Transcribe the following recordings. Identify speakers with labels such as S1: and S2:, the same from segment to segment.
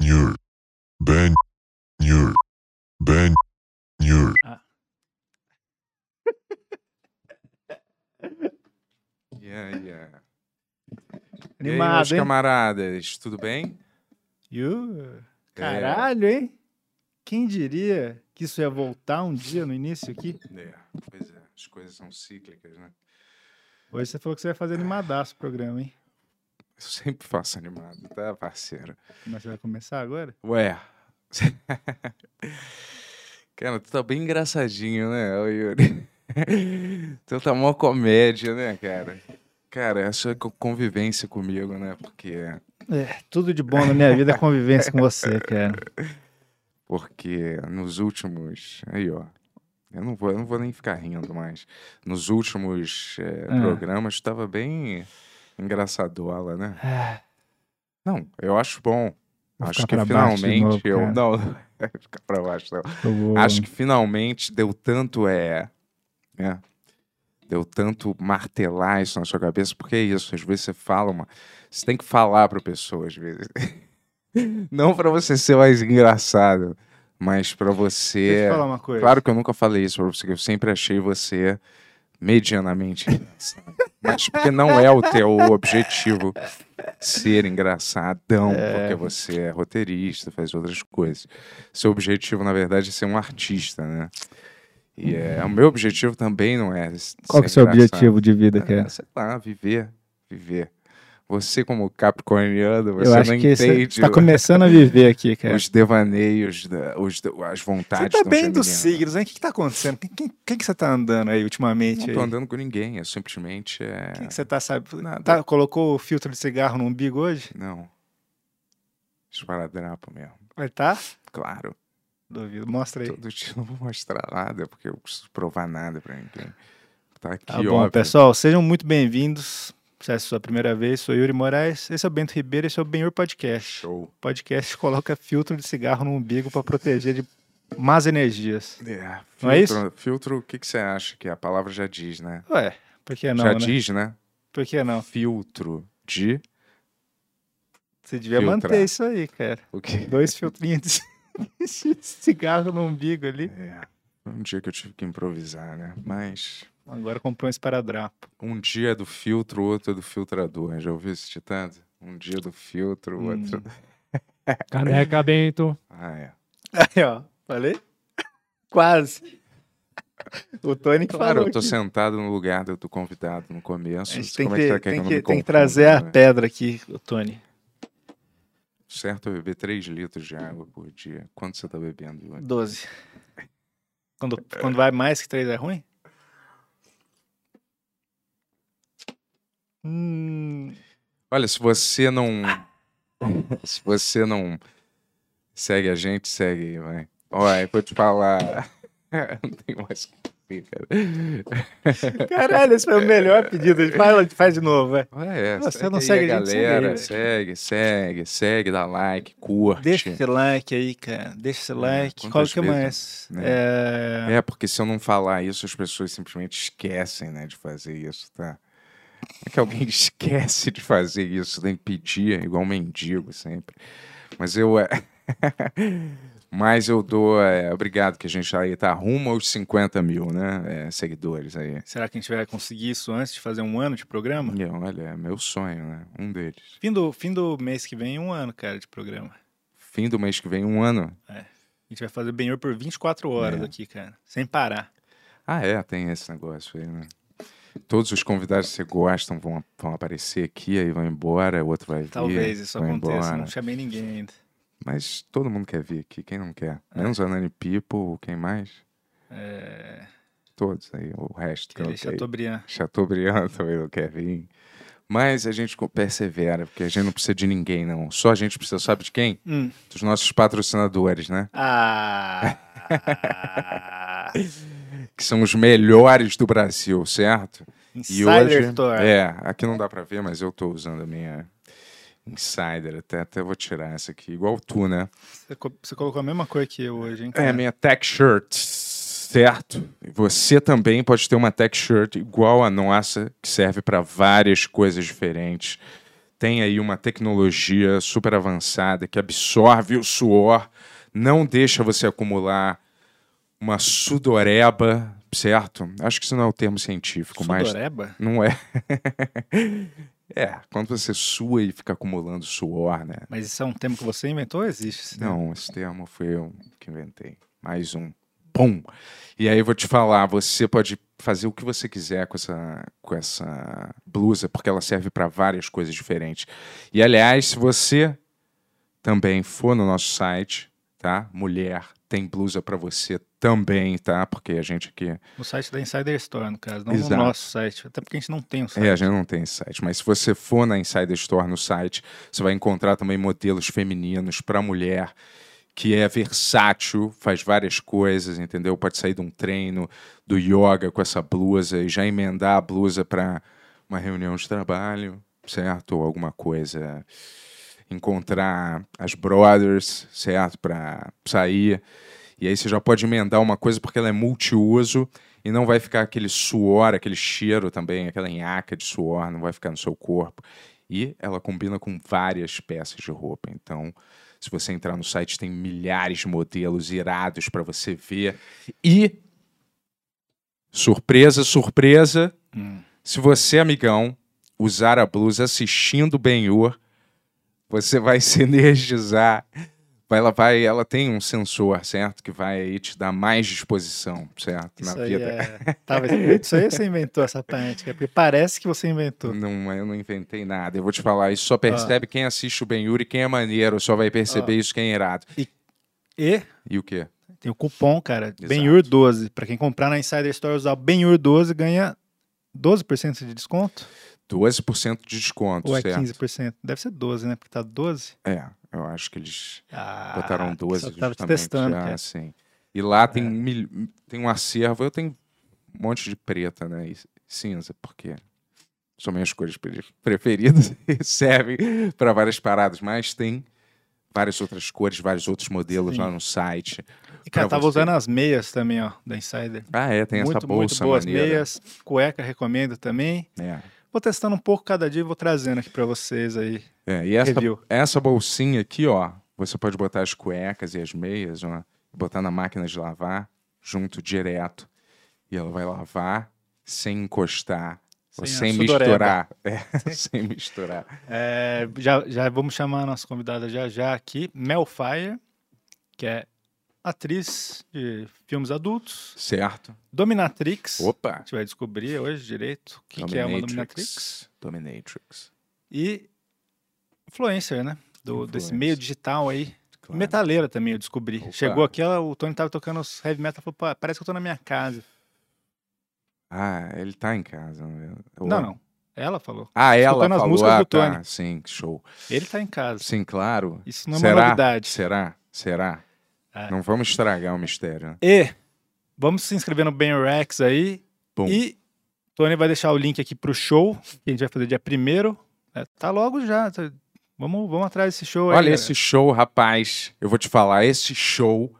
S1: Nur. Ben Nur. Ben Nur.
S2: Yeah, yeah. E aí, meus
S3: Animado, hein?
S2: camaradas, tudo bem?
S3: Iu,
S2: É.
S3: Caralho, hein? Quem diria que isso ia voltar um dia no início aqui?
S2: É, pois é, as coisas são cíclicas, né?
S3: Hoje você falou que você vai fazer animadaço o programa, hein?
S2: Eu sempre faço animado, tá, parceiro?
S3: Mas você vai começar agora?
S2: Ué. Cara, tu tá bem engraçadinho, né, ô Yuri? Tu tá mó comédia, né, cara? Cara, essa é co- convivência comigo, né? Porque
S3: É, tudo de bom na minha vida é convivência com você, cara.
S2: Porque nos últimos. Aí, ó. Eu não vou, eu não vou nem ficar rindo mais. Nos últimos eh,
S3: Ah.
S2: programas estava bem engraçadola, né?
S3: Ah,
S2: Não, eu acho bom.
S3: Vou
S2: acho
S3: ficar
S2: que
S3: pra baixo de
S2: finalmente
S3: novo,
S2: eu.
S3: cara.
S2: Não, não vai ficar pra baixo, não.
S3: eu vou-
S2: Acho que finalmente deu tanto. É, é, deu tanto martelar isso na sua cabeça, porque é isso. Às vezes você fala uma. Você tem que falar pra pessoa, às vezes. Não pra você ser mais engraçado, mas pra
S3: Deixa eu
S2: você.
S3: te falar uma coisa.
S2: é Claro que eu nunca falei isso pra você, que eu sempre achei você medianamente engraçado. Mas porque não é o teu objetivo ser engraçadão, porque você é roteirista, faz outras coisas. Seu objetivo, na verdade, é ser um artista, né? E é, o meu objetivo também não é. s-
S3: Uhum. Qual que é o
S2: ser
S3: seu
S2: engraçado.
S3: objetivo de vida,
S2: Ah,
S3: cara?
S2: sei lá, viver. Viver. Você, como capricorniano, você
S3: eu acho
S2: não
S3: que você
S2: entende
S3: tá
S2: o-
S3: começando a viver aqui, cara.
S2: os devaneios, da- os de- um né? as vontades
S3: Você tá
S2: do
S3: bem dos
S2: geminiano.
S3: signos, hein? O que, que tá acontecendo? Quem, quem, quem que você tá andando aí ultimamente?
S2: Não
S3: Aí?
S2: tô andando com ninguém, eu simplesmente é.
S3: Quem que você tá, sabe?
S2: Nada.
S3: Tá, colocou o filtro de cigarro no umbigo hoje?
S2: Não. Esparadrapo mesmo.
S3: Vai tá?
S2: Claro.
S3: Duvido. Mostra aí.
S2: Todo dia eu não vou mostrar nada, porque eu não preciso provar nada pra ninguém. Tá aqui,
S3: Tá
S2: óbvio.
S3: bom, pessoal, sejam muito bem-vindos. Se é a sua primeira vez, sou Yuri Moraes, esse é o Bento Ribeiro, esse é o Benhur Podcast.
S2: Show.
S3: O podcast coloca filtro de cigarro no umbigo para proteger de más energias.
S2: É, filtro,
S3: Não é
S2: filtro, o que, que você acha que a palavra já diz, né?
S3: Ué, por que não,
S2: já
S3: né?
S2: diz, né?
S3: Por que não?
S2: Filtro de.
S3: Você devia
S2: Filtrar.
S3: manter isso aí, cara.
S2: O quê?
S3: Dois filtrinhos de de cigarro no umbigo ali.
S2: É. Um dia que eu tive que improvisar, né? Mas.
S3: Agora comprou um esparadrapo.
S2: Um dia é do filtro, outro é do filtrador. Já ouviu esse ditado? Um dia é do filtro,
S3: Hum.
S2: outro.
S4: Caneca Bento.
S2: Ah, é.
S3: Aí, ó, falei? Quase. O Tony que
S2: Claro,
S3: falou
S2: eu tô
S3: aqui.
S2: sentado no lugar do do convidado no começo.
S3: A gente tem
S2: Como
S3: que,
S2: é que tá quer
S3: tem
S2: eu não
S3: que- tem
S2: me
S3: que
S2: confunda,
S3: trazer a
S2: né?
S3: pedra aqui, o Tony.
S2: Certo, eu beber 3 litros de água por dia. Quanto você tá bebendo, Ivan?
S3: 12. Quando, quando vai mais que 3 é ruim? Hum,
S2: Olha, se você não. se você não segue a gente, segue aí, vai. Olha, vou te falar. não tem mais o que dizer, cara.
S3: caralho, esse foi
S2: É.
S3: o melhor pedido. Fala- faz de novo, vai.
S2: Olha, é,
S3: Você não
S2: aí
S3: segue a gente, segue aí,
S2: galera.
S3: velho.
S2: Segue, segue, segue, dá like, curte.
S3: Deixa esse like aí, cara. Deixa esse like. Qual
S2: quantas
S3: que é
S2: vezes,
S3: mais?
S2: né?
S3: É,
S2: É, porque se eu não falar isso, as pessoas simplesmente esquecem, né, de fazer isso, tá? É que alguém esquece de fazer isso, tem que pedir, igual mendigo sempre. Mas eu. é, Mas eu dou. é, Obrigado, que a gente aí tá rumo aos 50 mil, né? é, seguidores aí.
S3: Será que a gente vai conseguir isso antes de fazer um ano de programa?
S2: E olha, é meu sonho, né? Um deles.
S3: Fim do, fim do mês que vem, um ano, cara, de programa.
S2: Fim do mês que vem, um ano.
S3: A gente vai fazer bem por 24 horas
S2: É.
S3: aqui, cara. Sem parar.
S2: Ah, é, tem esse negócio aí, né? Todos os convidados que você gostam vão, vão aparecer aqui, aí vão embora, o outro vai vir.
S3: Talvez isso
S2: vai
S3: aconteça.
S2: embora.
S3: Não chamei ninguém ainda.
S2: Mas todo mundo quer vir aqui, quem não quer? Menos a Nani People, quem mais?
S3: É,
S2: Todos aí, o resto. Que
S3: aquele
S2: não quer ir.
S3: Chateaubriand.
S2: Chateaubriand também não quer vir. Mas a gente co- persevera, porque a gente não precisa de ninguém, não. Só a gente precisa, sabe de quem?
S3: Hum.
S2: Dos nossos patrocinadores, né?
S3: Ah!
S2: Que que são os melhores do Brasil, certo? E hoje,
S3: Insider Store.
S2: é, aqui não dá pra ver, mas eu tô usando a minha Insider, até, até vou tirar essa aqui, igual tu, né?
S3: Você co- Você colocou a mesma cor que eu hoje, hein?
S2: É,
S3: cara?
S2: minha tech shirt, certo? E Você também pode ter uma tech shirt igual a nossa, que serve para várias coisas diferentes. Tem aí uma tecnologia super avançada que absorve o suor, não deixa você acumular uma sudoreba, certo? Acho que isso não é o termo científico, mas
S3: Sudoreba?
S2: não é. é, quando você sua e fica acumulando suor, né?
S3: Mas isso é um termo que você inventou ou existe? esse termo?
S2: Não, esse termo foi eu que inventei. Mais um. Pum! E aí eu vou te falar, você pode fazer o que você quiser com essa, com essa blusa, porque ela serve para várias coisas diferentes. E aliás, se você também for no nosso site, tá? Mulher tem blusa para você também, tá? Porque a gente aqui
S3: No site da Insider Store, no caso, não
S2: Exato.
S3: no nosso site. Até porque a gente não tem o site.
S2: É, a gente não tem esse site, mas se você for na Insider Store no site, você vai encontrar também modelos femininos para mulher, que é versátil, faz várias coisas, entendeu? Pode sair de um treino, do yoga com essa blusa e já emendar a blusa para uma reunião de trabalho, certo? Ou alguma coisa. Encontrar as brothers, certo? Para sair. E aí você já pode emendar uma coisa porque ela é multiuso e não vai ficar aquele suor, aquele cheiro também, aquela nhaca de suor, não vai ficar no seu corpo. E ela combina com várias peças de roupa. Então, se você entrar no site, tem milhares de modelos irados para você ver. E surpresa, surpresa,
S3: Hum.
S2: se você, amigão, usar a blusa assistindo Ben-Hur, você vai se energizar. Ela, vai, ela tem um sensor, certo? Que vai aí te dar mais disposição, certo?
S3: Isso
S2: Na
S3: aí
S2: vida.
S3: é... Tava escrito isso aí ou você inventou essa parte? cara? Porque parece que você inventou.
S2: Não, é, eu não inventei nada. Eu vou te falar, isso só
S3: Ah.
S2: percebe quem assiste o Ben Yuri, quem é maneiro, só vai perceber isso quem é irado.
S3: E
S2: E o quê?
S3: tem o cupom, cara, BENHUR12. Pra quem comprar na Insider Store e usar o BENHUR12, ganha 12% de desconto?
S2: 12% de desconto,
S3: ou é
S2: certo?
S3: 15%? Deve ser 12, né? Porque tá 12.
S2: É, eu acho que eles
S3: Ah,
S2: botaram 12
S3: só tava
S2: justamente.
S3: te testando, É.
S2: ah,
S3: cara.
S2: sim. E lá tem, um mil- tem um acervo, eu tenho um monte de preta, né? E cinza, porque são minhas cores pre- preferidas e servem para várias paradas, mas tem várias outras cores, vários outros modelos
S3: Sim.
S2: lá no site.
S3: E, cara,
S2: pra
S3: tava
S2: você.
S3: usando as meias também, ó, da Insider.
S2: Ah, é, tem
S3: muito,
S2: essa bolsa
S3: muito boas
S2: maneira.
S3: meias. Cueca recomendo também.
S2: É.
S3: Vou testando um pouco cada dia e vou trazendo aqui pra vocês aí.
S2: É, e essa,
S3: Review.
S2: essa bolsinha aqui, ó, você pode botar as cuecas e as meias, ó, botar na máquina de lavar, junto direto. E ela vai lavar sem encostar,
S3: Sem
S2: ou
S3: a
S2: sem
S3: sudoreba.
S2: misturar. É, sem misturar.
S3: É, já, já vamos chamar a nossa convidada já já aqui, Mel Fire, que é atriz de filmes adultos,
S2: Certo?
S3: Dominatrix. A
S2: Opa!
S3: gente vai descobrir hoje direito o que, que é uma Dominatrix.
S2: Dominatrix.
S3: E influencer, né? Do, Desse
S2: Influencer.
S3: meio digital aí.
S2: Claro.
S3: Metaleira também, eu descobri.
S2: Opa.
S3: Chegou aqui, ela, o Tony tava tocando os heavy metal, falou, "Pô, parece que eu tô na minha casa.
S2: Ah, ele tá em casa. né? Ou-
S3: Não, não. Ela falou.
S2: Ah, ela
S3: Escutando as
S2: falou.
S3: músicas
S2: ah,
S3: do
S2: tá,
S3: Tony.
S2: Sim, show.
S3: Ele tá em casa.
S2: Sim, claro.
S3: Isso não é
S2: Será?
S3: uma novidade.
S2: Será? Será?
S3: É.
S2: Não vamos estragar o mistério, né?
S3: E vamos se inscrever no Ben Rex aí.
S2: Bom,
S3: E Tony vai deixar o link aqui pro show, que a gente vai fazer dia primeiro. É, tá logo já. tá- Vamos, vamos atrás desse show aí.
S2: Olha
S3: galera.
S2: esse show, rapaz. Eu vou te falar, esse show.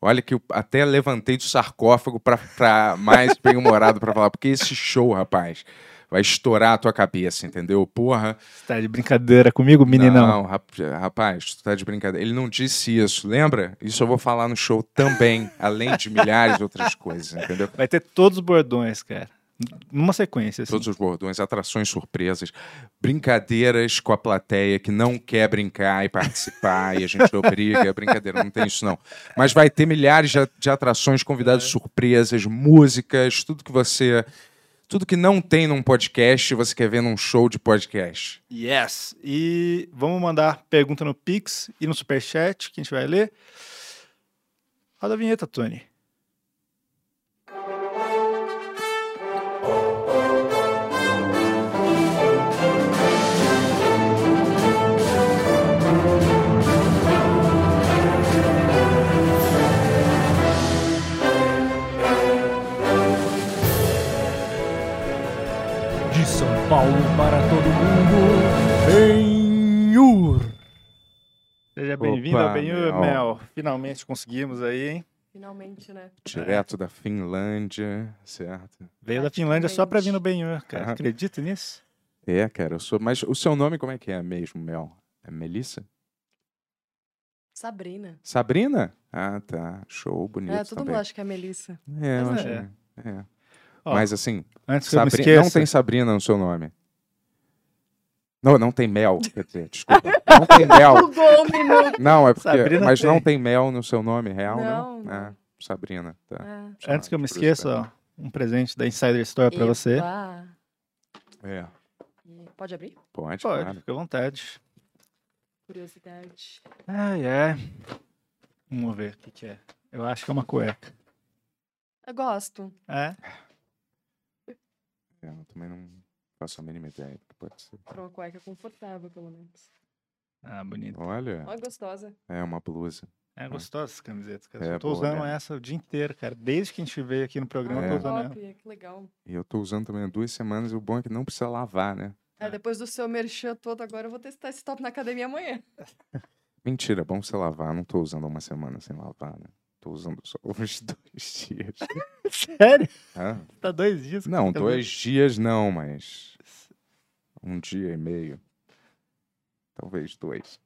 S2: Olha que eu até levantei do sarcófago pra, pra mais bem humorado pra falar, porque esse show, rapaz, vai estourar a tua cabeça, entendeu? Porra.
S3: Você tá de brincadeira comigo, meninão?
S2: Não, rap- rapaz, tu tá de brincadeira. Ele não disse isso, lembra? Isso eu vou falar no show também, além de milhares de outras coisas, entendeu?
S3: Vai ter todos os bordões, cara. Numa sequência, assim.
S2: Todos os bordões, atrações surpresas, brincadeiras com a plateia que não quer brincar e participar, e a gente obriga, brincadeira, não tem isso não. Mas vai ter milhares de a- de atrações, convidados surpresas, músicas, tudo que você. Tudo que não tem num podcast, você quer ver num show de podcast.
S3: Yes! E vamos mandar pergunta no Pix e no Superchat, que a gente vai ler. Roda a vinheta, Tony.
S4: De São Paulo para todo mundo, Benhur.
S3: Seja bem-vindo
S2: Opa,
S3: ao Benhur,
S2: Mel.
S3: Mel. Finalmente conseguimos aí, hein?
S5: Finalmente, né?
S2: Direto da Finlândia, certo?
S3: Veio da Finlândia só pra vir no Benhur, cara.
S2: Aham.
S3: Acredita nisso?
S2: É, cara, eu sou. Mas o seu nome como é que é mesmo, Mel? É Melissa?
S5: Sabrina.
S2: Sabrina? Ah, tá. Show, bonito.
S5: é, todo
S2: também.
S5: mundo acha que é Melissa.
S2: É, eu
S3: Mas
S2: acho.
S3: é.
S2: é.
S3: Ó,
S2: Mas assim,
S3: Antes que eu me
S2: Sabri-
S3: esqueça.
S2: não tem Sabrina no seu nome. Não, não tem Mel. Quer dizer, desculpa. Não tem Mel.
S5: Bugou um minuto.
S2: Não, é porque.
S3: Sabrina
S2: mas não
S3: tem.
S2: tem Mel no seu nome real, não?
S5: Não, não.
S2: Ah, Sabrina, tá.
S5: É.
S2: Só
S3: Antes que eu me
S2: de curiosidade.
S3: esqueça, ó, um presente da Insider Store Tá pra você.
S5: Epa.
S2: É.
S5: E- Pode abrir?
S3: Pode,
S2: Pode, claro.
S3: fica à vontade.
S5: Curiosidade.
S3: Ai, ai. Vamos ver o que, que é. Eu acho que é uma cueca.
S5: Eu gosto.
S3: É?
S2: É, eu também não faço a mínima ideia. do que Pode ser.
S5: Pra uma cueca confortável, pelo menos.
S3: Ah, bonito.
S2: Olha,
S5: Olha, gostosa.
S2: é uma blusa.
S3: É né? gostosa essa camiseta, cara.
S2: É
S5: É
S3: eu tô
S2: boa
S3: usando
S2: mesmo.
S3: essa o dia inteiro, cara. Desde que a gente veio aqui no programa, eu
S2: É.
S3: tô
S5: Ah,
S3: usando ela.
S5: top. Que legal.
S2: E eu tô usando também há duas semanas e o bom é que não precisa lavar, né?
S5: É,
S3: É.
S5: depois do seu merchan todo agora, eu vou testar esse top na academia amanhã.
S2: Mentira, é bom você lavar. Não tô usando há uma semana sem lavar, né? Tô usando só uns dois dias.
S3: Sério?
S2: Ah,
S3: Tá dois dias. com
S2: Não,
S3: essa camisa.
S2: dois dias não, mas. Um dia e meio. Talvez dois.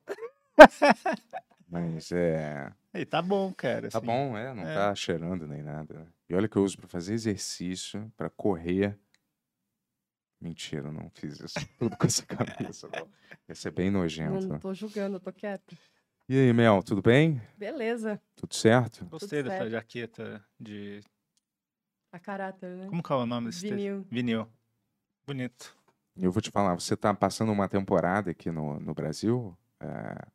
S2: mas é.
S3: Ei, tá bom, cara.
S2: Tá
S3: assim.
S2: bom, é. Não
S3: É.
S2: tá cheirando nem nada. né? E olha que eu uso pra fazer exercício, pra correr. Mentira, eu não fiz isso tudo com essa camisa. não. Ia ser bem nojento.
S5: Não tô julgando, eu tô quieta.
S2: E aí, Mel, tudo bem?
S5: Beleza.
S2: Tudo certo?
S3: Gostei
S5: Tudo
S3: dessa
S5: certo.
S3: jaqueta de.
S5: A caráter, né?
S3: Como que é o nome desse texto?
S5: Vinil.
S3: Vinil. Bonito.
S2: Eu vou te falar, você tá passando uma temporada aqui no, no Brasil? É,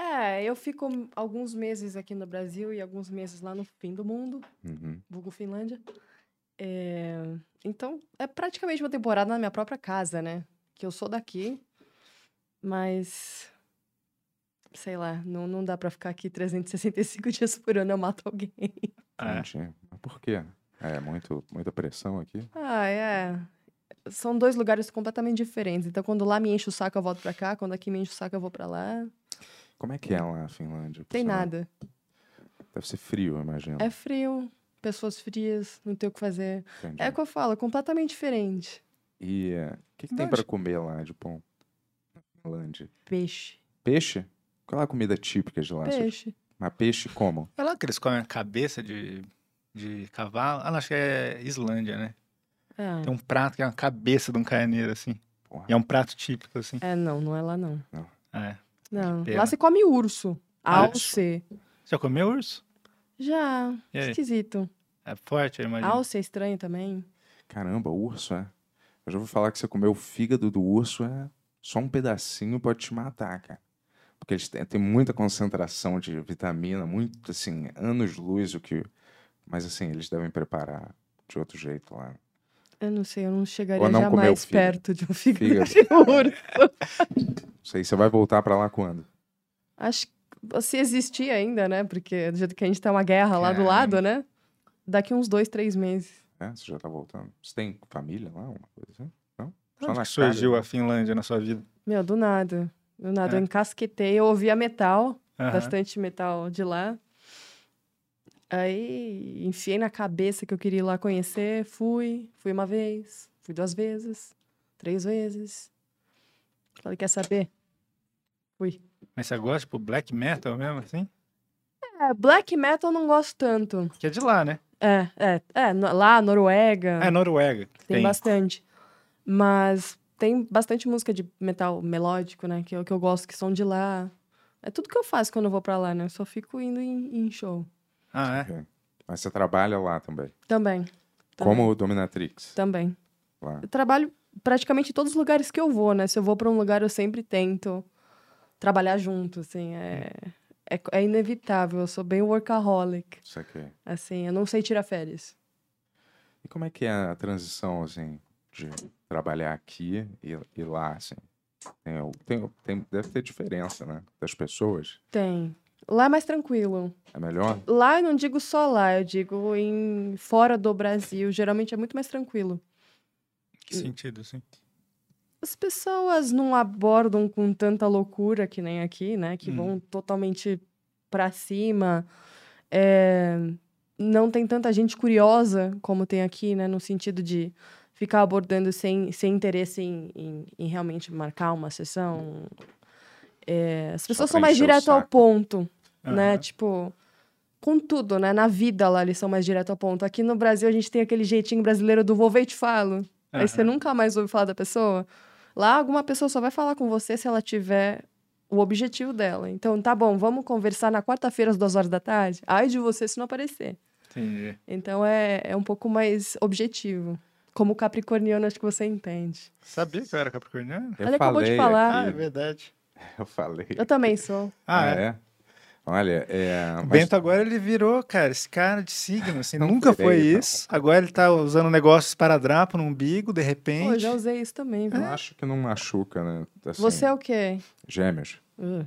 S5: É, eu fico alguns meses aqui no Brasil e alguns meses lá no fim do mundo.
S2: uhum.
S5: vulgo Finlândia. É, Então, é praticamente uma temporada na minha própria casa, né? Que eu sou daqui, mas. Sei lá, não, não dá pra ficar aqui 365 dias por ano, eu mato alguém.
S3: É.
S2: Entendi. Mas Por quê? É muito, muita pressão aqui?
S5: Ah, é. São dois lugares completamente diferentes. Então, quando lá me enche o saco, eu volto pra cá. Quando aqui me enche o saco, eu vou pra lá.
S2: Como é que é lá na Finlândia?
S5: Hum. Tem
S2: Você não-
S5: nada.
S2: Deve ser frio, eu imagino.
S5: É frio, pessoas frias, não tem o que fazer.
S2: Entendi.
S5: É o que eu falo, é completamente diferente.
S2: E é, o que, que tem
S3: Onde?
S2: pra comer lá de bom? Na Finlândia.
S5: Peixe.
S2: Peixe? Qual é a comida típica de lá? Vocês-
S5: Peixe.
S2: Mas peixe como?
S3: É lá que eles comem a cabeça de, de cavalo. Ah, não, acho que é Islândia, né?
S5: Ah,
S3: Tem um prato que é uma cabeça de um carneiro, assim.
S2: Porra.
S3: E é um prato típico, assim.
S5: É, não, não é lá, não.
S3: É.
S5: Não,
S3: pena.
S5: lá se come urso.
S3: Ah,
S5: Alce.
S3: Já comeu urso?
S5: Já.
S3: E aí?
S5: Esquisito.
S3: É forte, eu imagino.
S5: Alce é estranho também.
S2: Caramba, urso, é? Eu já vou falar que você comer o fígado do urso é só um pedacinho pode te matar, cara. Porque eles têm, têm muita concentração de vitamina, muito assim, anos-luz o que. Mas assim, eles devem preparar de outro jeito lá.
S5: Eu não sei, eu não chegaria
S2: Ou não comer o
S5: jamais
S2: fígado.
S5: perto de um fígado
S2: Fígado.
S5: de urso.
S2: Não sei, você vai voltar pra lá quando?
S5: Acho que se existir ainda, né? Porque do jeito que a gente tá uma guerra lá do lado, né? Daqui uns dois, três meses.
S2: É, você já tá voltando. Você tem família lá, uma coisa assim? Não? Só
S3: Onde
S2: na
S3: que surgiu
S2: cara?
S3: a Finlândia na sua vida?
S5: Meu, do nada. Do nada.
S3: É.
S5: Eu encasquetei, eu ouvia metal,
S3: Aham.
S5: bastante metal de lá. Aí enfiei na cabeça que eu queria ir lá conhecer, fui, fui uma vez, fui duas vezes, três vezes. Falei, quer saber?
S3: Mas você gosta, tipo, black metal mesmo, assim?
S5: É, black metal eu não gosto tanto.
S3: Que é de lá, né?
S5: É, é, é, no- lá, Noruega,
S3: Ah, é Noruega. que
S5: tem, bastante. Mas tem bastante música de metal melódico, né, que eu, que eu gosto, que são de lá. É tudo que eu faço quando eu vou pra lá, né, eu só fico indo em, em show.
S3: Ah, é?
S2: Mas você trabalha lá também.
S5: Também. também.
S2: Como dominatrix.
S3: Tá.
S5: Também.
S2: Lá.
S5: Eu trabalho praticamente em todos os lugares que eu vou, né? Se eu vou pra um lugar, eu sempre tento trabalhar junto, assim. É, é, é inevitável. Eu sou bem workaholic,
S2: Isso aqui.
S5: assim. Eu não sei tirar férias.
S2: é. E como é que é a transição, assim, de trabalhar aqui e, e lá, assim? Tem, o- tem, o- tem- deve ter diferença, né? Das pessoas.
S5: Tem. Lá é mais tranquilo.
S2: É melhor?
S5: Lá eu não digo só lá, eu digo em fora do Brasil. Geralmente é muito mais tranquilo.
S3: Que sentido, assim.
S5: As pessoas não abordam com tanta loucura que nem aqui, né? Que
S3: Uhum.
S5: vão totalmente pra cima. É, Não tem tanta gente curiosa como tem aqui, né? No sentido de ficar abordando sem, sem interesse em, em- em realmente marcar uma sessão. É, As pessoas
S2: pra
S5: são mais
S2: encher o
S5: direto ao
S2: saco.
S5: ponto né?
S3: Aham.
S5: Tipo, com tudo, né? Na vida lá eles são mais direto ao ponto. Aqui no Brasil a gente tem aquele jeitinho brasileiro do vou ver e te falo. Aí você
S3: Aham.
S5: nunca mais ouve falar da pessoa. Lá alguma pessoa só vai falar com você se ela tiver o objetivo dela. Então, tá bom, vamos conversar na quarta-feira às duas horas da tarde? Ai de você se não aparecer.
S3: Entendi.
S5: Então é, é um pouco mais objetivo. Como capricorniano, acho que você entende.
S3: Sabia que eu era capricorniano?
S2: Eu
S5: Olha, acabou
S2: falei
S5: de falar.
S3: Ah, é
S2: aqui, né,
S3: verdade.
S2: eu falei.
S5: Eu também sou.
S3: Ah, é.
S2: Olha, é.
S3: O
S2: mas-
S3: Bento agora ele virou, cara, esse cara de signo, assim,
S2: Não
S3: nunca foi
S2: virei, não.
S3: isso. Agora ele tá usando negócios para drapo no umbigo, de
S5: Pô, eu
S3: repente.
S5: já usei isso também, viu?
S2: Eu acho que não machuca, né? Assim,
S5: Você é o quê?
S2: Gêmeos.
S5: Uh.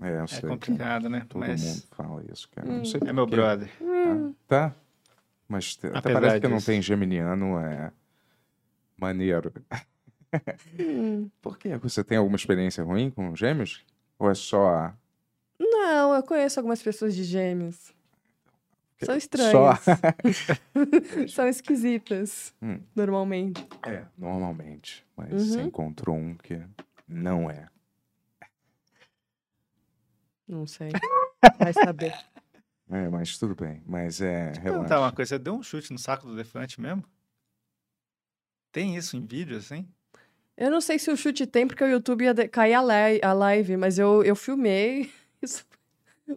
S2: É, eu
S3: É
S2: sei.
S3: complicado, né?
S2: Todo
S3: Mas
S2: mundo fala isso, cara. Não sei
S3: é meu
S2: por quê.
S3: brother. Hum.
S2: Tá? Tá. Mas te- até
S3: Apesar
S2: parece que não
S3: disso.
S2: tem geminiano, é maneiro.
S5: Hum.
S2: Por quê? Você tem alguma experiência ruim com gêmeos? Ou é só.
S5: Não, eu conheço algumas pessoas de gêmeos. São estranhas. São esquisitas,
S2: Hum.
S5: normalmente.
S2: É, normalmente. Mas
S5: Uhum.
S2: você encontrou um que não é.
S5: Não sei. Vai saber.
S2: É, mas tudo bem. Mas é.
S3: Perguntar uma
S2: Relaxa.
S3: coisa, você deu um chute no saco do elefante mesmo? Tem isso em vídeo, assim?
S5: Eu não sei se o chute tem, porque o YouTube ia de- cair a, li- a live, mas eu, eu filmei. Isso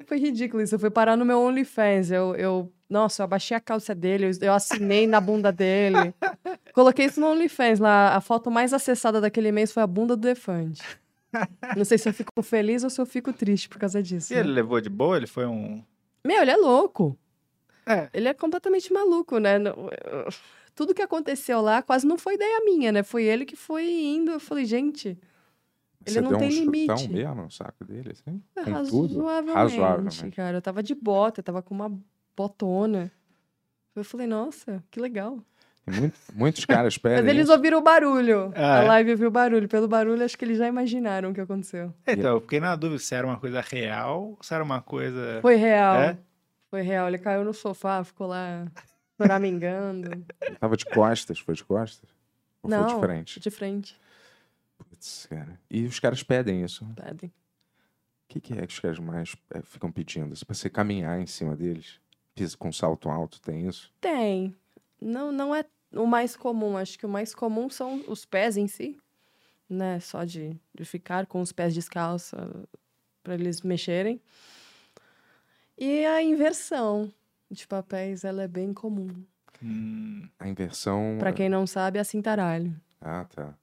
S5: foi ridículo. Isso foi parar no meu OnlyFans. Eu, eu, nossa, eu abaixei a calça dele, eu, eu assinei na bunda dele. Coloquei isso no OnlyFans lá. A foto mais acessada daquele mês foi a bunda do elefante. Não sei se eu fico feliz ou se eu fico triste por causa disso.
S3: E
S5: né?
S3: ele levou de boa? Ele foi um.
S5: Meu, ele é louco.
S3: É.
S5: Ele é completamente maluco, né? Não- Tudo que aconteceu lá quase não foi ideia minha, né? Foi ele que foi indo. Eu falei, gente, ele
S2: Você
S5: não
S2: deu
S5: tem
S2: um chutão
S5: limite.
S2: mesmo no saco dele, assim?
S5: é
S2: Com tudo?
S5: razoavelmente,
S2: Razoavelmente.
S5: cara. Eu tava de bota, eu tava com uma botona. Eu falei, nossa, que legal.
S2: Tem muito- muitos caras pedem.
S5: Mas eles
S2: isso.
S5: ouviram o barulho.
S3: Ah,
S5: a
S3: é?
S5: live ouviu o barulho. Pelo barulho, acho que eles já imaginaram o que aconteceu.
S3: Então, eu fiquei na dúvida se era uma coisa real, se era uma coisa.
S5: Foi real.
S3: É?
S5: Foi real. Ele caiu no sofá, ficou lá choramingando.
S2: Ele Tava de costas, foi de costas? Ou
S5: Não,
S2: foi de frente?
S5: de frente.
S2: Putz, cara. E os caras pedem isso. O
S5: Pedem.
S2: que, que é que os caras mais eh, ficam pedindo? Se você caminhar em cima deles, pisa com salto alto, tem isso?
S5: Tem. Não, não é o mais comum. Acho que o mais comum são os pés em si, né? Só de, de ficar com os pés descalços para eles mexerem. E a inversão de papéis, ela é bem comum.
S3: Hum,
S2: A inversão.
S5: Para quem não sabe, é cintaralho.
S2: Ah, tá.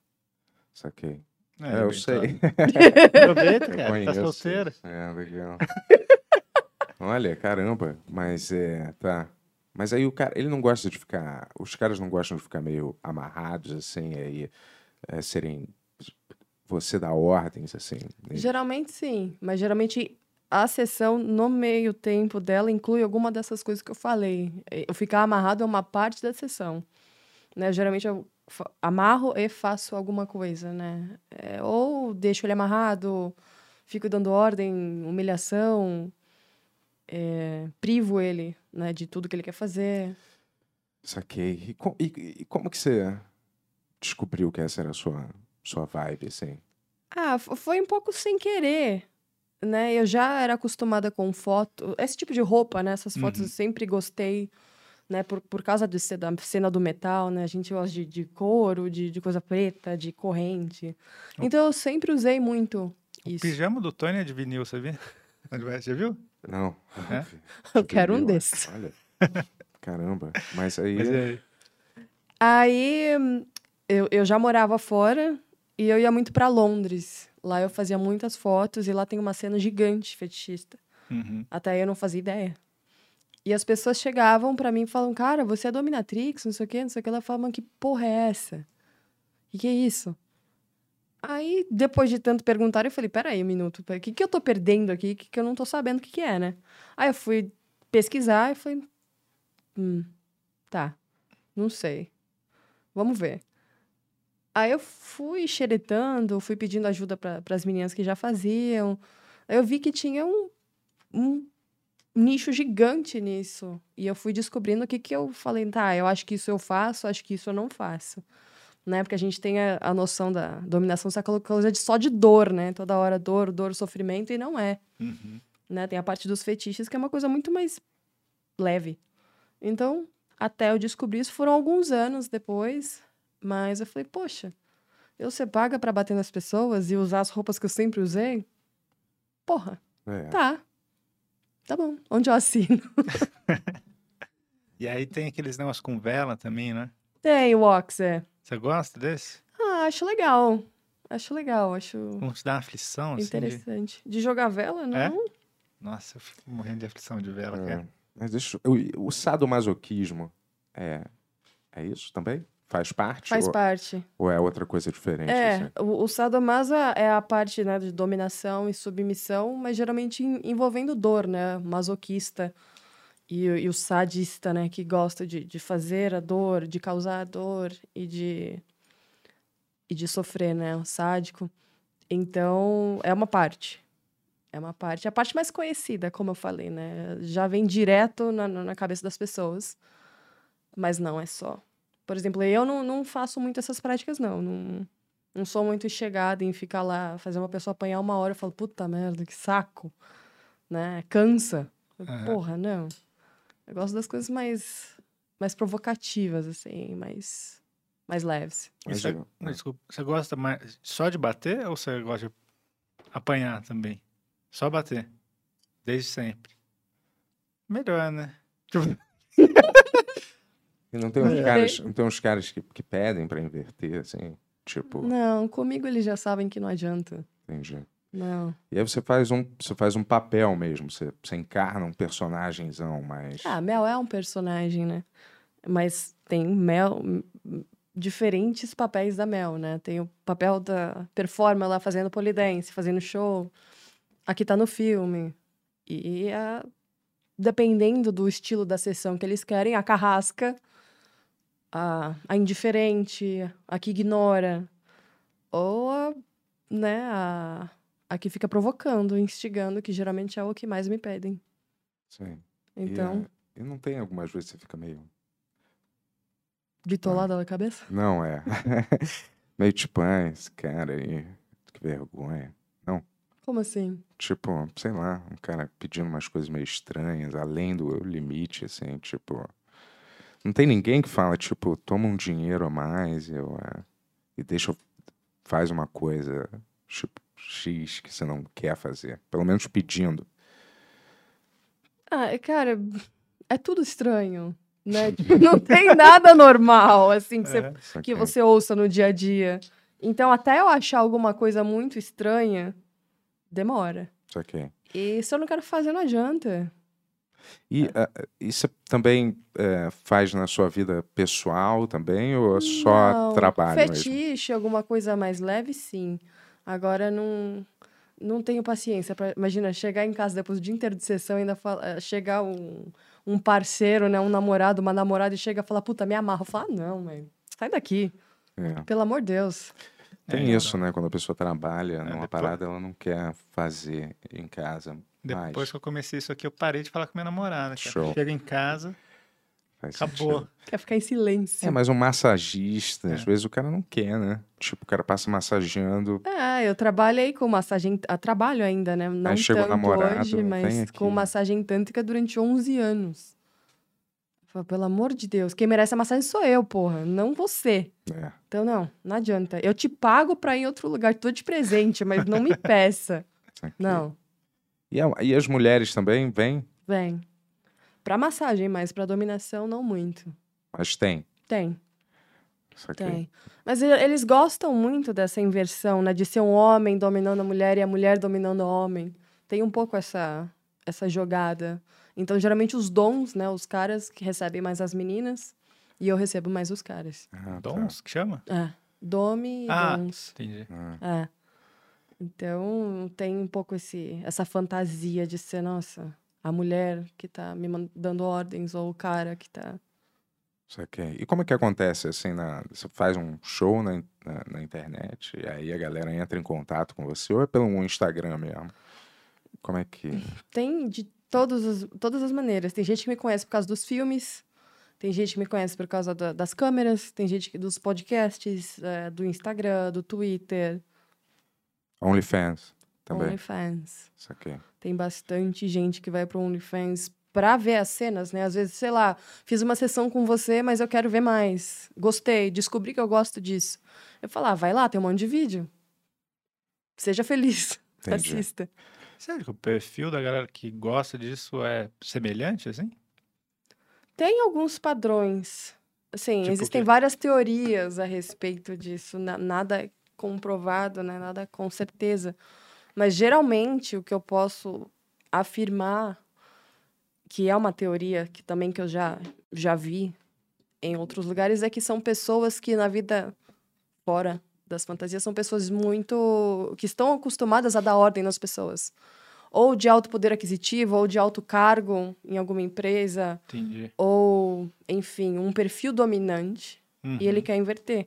S2: Saquei.
S3: é,
S2: É, eu
S3: bem
S2: sei.
S3: claro. Aproveita,
S2: Eu
S3: cara. Tá
S2: conheço
S3: solteira.
S2: isso. É, legal. Olha, caramba. Mas é, tá. Mas aí o cara, ele não gosta de ficar. Os caras não gostam de ficar meio amarrados, assim, aí é, serem. Você dá ordens, assim. né?
S5: Geralmente sim, mas geralmente a sessão no meio tempo dela inclui alguma dessas coisas que eu falei. Eh, Eu ficar amarrado é uma parte da sessão, né? Geralmente eu fa- amarro e faço alguma coisa, né? É, ou deixo ele amarrado, fico dando ordem, humilhação, eh, privo ele, né, de tudo que ele quer fazer.
S2: Saquei. E, co- e- e como que você descobriu que essa era a sua, sua vibe, assim?
S5: Ah, fo- foi um pouco sem querer, né? Eu já era acostumada com foto, esse tipo de roupa, né? Essas fotos
S3: Uhum.
S5: eu sempre gostei, né? Por, por causa de ser da cena do metal, né? A gente gosta de, de couro, de, de coisa preta, de corrente.
S3: O-
S5: Então eu sempre usei muito
S3: O
S5: isso.
S3: pijama do Tony é de vinil, sabia? Já viu?
S2: Não.
S3: É?
S2: Deixa
S5: Eu quero um
S2: ver,
S5: desses.
S2: Olha. Caramba. Mas aí.
S3: Mas é,
S5: Aí hum, eu, eu já morava fora e eu ia muito para Londres. Lá eu fazia muitas fotos e lá tem uma cena gigante fetichista.
S3: Uhum.
S5: Até aí eu não fazia ideia. E as pessoas chegavam pra mim e falavam, cara, você é dominatrix, não sei o quê, não sei o quê. Ela falava, mano, que porra é essa? E que é isso? Aí, depois de tanto perguntar, eu falei, peraí um minuto, pera- o que, que eu tô perdendo aqui? Que, que eu não tô sabendo o que, que é, né? Aí eu fui pesquisar e falei, hum, tá. Não sei. Vamos ver. Aí eu fui xeretando, fui pedindo ajuda para as meninas que já faziam. Aí eu vi que tinha um, um nicho gigante nisso. E eu fui descobrindo o que, que eu falei, tá, eu acho que isso eu faço, acho que isso eu não faço. Né? Porque a gente tem a, a noção da dominação sacrocausa de só de dor, né? Toda hora dor, dor, sofrimento, e não é.
S3: Uhum.
S5: Né? Tem a parte dos fetiches, que é uma coisa muito mais leve. Então, até eu descobrir isso, foram alguns anos depois, mas eu falei, poxa, eu ser paga pra bater nas pessoas e usar as roupas que eu sempre usei? Porra,
S2: É.
S5: tá. Tá bom, onde eu assino?
S3: E aí tem aqueles negócios com vela também, né?
S5: Tem, Wox, é.
S3: Você gosta desse?
S5: Ah, acho legal. Acho legal, acho
S3: Não te dá aflição, assim? de-
S5: interessante. De jogar vela, não?
S3: É? Nossa, eu fico morrendo de aflição de vela,
S2: É.
S3: cara.
S2: Mas deixa eu- o, o sadomasoquismo é, é isso também? Faz parte?
S5: Faz
S2: ou,
S5: parte.
S2: ou é outra coisa diferente? assim?
S5: É, o, o sadomaso é a parte né, de dominação e submissão, mas geralmente en- envolvendo dor, né? Masoquista e, o- e o sadista, né? Que gosta de, de fazer a dor, de causar a dor e de, e de sofrer, né? O sádico. Então, é uma parte. É uma parte. A parte mais conhecida, como eu falei, né? Já vem direto na, na na cabeça das pessoas. Mas não é só. Por exemplo, eu não, não faço muito essas práticas, não. Não, não sou muito chegada em ficar lá, fazer uma pessoa apanhar uma hora, eu falo, puta merda, que saco, né? Cansa. Eu,
S3: Aham.
S5: Porra, não. Eu gosto das coisas mais, mais provocativas, assim, mais, mais leves.
S2: Mas
S3: Isso é-
S2: eu-
S3: Não, Desculpa, você gosta mais só de bater ou você gosta de apanhar também? Só bater. Desde sempre. Melhor, né?
S2: E não tem uns
S5: É.
S2: caras, não tem uns caras que, que pedem pra inverter, assim? Tipo,
S5: Não, comigo eles já sabem que não adianta.
S2: entendi.
S5: Não.
S2: E aí você faz um, você faz um papel mesmo, você, você encarna um personagemzão, mas...
S5: Ah, Mel é um personagem, né? Mas tem Mel. m- Diferentes papéis da Mel, né? Tem o papel da performer lá fazendo polidense, fazendo show. Aqui tá no filme. E a- dependendo do estilo da sessão que eles querem, a carrasca, a, a indiferente, a que ignora. Ou a, né, a, a que fica provocando, instigando, que geralmente é o que mais me pedem.
S2: Sim. E,
S5: Então.
S2: é, E, não tem algumas vezes que você fica meio...
S5: Bitolada na cabeça?
S2: Não, é. meio tipo, ah, esse cara aí, que vergonha.
S5: Como assim?
S2: Tipo, sei lá, um cara pedindo umas coisas meio estranhas, além do limite, assim, tipo. Não tem ninguém que fala, tipo, toma um dinheiro a mais eu, ah, e deixa eu. Faz uma coisa, tipo, X que você não quer fazer. Pelo menos pedindo.
S5: Ah, é, cara, é tudo estranho, né? Tipo, Não tem nada normal, assim, que, você,
S3: É.
S2: Só
S5: que
S2: que-
S5: você ouça no dia a dia. Então, até eu achar alguma coisa muito estranha, demora.
S2: Só que.
S5: E se eu não quero fazer, não adianta. É.
S2: E ah, ah, isso também eh, faz na sua vida pessoal também, ou é só
S5: Não,
S2: trabalho mesmo?
S5: Fetiche, alguma coisa mais leve, sim. Agora, não, não tenho paciência. Pra, imagina, chegar em casa depois do dia inteiro de sessão, ainda fala- eh, chegar um, um parceiro, né, um namorado, uma namorada, e chega e fala, puta, me amarra. Eu falo, ah, não, mãe, sai daqui.
S2: É.
S5: Pelo amor de Deus.
S2: Tem
S3: É,
S2: isso, né? Quando a pessoa trabalha numa
S3: depois-
S2: parada, ela não quer fazer em casa.
S3: Depois
S2: mais.
S3: que eu comecei isso aqui, eu parei de falar com minha namorada.
S2: Show.
S3: Cara. Chego em casa,
S2: Faz
S3: acabou.
S2: sentido.
S5: Quer ficar em
S2: É,
S5: silêncio.
S2: mas um massagista, às
S3: É.
S2: vezes o cara não quer, né? Tipo, o cara passa massageando.
S5: É, eu trabalhei com massagem... ah, trabalho ainda, né? Não
S2: chega o
S5: tanto
S2: namorado,
S5: hoje,
S2: "Vem
S5: mas
S2: aqui".
S5: com massagem tântrica durante 11 anos. Eu falo, Pelo amor de Deus, quem merece a massagem sou eu, porra, não você.
S2: É.
S5: Então, não, não adianta. Eu te pago pra ir em outro lugar, tô de presente, mas não me peça.
S2: isso aqui.
S5: Não,
S2: E, a- e as mulheres também vêm,
S5: vem. Pra massagem, mas pra dominação, não muito.
S2: mas tem.
S5: Tem.
S2: Isso aqui.
S5: Tem. Mas e- eles gostam muito dessa inversão, né? De ser um homem dominando a mulher e a mulher dominando o homem. Tem um pouco essa, essa jogada. Então, geralmente, os dons, né? Os caras que recebem mais as meninas e eu recebo mais os caras.
S2: Ah, tá.
S3: Dons, que chama?
S5: É. Dome e
S3: Ah.
S5: dons.
S3: Entendi.
S2: Ah,
S5: É. Então, tem um pouco esse, essa fantasia de ser, nossa, a mulher que tá me man- dando ordens ou o cara que tá
S2: Saquei. E como é que acontece assim? Na, você faz um show na, in- na, na internet, e aí a galera entra em contato com você, ou é pelo Instagram mesmo? Como é que.
S5: Tem de todos os- todas as maneiras. Tem gente que me conhece por causa dos filmes, tem gente que me conhece por causa da- das câmeras, tem gente que, dos podcasts, eh, do Instagram, do Twitter,
S2: OnlyFans também.
S5: OnlyFans.
S2: Saquei.
S5: Tem bastante gente que vai pro OnlyFans pra ver as cenas, né? Às vezes, sei lá, fiz uma sessão com você, mas eu quero ver mais. Gostei, descobri que eu gosto disso. Eu falo, ah, vai lá, tem um monte de vídeo. Seja feliz,
S2: Entendi.
S5: assista.
S3: Sério que o perfil da galera que gosta disso é semelhante, assim?
S5: Tem alguns padrões. Assim,
S3: Tipo o
S5: existem
S3: quê?
S5: várias teorias a respeito disso. na- nada comprovado, né? Nada com certeza. Mas geralmente o que eu posso afirmar, que é uma teoria que também que eu já, já vi em outros lugares, é que são pessoas que na vida fora das fantasias são pessoas muito. que estão acostumadas a dar ordem nas pessoas. Ou de alto poder aquisitivo, ou de alto cargo em alguma empresa
S3: Entendi.
S5: ou, enfim, um perfil dominante
S3: Uhum.
S5: e ele quer inverter.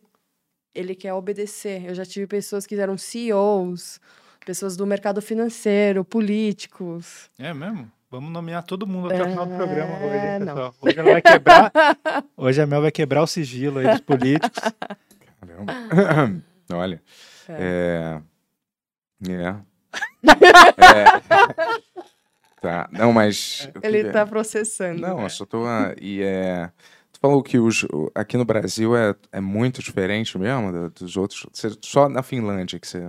S5: Ele quer obedecer. Eu já tive pessoas que eram CEOs, pessoas do mercado financeiro, políticos.
S3: É mesmo? Vamos nomear todo mundo até o final do programa hoje,
S5: É,
S3: hein,
S5: não.
S3: pessoal? Hoje ela vai quebrar. Hoje a Mel vai quebrar o sigilo aí dos políticos.
S2: Caramba. Tá
S5: Ah.
S2: Olha. É. É. É. Tá. Não, mas. o que
S5: Ele
S2: que é?
S5: tá processando.
S2: Não, eu só tô. ah, E é. Tu falou que os, o- aqui no Brasil é, é muito diferente mesmo do- dos outros. Cê- só na Finlândia que você.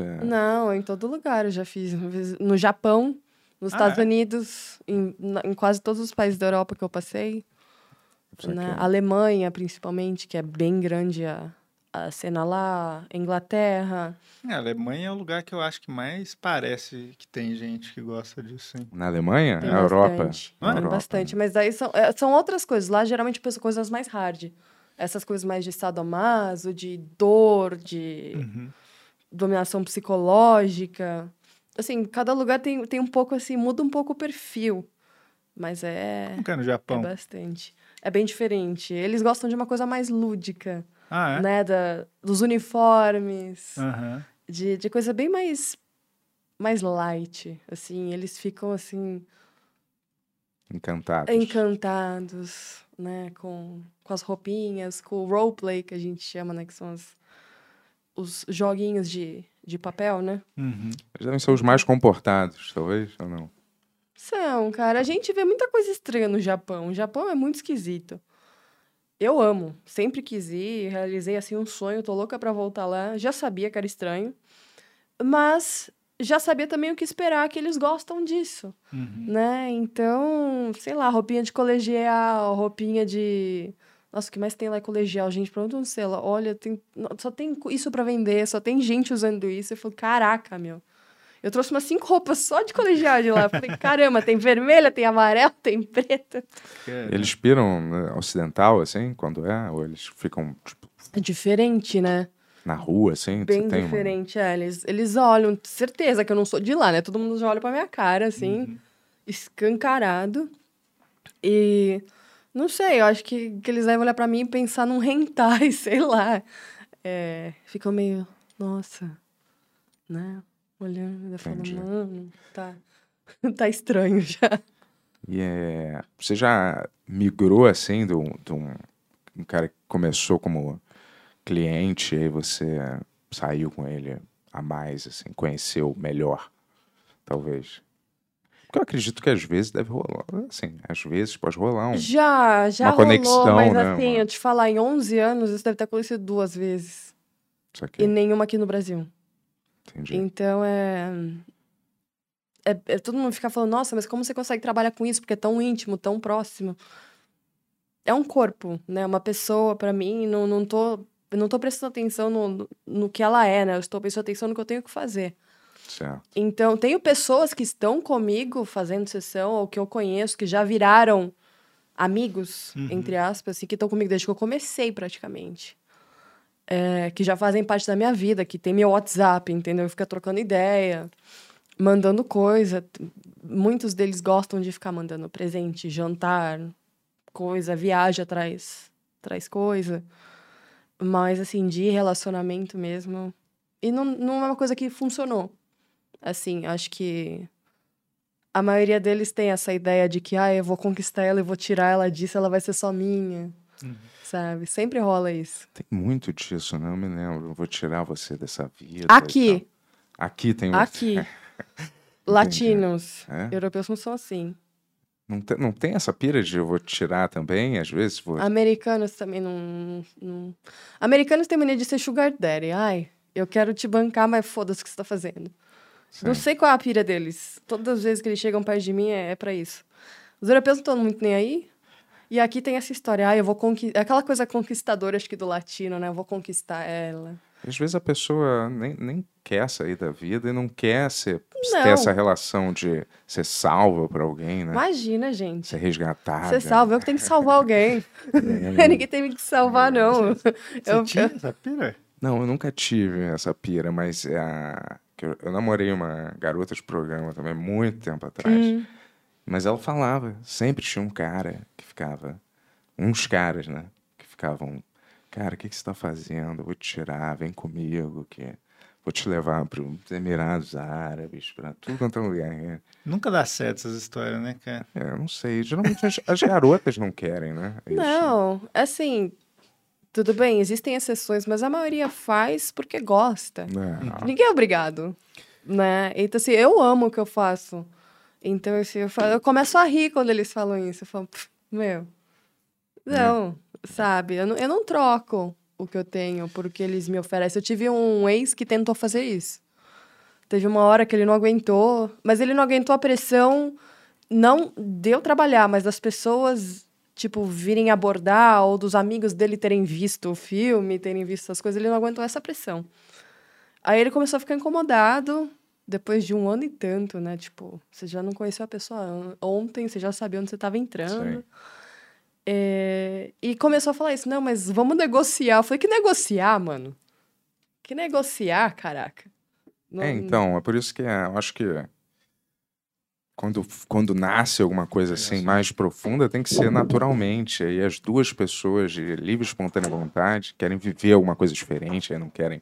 S2: é.
S5: Não, em todo lugar eu já fiz. No Japão, nos
S3: Ah,
S5: Estados
S3: é?
S5: Unidos, em, na- em quase todos os países da Europa que eu passei.
S2: é um
S5: Na Alemanha, principalmente, que é bem grande a, a cena lá. Inglaterra.
S3: A Alemanha é o lugar que eu acho que mais parece que tem gente que gosta disso, hein?
S2: Na Alemanha?
S5: Tem
S2: na Europa?
S5: bastante.
S2: Na
S3: Ah,
S5: Tem
S2: Europa.
S5: bastante, mas daí são, é, são outras coisas. Lá geralmente pensa coisas mais hard. Essas coisas mais de sadomaso, de dor, de
S3: Uhum.
S5: dominação psicológica. Assim, cada lugar tem, tem um pouco assim, muda um pouco o perfil. Mas é,
S3: Como que é no
S5: é
S3: Japão?
S5: bastante. É bem diferente. Eles gostam de uma coisa mais lúdica,
S3: Ah, é?
S5: né? Da, dos uniformes,
S3: Aham.
S5: de, de coisa bem mais, mais light. Assim, eles ficam assim. É
S2: Encantados.
S5: encantados, né? Com, com as roupinhas, com o roleplay que a gente chama, né? Que são as- os joguinhos de, de papel, né?
S3: Uhum.
S2: Eles devem ser os mais comportados, talvez, ou não?
S5: São, cara. A gente vê muita coisa estranha no Japão. O Japão é muito esquisito. Eu amo. Sempre quis ir. Realizei, assim, um sonho. Tô louca pra voltar lá. Já sabia que era estranho. Mas já sabia também o que esperar, que eles gostam disso.
S3: Uhum.
S5: né? Então, sei lá, roupinha de colegial, roupinha de. Nossa, o que mais tem lá é colegial, gente? Pra onde eu não sei lá? Olha, tem... no- só tem co- isso pra vender, só tem gente usando isso. Eu falei, caraca, meu. Eu trouxe umas cinco roupas só de colegial de lá. Eu Falei, caramba, tem vermelha, tem amarela, tem preta.
S3: Que é-
S2: Eles piram né, ocidental, assim, quando é? Ou eles ficam, tipo,
S5: É diferente, né?
S2: na rua, assim? Você
S5: Bem
S2: tem uma-
S5: diferente, é. Eles, eles olham, certeza que eu não sou de lá, né? Todo mundo já olha pra minha cara, assim.
S3: Uhum.
S5: escancarado. E não sei, eu acho que, que eles devem olhar pra mim e pensar num hentai, sei lá. É, ficam meio, nossa, né? Olhando, ainda falando,
S2: Entendi.
S5: mano, tá, tá estranho já.
S2: E é, você já migrou assim de um, de um- um cara que começou como cliente e aí você saiu com ele a mais, assim, conheceu melhor, talvez. Porque eu acredito que às vezes deve rolar, assim, às vezes pode rolar um.
S5: Já, já
S2: Uma
S5: rolou,
S2: conexão,
S5: mas
S2: né,
S5: assim,
S2: uma-
S5: eu te falar, em 11 anos isso deve ter acontecido duas vezes.
S2: Isso
S5: E
S2: aqui,
S5: nenhuma aqui no Brasil.
S2: é? entendi.
S5: Então é... é... é- Todo mundo fica falando, nossa, mas como você consegue trabalhar com isso? Porque é tão íntimo, tão próximo. É um corpo, né? Uma pessoa pra mim, não, não tô... Eu não tô prestando atenção no, no- no que ela é, né? Eu estou prestando atenção no que eu tenho que fazer.
S2: Certo.
S5: Então, tenho pessoas que estão comigo fazendo sessão, ou que eu conheço, que já viraram amigos,
S3: Uhum.
S5: entre aspas, assim, que estão comigo desde que eu comecei, praticamente. É, que já fazem parte da minha vida, que tem meu WhatsApp, entendeu? Fica trocando ideia, mandando coisa. T- Muitos deles gostam de ficar mandando presente, jantar, coisa, viagem atrás traz coisa. Mas, assim, de relacionamento mesmo. E não, não é uma coisa que funcionou. Assim, acho que a maioria deles tem essa ideia de que, ah, eu vou conquistar ela, eu vou tirar ela disso, ela vai ser só minha.
S3: Uhum.
S5: Sabe? Sempre rola isso.
S2: Tem muito disso, né? Eu me lembro. Eu vou tirar você dessa vida. e
S5: Aqui.
S2: tal. Aqui tem. o-
S5: Aqui. Latinos.
S2: É?
S5: Europeus não são assim.
S2: Não, tem, não tem essa pira de eu vou tirar também, às vezes? Vou...
S5: Ah, Americanos também não, não- Americanos têm mania de ser sugar daddy. Ai, eu quero te bancar, mas foda-se o que você tá fazendo. Não
S2: Sim.
S5: sei qual é a pira deles. Todas as vezes que eles chegam perto de mim é, é para isso. Os europeus não estão muito nem aí. E aqui tem essa história. Ai, eu vou conquistar. Aquela coisa conquistadora, acho que do latino, né? Eu vou conquistar ela.
S2: Às vezes a pessoa nem, nem quer sair da vida e não quer ser, ter essa relação de ser salva pra alguém, né?
S5: Imagina, gente.
S2: Ser resgatada.
S5: Você salva, eu que tenho que salvar alguém.
S2: É.
S5: Ninguém tem que salvar, não.
S3: Você
S5: Eu-
S3: tinha essa pira?
S2: Não, eu nunca tive essa pira, mas a... que eu, eu namorei uma garota de programa também, muito tempo atrás. Mas ela falava, sempre tinha um cara que ficava, uns caras, né? Que ficavam, cara, o que, que você tá fazendo? Eu vou te tirar, vem comigo, que vou te levar para os Emirados Árabes, para tudo quanto é lugar. né?
S3: Nunca dá certo essas histórias, né, cara?
S2: É, eu não sei, geralmente as, as garotas não querem, né? Isso.
S5: Não, assim, tudo bem, existem exceções, mas a maioria faz porque gosta.
S2: Não.
S5: Ninguém é obrigado, né? Então, assim, eu amo o que eu faço. Então, assim, eu, falo- eu começo a rir quando eles falam isso. Eu falo, "Pff, meu, não, sabe? Eu não, eu não troco o que eu tenho porque eles me oferecem. Eu tive um ex que tentou fazer isso. Teve uma hora que ele não aguentou, mas ele não aguentou a pressão, não deu trabalhar, mas das pessoas, tipo, virem abordar ou dos amigos dele terem visto o filme, terem visto as coisas, ele não aguentou essa pressão. Aí ele começou a ficar incomodado depois de um ano e tanto, né? Tipo, você já não conheceu a pessoa an- ontem, você já sabia onde você estava entrando.
S2: Sei.
S5: É, e começou a falar isso, não, mas vamos negociar. Eu falei, que negociar, mano? Que negociar, caraca? Não-
S2: É, então, é por isso que é, eu acho que quando, quando nasce alguma coisa assim
S5: né?
S2: mais profunda, tem que ser naturalmente. Aí as duas pessoas de livre e espontânea vontade querem viver alguma coisa diferente, aí não querem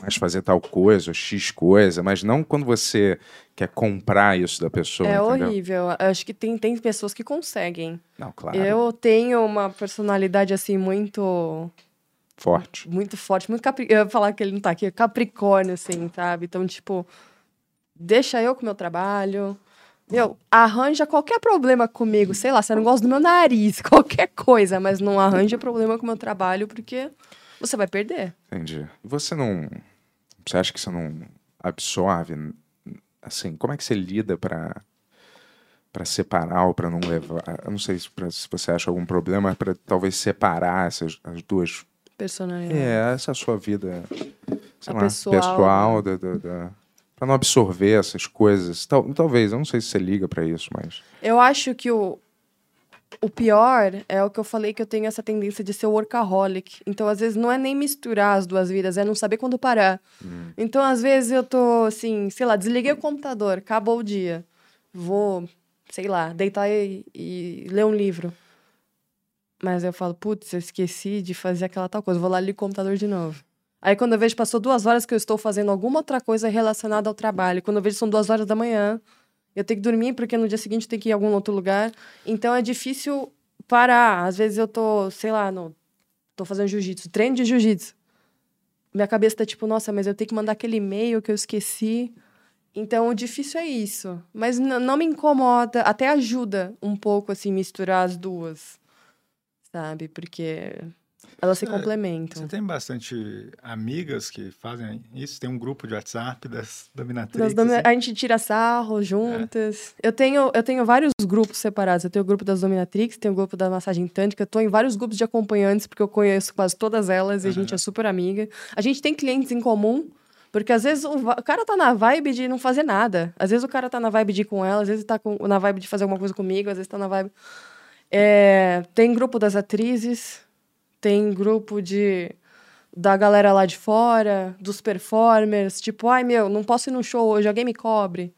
S2: mais fazer tal coisa ou X coisa, mas não quando você quer comprar isso da pessoa,
S5: É
S2: entendeu?
S5: horrível. Eu Acho que tem, tem pessoas que conseguem.
S2: Não, claro,
S5: Eu tenho uma personalidade, assim, muito
S2: forte.
S5: muito forte, muito capri... Eu ia falar que ele não tá aqui, capricórnio, assim, sabe? Então, tipo, deixa eu com o meu trabalho. Meu, arranja qualquer problema comigo, sei lá, você não gosta do meu nariz, qualquer coisa, mas não arranja problema com o meu trabalho, porque você vai perder.
S2: Entendi. E você não. Você acha que você não absorve? n- Assim, como é que você lida pra para separar ou pra não levar? Eu não sei se, pra- se você acha algum problema pra talvez separar essas as duas.
S5: Personalidade.
S2: É, essa sua vida, sei
S5: A
S2: lá,
S5: pessoal, né?
S2: pessoal, da, da, da- pra não absorver essas coisas. Tal, talvez, eu não sei se você liga pra isso, mas
S5: Eu acho que o, o pior é o que eu falei que eu tenho essa tendência de ser workaholic. Então, às vezes, não é nem misturar as duas vidas, é não saber quando parar. Então, às vezes, eu tô assim, sei lá, desliguei o computador, acabou o dia. Vou, sei lá, deitar e, e ler um livro. Mas eu falo, putz, eu esqueci de fazer aquela tal coisa, vou lá ligo o computador de novo. Aí quando eu vejo, passou duas horas que eu estou fazendo alguma outra coisa relacionada ao trabalho. Quando eu vejo, são duas horas da manhã. Eu tenho que dormir porque no dia seguinte eu tenho que ir a algum outro lugar. Então é difícil parar. Às vezes eu tô, sei lá, no, tô fazendo jiu-jitsu, treino de jiu-jitsu. Minha cabeça tá tipo, nossa, mas eu tenho que mandar aquele e-mail que eu esqueci. Então o difícil é isso. Mas n- não me incomoda, até ajuda um pouco assim misturar as duas. Sabe? Porque elas se
S3: Você-
S5: complementam.
S3: Você tem bastante amigas que fazem isso? Tem um grupo de WhatsApp das dominatrix?
S5: Das domina-
S3: assim?
S5: A gente tira sarro juntas. Eu, tenho, eu tenho vários grupos separados. Eu tenho o grupo das Dominatrix, tenho o grupo da massagem tântrica. Eu tô em vários grupos de acompanhantes, porque eu conheço quase todas elas e a gente é super amiga. A gente tem clientes em comum, porque às vezes o, va- o cara tá na vibe de não fazer nada. Às vezes o cara tá na vibe de ir com ela, às vezes tá com- na vibe de fazer alguma coisa comigo, às vezes tá na vibe. É, tem grupo das atrizes, tem grupo de da galera lá de fora, dos performers, tipo, ai meu, não posso ir no show hoje, alguém me cobre.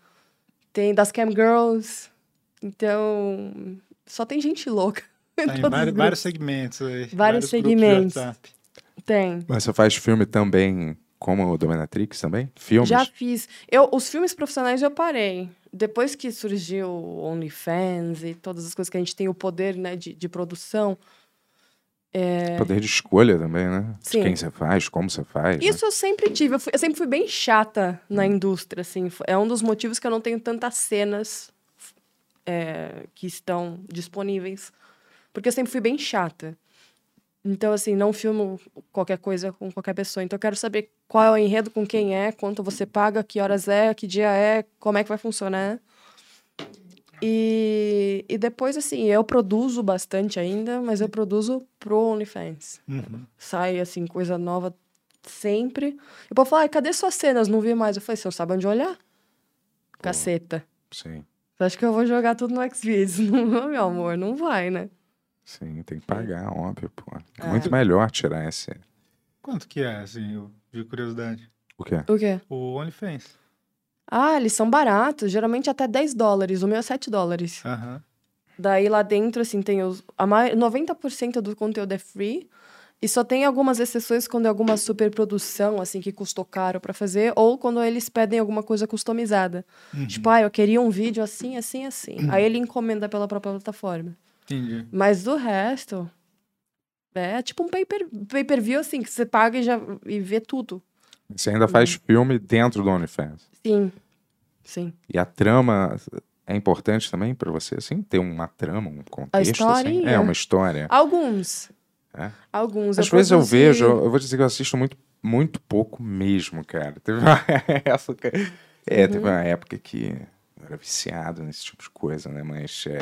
S5: Tem das cam girls. Então, só tem gente louca. Em
S3: Tá em
S5: todos
S3: vários,
S5: os
S3: vários segmentos aí.
S5: Vários
S3: grupos de
S5: segmentos.
S3: WhatsApp.
S5: grupos. Tem.
S2: Mas você faz filme também como o Dominatrix também? Filmes?
S5: Já fiz. Eu, os filmes profissionais eu parei. Depois que surgiu o OnlyFans e todas as coisas que a gente tem o poder né, de, de produção.
S2: Poder de escolha também, né? De
S5: é. Sim.
S2: quem você faz, como você faz. né?
S5: Isso eu sempre tive. Eu, fui- eu sempre fui bem chata na indústria, assim. Fo- É um dos motivos que eu não tenho tantas cenas f- é, que estão disponíveis. Porque eu sempre fui bem chata. Então, assim, não filmo qualquer coisa com qualquer pessoa. Então, eu quero saber qual é o enredo, com quem é, quanto você paga, que horas é, que dia é, como é que vai funcionar. E, e depois, assim, eu produzo bastante ainda, mas eu produzo pro OnlyFans
S3: Uhum.
S5: sai, assim, coisa nova sempre. E o povo fala, ai, cadê suas cenas? Não vi mais. Eu falei, você não sabe onde olhar?
S2: Tipo,
S5: Caceta.
S2: Sim,
S5: Você acha que eu vou jogar tudo no Xvideos? Não, meu amor, não vai, né?
S2: sim, tem que pagar, óbvio, pô. É
S5: É.
S2: muito melhor tirar esse.
S3: Quanto que é, assim, eu- de curiosidade?
S2: O quê?
S5: O quê?
S3: O OnlyFans.
S5: Ah, eles são baratos, geralmente até 10 dólares. O meu é 7 dólares.
S3: Aham.
S5: Daí lá dentro, assim, tem os. A mai- 90% do conteúdo é free. E só tem algumas exceções quando é alguma superprodução, assim, que custou caro pra fazer, ou quando eles pedem alguma coisa customizada.
S3: Uhum.
S5: Tipo, ah, eu queria um vídeo assim, assim, assim. Aí ele encomenda pela própria plataforma.
S3: Entendi.
S5: Mas do resto. É tipo um pay-per- pay-per-view, assim, que você paga e, já, e vê tudo.
S2: Você ainda faz filme dentro do OnlyFans.
S5: Sim. Sim.
S2: E a trama é importante também pra você, assim? Ter uma trama, um contexto, assim?
S5: historinha.
S2: É, uma história.
S5: Alguns.
S2: É?
S5: Alguns.
S2: Às vezes eu
S5: produzi-
S2: vejo, eu vou dizer que eu assisto muito, muito pouco mesmo, cara. Teve uma, essa que- é, teve uma época que eu era viciado nesse tipo de coisa, né? Mas, é,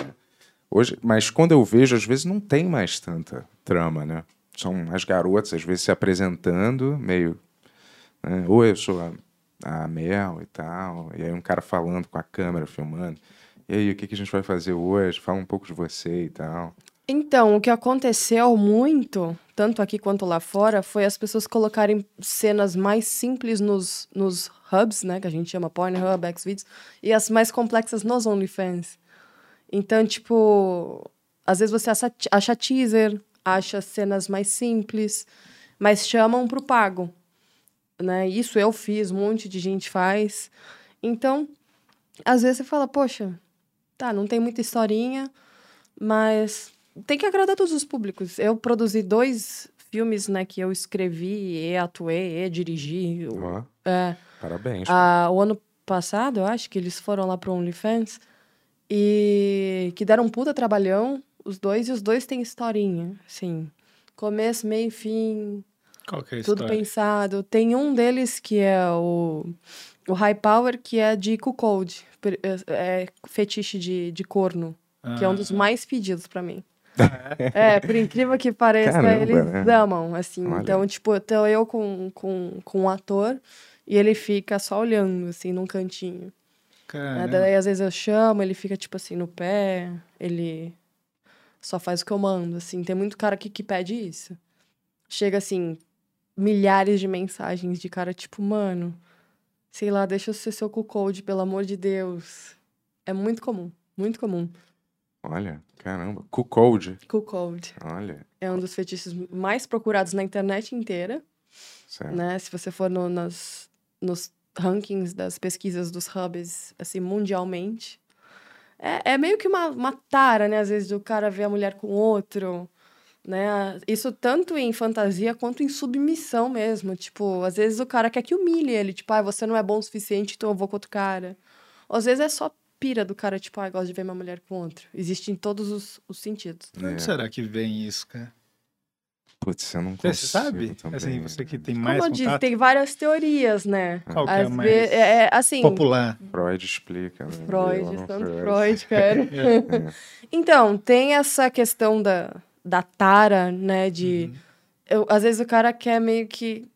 S2: hoje, mas quando eu vejo, às vezes não tem mais tanta trama, né? São as garotas, às vezes, se apresentando, meio. Né? Ou eu sou a, a Mel e tal, e aí um cara falando com a câmera, filmando. E aí, o que, que a gente vai fazer hoje? Fala um pouco de você e tal.
S5: Então, o que aconteceu muito, tanto aqui quanto lá fora, foi as pessoas colocarem cenas mais simples nos, nos hubs, né? Que a gente chama Pornhub, Xvideos, e as mais complexas nos OnlyFans. Então, tipo, às vezes você acha, acha teaser, acha cenas mais simples, mas chamam pro pago, né? Isso eu fiz, um monte de gente faz. Então, às vezes você fala, poxa, tá, não tem muita historinha, mas tem que agradar todos os públicos. Eu produzi dois filmes, né, que eu escrevi, e atuei, e dirigi. o-
S2: Ó,
S5: É,
S2: parabéns.
S5: ah, o ano passado, eu acho que eles foram lá pro OnlyFans e que deram um puta trabalhão, os dois, e os dois têm historinha, assim. Começo, meio e fim,
S3: Qual que é a
S5: tudo
S3: história?
S5: pensado. Tem um deles que é o, o High Power, que é de cuckold, per- é, é fetiche de, de corno, que é um dos
S3: Ah,
S5: mais pedidos pra mim. É, por incrível que pareça,
S2: Caramba,
S5: eles
S2: né?
S5: amam, assim.
S2: Olha.
S5: Então, tipo, então eu com, com, com um ator e ele fica só olhando, assim, num cantinho.
S2: É,
S5: Né?
S3: Caramba.
S5: Daí, às vezes, eu chamo, ele fica, tipo assim, no pé, ele só faz o que eu mando, assim. Tem muito cara que, que pede isso. Chega, assim, milhares de mensagens de cara, tipo, mano, sei lá, deixa eu ser seu cuckold, pelo amor de Deus. É muito comum, muito comum.
S2: Olha, caramba. Cuckold.
S5: Cuckold.
S2: Olha,
S5: É um dos fetiches mais procurados na internet inteira,
S2: sério.
S5: né? Se você for no- nas, nos rankings das pesquisas dos hubs, assim, mundialmente. É, é meio que uma, uma tara, né? Às vezes, do cara ver a mulher com outro, né? Isso tanto em fantasia quanto em submissão mesmo. Tipo, às vezes o cara quer que humilhe ele. Tipo, ah, você não é bom o suficiente, então eu vou com outro cara. Ou às vezes é só pira do cara, tipo, ah, eu gosto de ver minha mulher com outro. Existe em todos os, os sentidos.
S3: De
S2: É.
S3: onde será que vem isso, cara?
S2: Putz, eu não
S3: Você
S2: consigo
S3: sabe?
S2: também. né?
S3: Assim, você que tem mais
S5: Como eu disse,
S3: contato,
S5: tem várias teorias, né?
S3: qual que é
S5: Às
S3: a mais
S5: vezes, é, é, assim,
S3: popular?
S2: Freud explica. Né? Eu
S5: Freud,
S2: não
S5: tanto
S2: sei.
S5: Freud, cara.
S2: É.
S5: Então, tem essa questão da, da tara, né, de... eu- às vezes o cara quer meio que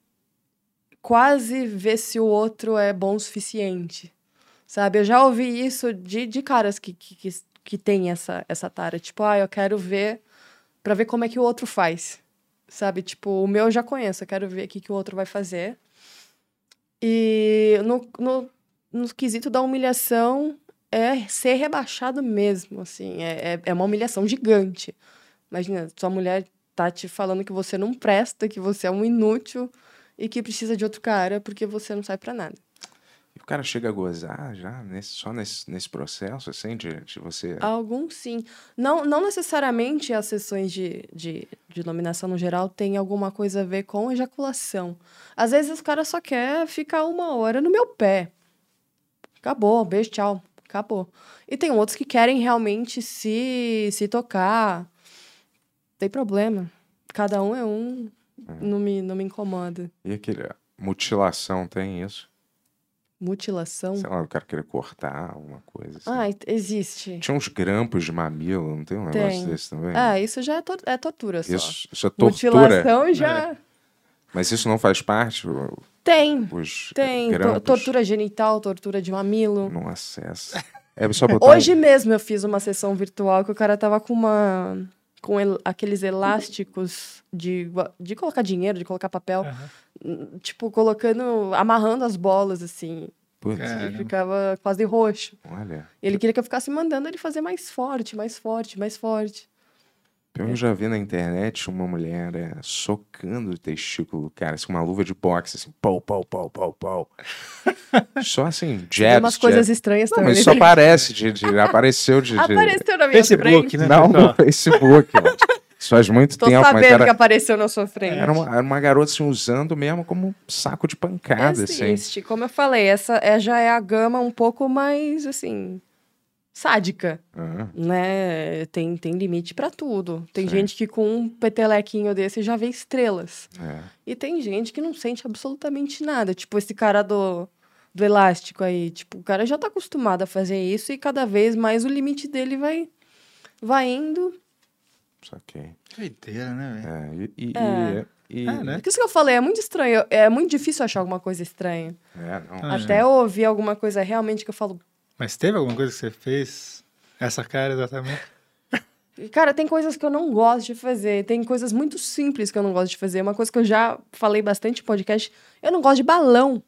S5: quase ver se o outro é bom o suficiente, sabe? Eu já ouvi isso de, de caras que, que, que, que tem essa, essa tara, tipo, ah, eu quero ver pra ver como é que o outro faz, sabe? Tipo, o meu eu já conheço, eu quero ver o que, que o outro vai fazer. E no, no, no quesito da humilhação é ser rebaixado mesmo, assim, é, é, é uma humilhação gigante. Imagina, sua mulher tá te falando que você não presta, que você é um inútil e que precisa de outro cara porque você não sai pra nada.
S2: E o cara chega a gozar já, nesse, só nesse, nesse processo, assim, de, de você.
S5: Alguns sim. Não, não necessariamente as sessões de, de, de dominação no geral têm alguma coisa a ver com ejaculação. Às vezes o cara só quer ficar uma hora no meu pé. Acabou, beijo, tchau. Acabou. E tem outros que querem realmente se, se tocar. Tem problema. Cada um é um. Não me, não me incomoda.
S2: E aquele. Mutilação tem isso?
S5: Mutilação?
S2: Sei lá, o cara querer cortar alguma coisa assim.
S5: Então Ai, existe.
S2: Tinha uns grampos de mamilo, não tem um negócio
S5: Tem.
S2: desse também?
S5: Ah, isso já é, tor- é tortura só.
S2: isso, isso é tortura.
S5: Mutilação já.
S2: Mas isso não faz parte? o-
S5: Tem.
S2: Os
S5: Tem. to-
S2: grampos
S5: tortura genital, tortura de mamilo.
S2: Não acessa. É só botar.
S5: Hoje mesmo eu fiz uma sessão virtual que o cara tava com uma. com el- aqueles elásticos de, gua- de colocar dinheiro, de colocar papel.
S2: É.
S3: Aham.
S5: hum, Tipo, colocando. amarrando as bolas, assim.
S2: Putz,
S3: É.
S5: Ele
S3: Caramba.
S5: ficava quase roxo.
S2: olha.
S5: Ele queria que eu ficasse mandando ele fazer mais forte, mais forte, mais forte.
S2: Eu
S5: É.
S2: já vi na internet uma mulher é, socando o testículo do cara, assim, com uma luva de boxe, assim, pau, pau, pau, pau, pau. Só assim,
S5: Tem
S2: jabs,
S5: umas
S2: jabs.
S5: coisas estranhas
S2: Não,
S5: também.
S2: mas isso aparece, de, de- apareceu de... de-
S5: Apareceu na minha frente.
S3: Facebook, né?
S2: Não, no
S3: pessoal?
S2: Facebook. ó. Isso faz muito
S5: Tô
S2: tempo, mas
S5: sabendo que
S2: era,
S5: apareceu na sua frente.
S2: era, uma, era uma garota assim, usando mesmo como um saco de pancada, assim.
S5: Existe. É Como eu falei, essa é, já é a gama um pouco mais, assim, sádica,
S2: Ah,
S5: né? Tem, tem limite pra tudo. Tem
S2: Sim.
S5: gente que com um petelequinho desse já vê estrelas.
S2: é.
S5: E tem gente que não sente absolutamente nada. Tipo, esse cara do, do elástico aí. Tipo, o cara já tá acostumado a fazer isso e cada vez mais o limite dele vai, vai indo.
S2: Saquei.
S3: Doideira, né, velho?
S2: É, e... e,
S5: É.
S2: e- e-
S3: É, né?
S5: Porque isso que eu falei, é muito estranho. É muito difícil achar alguma coisa estranha.
S2: É, não.
S3: Ah,
S5: Até eu ouvir alguma coisa realmente que eu falo,
S3: Mas teve alguma coisa que você fez? Essa cara exatamente?
S5: E, Cara, tem coisas que eu não gosto de fazer, tem coisas muito simples que eu não gosto de fazer. Uma coisa que eu já falei bastante em podcast, eu não gosto de balão.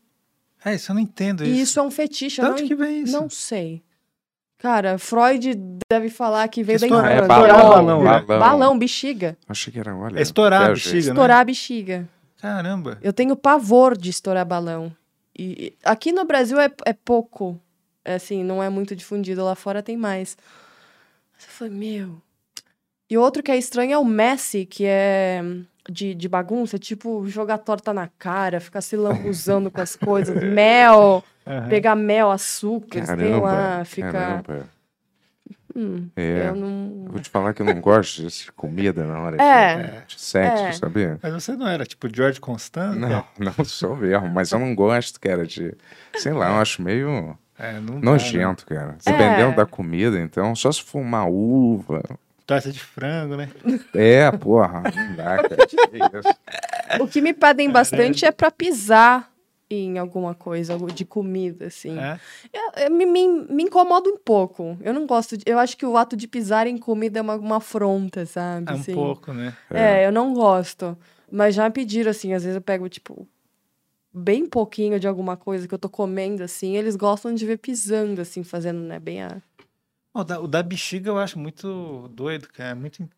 S3: É, isso eu não entendo
S5: E
S3: isso.
S5: isso é um fetiche, eu
S3: Tanto
S5: não,
S3: que vem isso.
S5: não sei. Cara, Freud deve falar que veio da
S3: Estourar-
S2: É
S5: infância.
S3: estourar
S2: balão,
S3: balão,
S2: balão.
S5: Balão, bexiga.
S2: Achei que era, olha...
S3: É estourar a
S2: viajei.
S3: bexiga, né?
S5: Estourar a bexiga.
S3: Caramba.
S5: Eu tenho pavor de estourar balão. E e aqui no Brasil é, é pouco. É Assim, não é muito difundido. Lá fora tem mais. Mas eu falei, meu. E outro que é estranho é o Messi, que é de, de bagunça, tipo jogar torta na cara, ficar se lambuzando com as coisas. Mel,
S3: Aham.
S5: pegar mel, açúcar, sei lá,
S2: É. Caramba,
S5: ficar.
S2: caramba.
S5: Hum,
S2: É,
S5: Eu não.
S2: eu vou te falar que eu não gosto de comida na hora
S5: É.
S2: de, de sexo,
S5: É.
S2: sabia?
S3: Mas você não era tipo George Constanza?
S2: Não, não sou mesmo, mas eu não gosto, cara, de... Sei lá, eu acho meio
S3: É, não dá, né?
S2: nojento, cara. Dependendo
S5: É.
S2: da comida, então, só se for uma uva.
S3: Torta de frango, né?
S2: É, porra, não dá, cara. Que isso.
S5: O que me pedem bastante é pra pisar em alguma coisa, algo de comida, assim.
S3: É.
S5: Eu- eu- me, me, me incomoda um pouco. Eu não gosto. De, eu acho que o ato de pisar em comida é uma, uma afronta, sabe?
S3: É um
S5: assim.
S3: pouco, né?
S5: É, eu não gosto. Mas já me pediram, assim, às vezes eu pego, tipo, bem pouquinho de alguma coisa que eu tô comendo, assim, eles gostam de ver pisando, assim, fazendo, né, bem a...
S3: O da, o da bexiga eu acho muito doido, cara. Muito.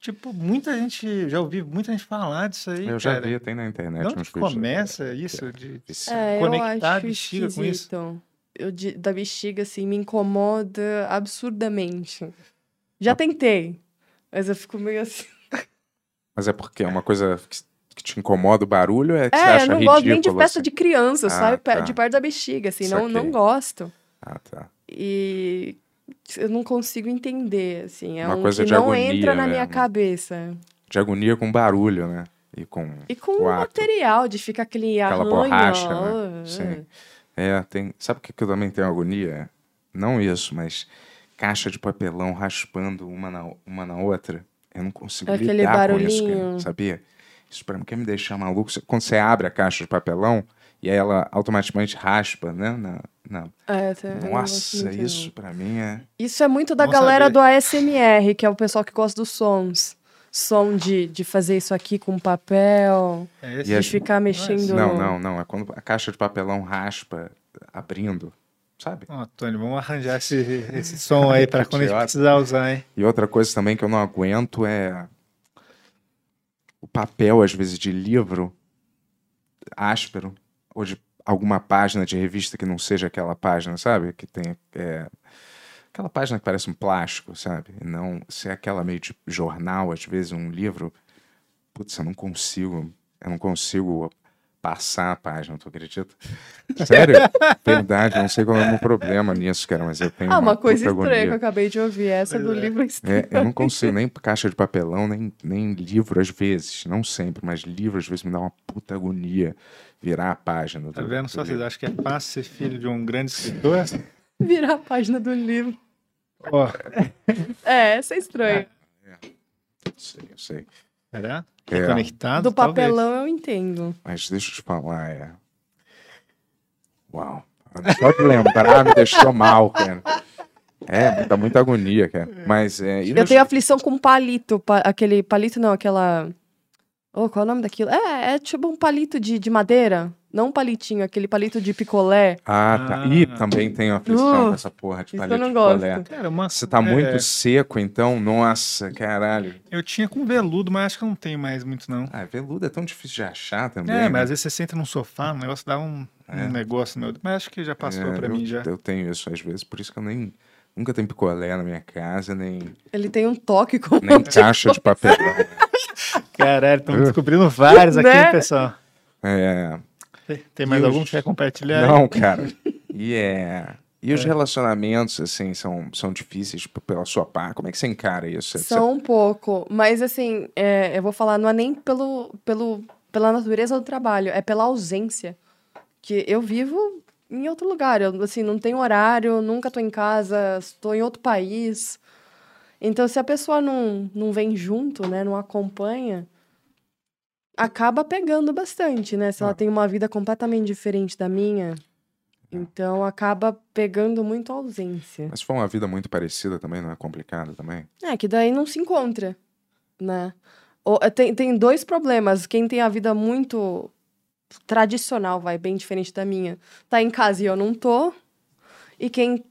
S3: Tipo, muita gente. Já ouvi muita gente falar disso aí.
S2: Eu já
S3: cara.
S2: vi, né, tem na internet.
S3: Não
S2: uns
S3: que
S2: vídeos. né,
S3: começa isso de.
S2: Isso.
S5: É, eu
S3: Conectar
S5: acho
S3: a bexiga com isso.
S5: esquisito. Eu, de- da bexiga, assim, me incomoda absurdamente.
S3: Ah.
S5: Já tentei, mas eu fico meio assim...
S2: Mas é porque é uma coisa que, que te incomoda o barulho, é que você
S5: É,
S2: acha
S5: eu não
S2: ridículo.
S5: gosto nem de festa
S2: assim?
S5: de criança, eu
S2: Ah,
S5: saio pe-
S2: tá.
S5: de perto da bexiga, assim, não,
S2: Saquei.
S5: não gosto.
S2: Ah, tá.
S5: E eu não consigo entender, assim, é
S2: Uma
S5: um
S2: coisa
S5: que
S2: de
S5: não
S2: agonia
S5: entra na minha
S2: mesmo.
S5: cabeça.
S2: De agonia com barulho, né? E com...
S5: E com
S2: O
S5: o
S2: ato.
S5: material de ficar aquele
S2: Aquela
S5: arranho.
S2: borracha, né?
S5: ó,
S2: Sim. É, tem. Sabe o que, que eu também tenho agonia? Não isso, mas caixa de papelão raspando uma na, uma na outra. Eu não consigo
S5: Aquele
S2: lidar com isso, cara,
S5: barulhinho.
S2: sabia? Isso pra mim quer me deixar maluco. Cê- Quando você abre a caixa de papelão e aí ela automaticamente raspa, né? Na, na-
S5: é, eu te- eu não gosto
S2: Nossa,
S5: muito, não.
S2: isso pra mim é.
S5: Isso é muito da
S3: Bom
S5: galera
S3: saber.
S5: do ASMR, que é o pessoal que gosta dos sons. Som de, de fazer isso aqui com papel,
S3: É esse
S2: E
S5: de
S2: as-
S5: ficar mexendo. Ah,
S2: Não, não, não. É quando a caixa de papelão raspa abrindo. sabe?
S3: Ó, Tony, vamos arranjar esse, esse som aí pra quando a gente precisar usar, hein?
S2: E outra coisa também que eu não aguento é o papel, às vezes, de livro áspero, ou de alguma página de revista que não seja aquela página, sabe? Que tem. é, Aquela página que parece um plástico, sabe? E não. Se é aquela meio de jornal, às vezes, um livro. Putz, eu não consigo. Eu não consigo passar a página, tu acredita? Sério? Verdade, eu não sei qual é o meu problema nisso, cara, mas eu tenho.
S5: Ah, uma coisa
S2: puta
S5: estranha que eu
S2: agonia.
S5: acabei de ouvir, essa do livro estranho.
S2: É, eu não consigo nem caixa de papelão, nem, nem livro às vezes. Não sempre, mas livro às vezes me dá uma puta agonia virar a página. do-
S3: Tá vendo
S2: do
S3: só? Vocês
S2: livro.
S3: acham que é fácil ser filho de um grande escritor?
S5: Virar a página do livro.
S3: Ó,
S5: É, essa é estranha.
S2: Sei, eu sei.
S3: será? Tá
S2: É,
S3: Conectado?
S5: do
S3: talvez.
S5: papelão eu entendo.
S2: mas deixa eu te falar, é. Uau. Só de lembrar me deixou mal, cara. É, dá muita agonia, cara. Mas é. e
S5: Eu tenho aflição com palito, pa- aquele palito não, aquela... Oh, qual é o nome daquilo? É, é tipo um palito de, de madeira, não um palitinho, aquele palito de picolé.
S2: Ah, tá. Ih,
S3: Ah.
S2: também tenho aflição
S5: Uh,
S2: com essa porra de
S5: isso eu
S2: paleta
S5: não
S2: de
S5: gosto.
S2: colé.
S3: Cara, uma...
S2: Você tá
S3: é,
S2: muito seco, então? Nossa, caralho.
S3: Eu tinha com veludo, mas acho que eu não tenho mais muito, não.
S2: Ah, veludo é tão difícil de achar também.
S3: É,
S2: né?
S3: mas às vezes você senta num sofá, o negócio dá um, um negócio no meu. Mas acho que já passou
S2: É,
S3: pra
S2: eu,
S3: mim já.
S2: Eu tenho isso às vezes, por isso que eu nem. Nunca tenho picolé na minha casa, nem,
S5: Ele tem um toque com...
S2: nem caixa de papelão.
S3: Caralho, estamos descobrindo vários aqui,
S5: Né?
S3: hein, pessoal.
S2: É,
S3: Tem- Tem mais
S2: E
S3: algum
S2: os-
S3: que quer compartilhar?
S2: não, cara. E é. E os relacionamentos, assim, são, são difíceis p- pela sua parte? Como é que você encara isso? Você-
S5: São um pouco, mas assim, é, eu vou falar, não é nem pelo, pelo, pela natureza do trabalho, é pela ausência. Que eu vivo em outro lugar, eu, assim, não tenho horário, nunca tô em casa, estou em outro país. Então, se a pessoa não, não vem junto, né, não acompanha, acaba pegando bastante, né? Se ela
S2: Ah.
S5: tem uma vida completamente diferente da minha, então acaba pegando muito a ausência.
S2: Mas foi uma vida muito parecida também, não é complicada também?
S5: É, que daí não se encontra, né? Ou, eh, tem, tem dois problemas. Quem tem a vida muito tradicional, vai, bem diferente da minha, tá em casa e eu não tô. E quem,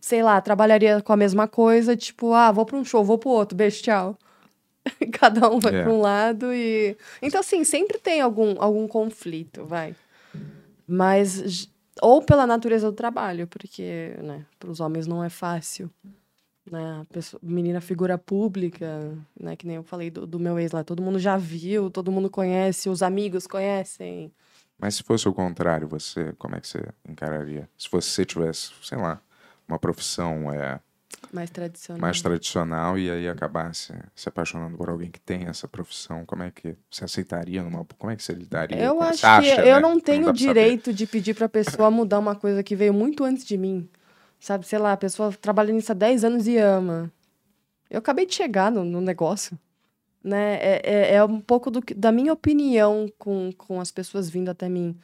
S5: sei lá, trabalharia com a mesma coisa, tipo, ah, vou pra um show, vou pro outro, beijo, tchau. Cada um vai
S2: É.
S5: pra um lado e... Então, assim, sempre tem algum, algum conflito, vai. Mas, j- ou pela natureza do trabalho, porque, né, pros homens não é fácil né, a pessoa- menina figura pública, né, que nem eu falei do, do meu ex lá, todo mundo já viu, todo mundo conhece, os amigos conhecem.
S2: Mas se fosse o contrário, você, como é que você encararia? Se você tivesse, sei lá, uma profissão é,
S5: Mais tradicional.
S2: mais tradicional e aí acabasse se apaixonando por alguém que tem essa profissão, como é que você aceitaria numa, como é que você lidaria?
S5: Eu
S2: com
S5: acho
S2: essa-
S5: que
S2: acha,
S5: eu
S2: né?
S5: não tenho
S2: dá
S5: o
S2: pra saber.
S5: direito de pedir pra pessoa mudar uma coisa que veio muito antes de mim. Sabe, sei lá, a pessoa trabalha nisso há 10 anos e ama. Eu acabei de chegar no, no negócio. Né? É, é, é um pouco do, que- da minha opinião com, com as pessoas vindo até mim.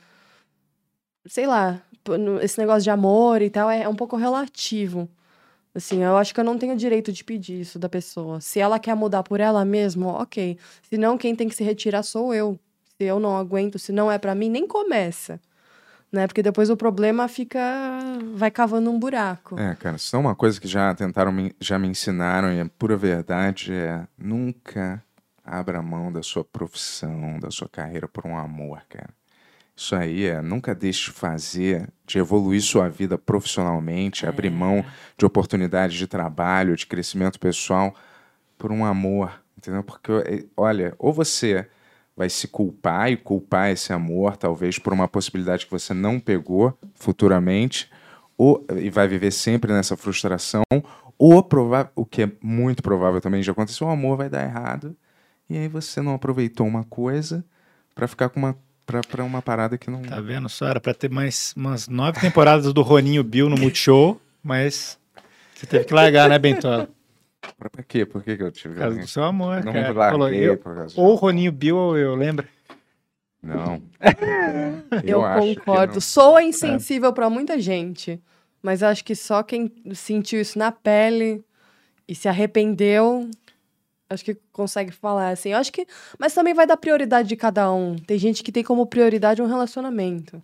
S5: Sei lá, pô, no- esse negócio de amor e tal é, é um pouco relativo. Assim, eu acho que eu não tenho o direito de pedir isso da pessoa. Se ela quer mudar por ela mesma, ok. Se não, quem tem que se retirar sou eu se eu não aguento, se não é pra mim, nem começa. Né? Porque depois o problema fica. vai cavando um buraco.
S2: É, cara, isso é uma coisa que já tentaram, me- já me ensinaram e é pura verdade, é nunca abra mão da sua profissão, da sua carreira por um amor, cara. Isso aí é, nunca deixe de fazer, de evoluir sua vida profissionalmente, abrir
S5: É.
S2: mão de oportunidades de trabalho, de crescimento pessoal, por um amor, entendeu? Porque, eh, olha, ou você vai se culpar e culpar esse amor, talvez por uma possibilidade que você não pegou futuramente, ou, e vai viver sempre nessa frustração, ou prova- o que é muito provável também já aconteceu, o amor vai dar errado, e aí você não aproveitou uma coisa pra ficar com uma pra, pra uma parada que não
S3: Tá vendo só? Era pra ter mais umas nove temporadas do Roninho Bill no Multishow, mas você teve que largar, né, Bentola?
S2: pra, pra quê? Por que, que eu tive
S3: Por causa do seu amor,
S2: não
S3: cara.
S2: larguei
S3: Falou, eu-
S2: por causa de-
S3: ou o Roninho Bill ou eu, lembra?
S2: Não.
S5: eu
S2: acho que
S5: concordo.
S2: não. É.
S5: Sou insensível pra muita gente. Mas eu acho que só quem sentiu isso na pele e se arrependeu. Acho que consegue falar assim. Eu acho que. Mas também vai dar prioridade de cada um. Tem gente que tem como prioridade um relacionamento.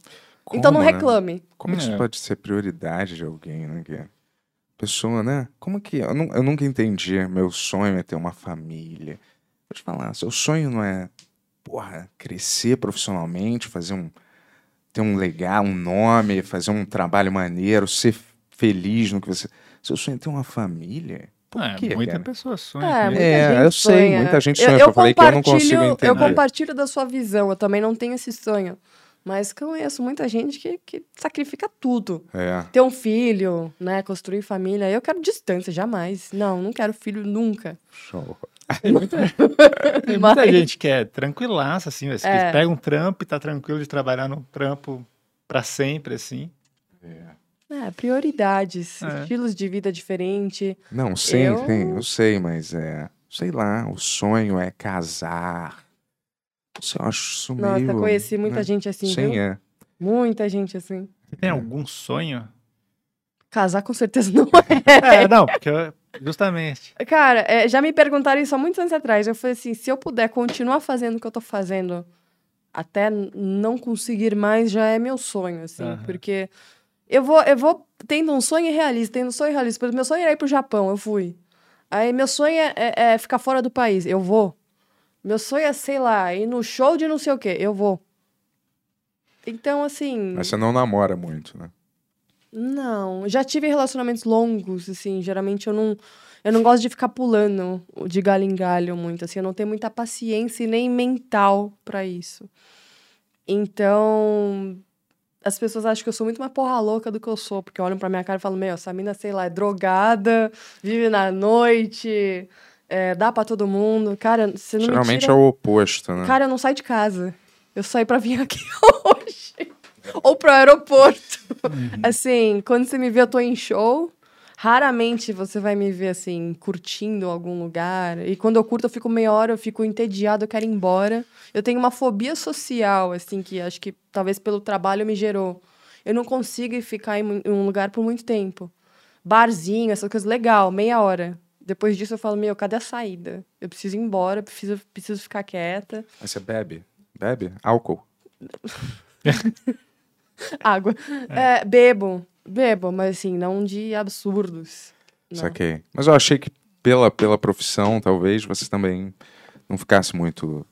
S5: então não
S2: como, né?
S5: reclame.
S2: Como isso
S3: É.
S2: pode ser prioridade de alguém, né? Que a pessoa, né? Como que. Eu, nu- eu nunca entendi. Meu sonho é ter uma família. Vou te falar, seu sonho não é, porra, crescer profissionalmente, fazer um. ter um legal, um nome, fazer um trabalho maneiro, ser feliz no que você. Seu sonho é ter uma família? Por
S3: Ah,
S2: quê,
S3: muita
S2: cara?
S3: pessoa sonha.
S5: É,
S3: com isso.
S5: muita
S2: É,
S5: gente
S2: eu sei,
S5: sonha. né?
S2: muita gente sonha, que eu falei que eu não consigo
S5: compartilho- Eu
S2: entender.
S5: compartilho da sua visão, eu também não tenho esse sonho. Mas conheço muita gente que, que sacrifica tudo.
S2: É.
S5: Ter um filho, né? Construir família. Eu quero distância, jamais. Não, não quero filho nunca.
S2: Show.
S3: Tem muita
S5: Mas-
S3: gente que é tranquilaça, assim, assim,
S5: É.
S3: que pega um trampo e tá tranquilo de trabalhar num trampo pra sempre, assim.
S5: É, prioridades,
S3: É.
S5: estilos de vida diferente.
S2: Não, sim,
S5: Eu-
S2: sim, eu sei, mas é. Sei lá, o sonho é casar. Isso eu acho isso
S5: Nossa,
S2: meio.
S5: conheci muita
S2: né?
S5: gente assim,
S2: Sim,
S5: viu?
S2: é.
S5: Muita gente assim.
S3: Você
S2: Hum.
S3: tem algum sonho?
S5: Casar com certeza não
S3: É, não, porque eu- justamente.
S5: Cara, é, já me perguntaram isso há muitos anos atrás. Eu falei assim: se eu puder continuar fazendo o que eu tô fazendo até n- não conseguir mais, já é meu sonho, assim.
S3: Aham.
S5: Porque eu vou, eu vou tendo um sonho realista, tendo um sonho realista. Por exemplo, meu sonho era ir pro Japão, eu fui. Aí meu sonho é, é- é ficar fora do país, eu vou. Meu sonho é, sei lá, ir no show de não sei o quê, eu vou. Então, assim.
S2: Mas você não namora muito, né?
S5: Não, já tive relacionamentos longos, assim, geralmente eu não, eu não gosto de ficar pulando de galho em galho muito, assim, eu não tenho muita paciência e nem mental pra isso. Então, as pessoas acham que eu sou muito mais porra louca do que eu sou, porque olham pra minha cara e falam, meu, essa mina, sei lá, é drogada, vive na noite, é, dá pra todo mundo, cara, você não me
S2: Geralmente
S5: tira-
S2: é o oposto, né?
S5: Cara, eu não saio de casa. Eu saí pra vir aqui hoje. Ou pro aeroporto. Assim, quando você me vê, eu tô em show. Raramente você vai me ver, assim, curtindo algum lugar. E quando eu curto, eu fico meia hora, eu fico entediado, eu quero ir embora. Eu tenho uma fobia social, assim, que acho que talvez pelo trabalho me gerou. Eu não consigo ficar em mu- em um lugar por muito tempo. Barzinho, essas coisas, legal, meia hora. Depois disso eu falo, meu, cadê a saída? Eu preciso ir embora, preciso, preciso ficar quieta.
S2: Mas você bebe? Bebe? Álcool.
S5: Água. É, bebo, bebo, mas assim, não de absurdos. Não.
S2: Saquei. Mas eu achei que pela, pela profissão, talvez, você também não ficasse muito.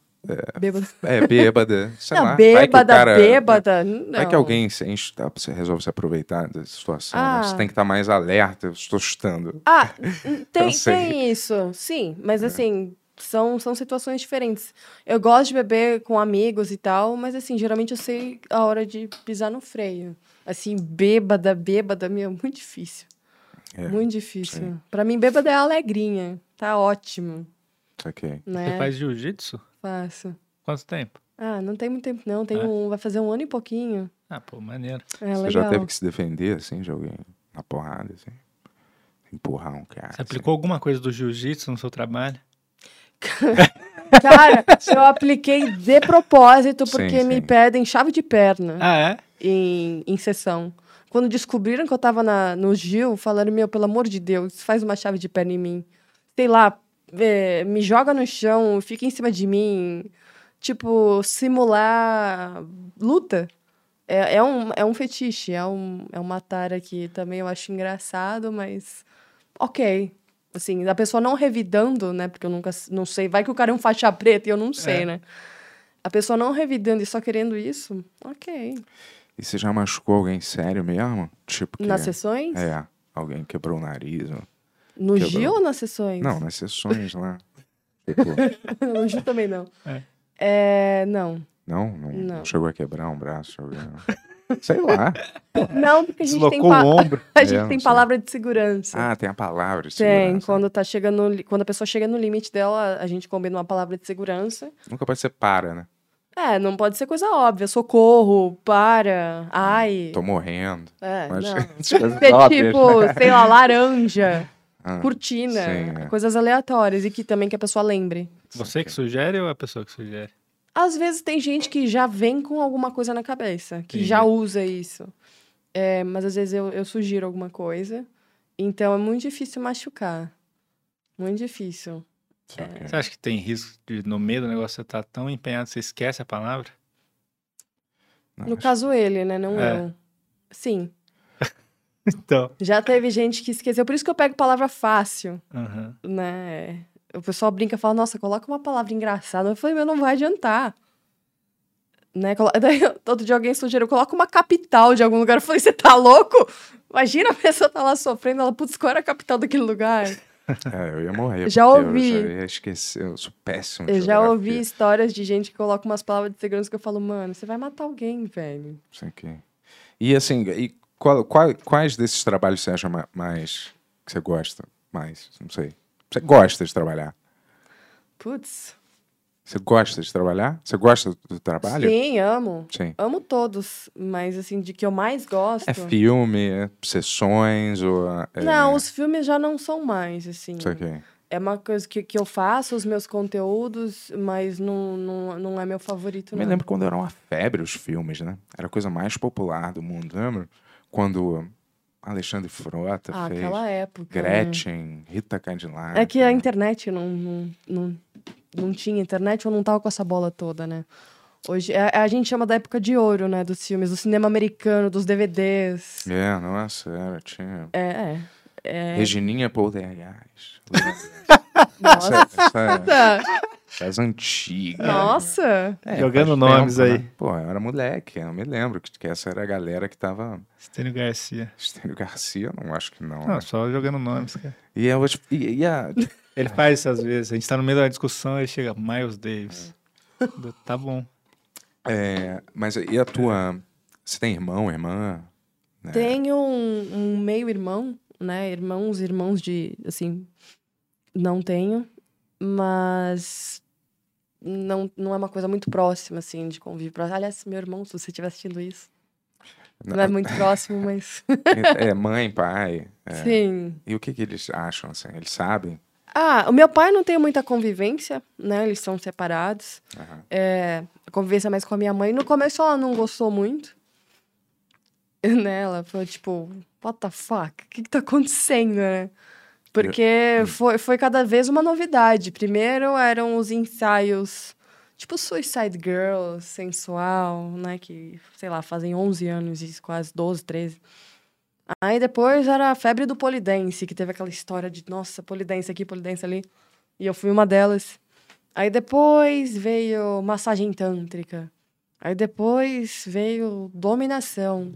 S5: Bêbada.
S2: É, bêbada. Sei
S5: não,
S2: lá. vai que o
S5: bêbada,
S2: cara,
S5: bêbada.
S2: Vai
S5: não.
S2: que alguém se enche, tá, você resolve se aproveitar da situação. né? Você
S5: Ah.
S2: tem que estar mais alerta. Eu estou chutando.
S5: Ah, n- tem,
S2: sei. É.
S5: tem isso, sim, mas assim, são, são situações diferentes. Eu gosto de beber com amigos e tal, mas assim, geralmente eu sei a hora de pisar no freio. Assim, bêbada, bêbada, meu, muito difícil.
S2: É,
S5: muito difícil.
S2: sim.
S5: Pra mim, bêbada é alegrinha. Tá ótimo,
S2: Saquei.
S5: né?
S3: Você faz jiu-jitsu?
S5: Faço.
S3: Quanto tempo?
S5: Ah, não tem muito tempo, não. Tem
S3: É.
S5: um, vai fazer um ano e pouquinho.
S3: Ah, pô, maneiro.
S5: É,
S2: Você
S5: legal.
S2: já teve que se defender, assim, de alguém? Na porrada, assim? Empurrar um cara.
S3: Você aplicou alguma coisa do jiu-jitsu no seu trabalho?
S5: Cara, eu apliquei de propósito
S2: Sim,
S5: porque me
S2: sim.
S5: pedem chave de perna
S3: Ah, é?
S5: em, em sessão. Quando descobriram que eu tava na, no Gil, falaram, meu, pelo amor de Deus, faz uma chave de perna em mim. Sei lá, é, me joga no chão, fica em cima de mim. Tipo, simular luta. É, é, um, é um fetiche, é, um, é uma tara que também eu acho engraçado, mas ok. Assim, a pessoa não revidando, né? Porque eu nunca s- não sei. Vai que o cara é um faixa preta e eu não sei,
S3: É.
S5: né? A pessoa não revidando e só querendo isso, ok.
S2: E você já machucou alguém sério mesmo? Tipo que...
S5: Nas sessões?
S2: É, alguém quebrou o nariz. Ou...
S5: No
S2: Quebrou.
S5: Gil ou nas sessões?
S2: Não, nas sessões lá. Tipo,
S5: no Gil também não.
S3: É.
S5: É, não.
S2: não, não, não
S5: Não.
S2: chegou a quebrar um braço. chegou a- Sei lá.
S5: Não, porque a gente
S3: Deslocou
S5: tem, pa-
S3: o ombro.
S5: a
S2: É,
S5: gente
S2: não
S5: tem
S2: sei.
S5: palavra de segurança.
S2: Ah, tem a palavra. né? de
S5: Tem,
S2: segurança.
S5: quando tá chegando, no li- quando a pessoa chega no limite dela, a gente combina uma palavra de segurança.
S2: Nunca pode ser para, né?
S5: É, não pode ser coisa óbvia, socorro, para, ai.
S2: Tô morrendo.
S5: É,
S2: Mas...
S5: não.
S2: as coisas
S5: Ser
S2: óbvias, né?
S5: tipo, sei lá, laranja,
S2: Ah,
S5: cortina,
S2: sim, é.
S5: coisas aleatórias e que também que a pessoa lembre.
S3: Você que
S2: saquei.
S3: sugere ou a pessoa que sugere?
S5: Às vezes tem gente que já vem com alguma coisa na cabeça, que já usa isso. É, mas às vezes eu, eu sugiro alguma coisa. Então é muito difícil machucar. Muito difícil.
S2: Saquei.
S3: Você acha que tem risco de, no meio do negócio, você tá tão empenhado, você esquece a palavra?
S2: Não,
S5: No
S2: acho-
S5: caso, ele, né? Não
S3: É.
S5: eu. Sim.
S3: Então.
S5: Já teve gente que esqueceu. Por isso que eu pego palavra fácil,
S3: aham.
S5: né? O pessoal brinca e fala, nossa, coloca uma palavra engraçada. Eu falei, meu, não vai adiantar. Né? Colo- Daí, outro dia alguém sugeriu, coloca uma capital de algum lugar. Eu falei, você tá louco? Imagina a pessoa tá lá sofrendo, ela, putz, qual era a capital daquele lugar?
S2: É, eu ia morrer.
S5: Já
S2: porque
S5: ouvi.
S2: Eu já ia esquecer. Eu sou péssimo. em
S5: Eu já
S2: geografia.
S5: ouvi histórias de gente que coloca umas palavras de segurança que eu falo, mano, você vai matar alguém, velho.
S2: Isso aqui. é. E assim, e qual- qual- quais desses trabalhos você acha ma- mais. que você gosta mais? Não sei. Você gosta de trabalhar?
S5: Putz.
S2: Você gosta de trabalhar? Você gosta do- do trabalho?
S5: Sim, amo.
S2: Sim.
S5: Amo todos, mas assim, de que eu mais gosto.
S2: É filme, é sessões, ou. É...
S5: Não, os filmes já não são mais, assim.
S2: Isso aqui.
S5: É uma coisa que, que eu faço, os meus conteúdos, mas não, não, não é meu favorito,
S2: Me
S5: não.
S2: lembro quando era uma febre os filmes, né? Era a coisa mais popular do mundo, lembra? Quando Alexandre Frota
S5: Ah,
S2: fez.
S5: aquela época. né?
S2: Gretchen, Rita Cadillac.
S5: É que a internet não, não, não, não tinha internet ou não tava com essa bola toda, né? Hoje, a, a gente chama da época de ouro, né? Dos filmes, do cinema americano, dos DVDs.
S2: É, nossa, era, tinha.
S5: É, é. é.
S2: Regininha Poltergeist.
S5: Nossa!
S2: Essa- As antigas.
S5: Nossa!
S2: É,
S3: Jogando
S2: faz
S3: nomes aí.
S2: né? Pô, eu era moleque, eu me lembro que, que essa era a galera que tava.
S3: Estênio Garcia.
S2: Estênio Garcia, não acho que não. né?
S3: Não, só jogando nomes, cara.
S2: E, eu, acho- e, e a.
S3: Ele faz isso às vezes. A gente tá no meio da discussão e chega Miles Davis. Do- Tá bom.
S2: é, mas e a tua. Você tem irmão, irmã? né?
S5: Tenho um, um meio-irmão, né? Irmãos, irmãos de. Assim. Não tenho, mas. Não, não é uma coisa muito próxima, assim, de convívio. próximo. Aliás, meu irmão, se você estiver assistindo isso, não, é muito próximo, mas. assim,
S2: É, mãe, pai. é.
S5: Sim.
S2: E o que, que eles acham, assim? Eles sabem?
S5: Ah, o meu pai não tem muita convivência, né? Eles são separados.
S2: Aham.
S5: É, a convivência é mais com a minha mãe. No começo ela não gostou muito. Né? Ela foi tipo, what the fuck? O que, que tá acontecendo, né? Porque foi, foi cada vez uma novidade. Primeiro eram os ensaios, tipo Suicide Girl, sensual, né? Que, sei lá, fazem 11 anos, isso, quase 12, 13. Aí depois era a febre do polidense, que teve aquela história de, nossa, polidense aqui, polidense ali. E eu fui uma delas. Aí depois veio massagem tântrica. Aí depois veio dominação.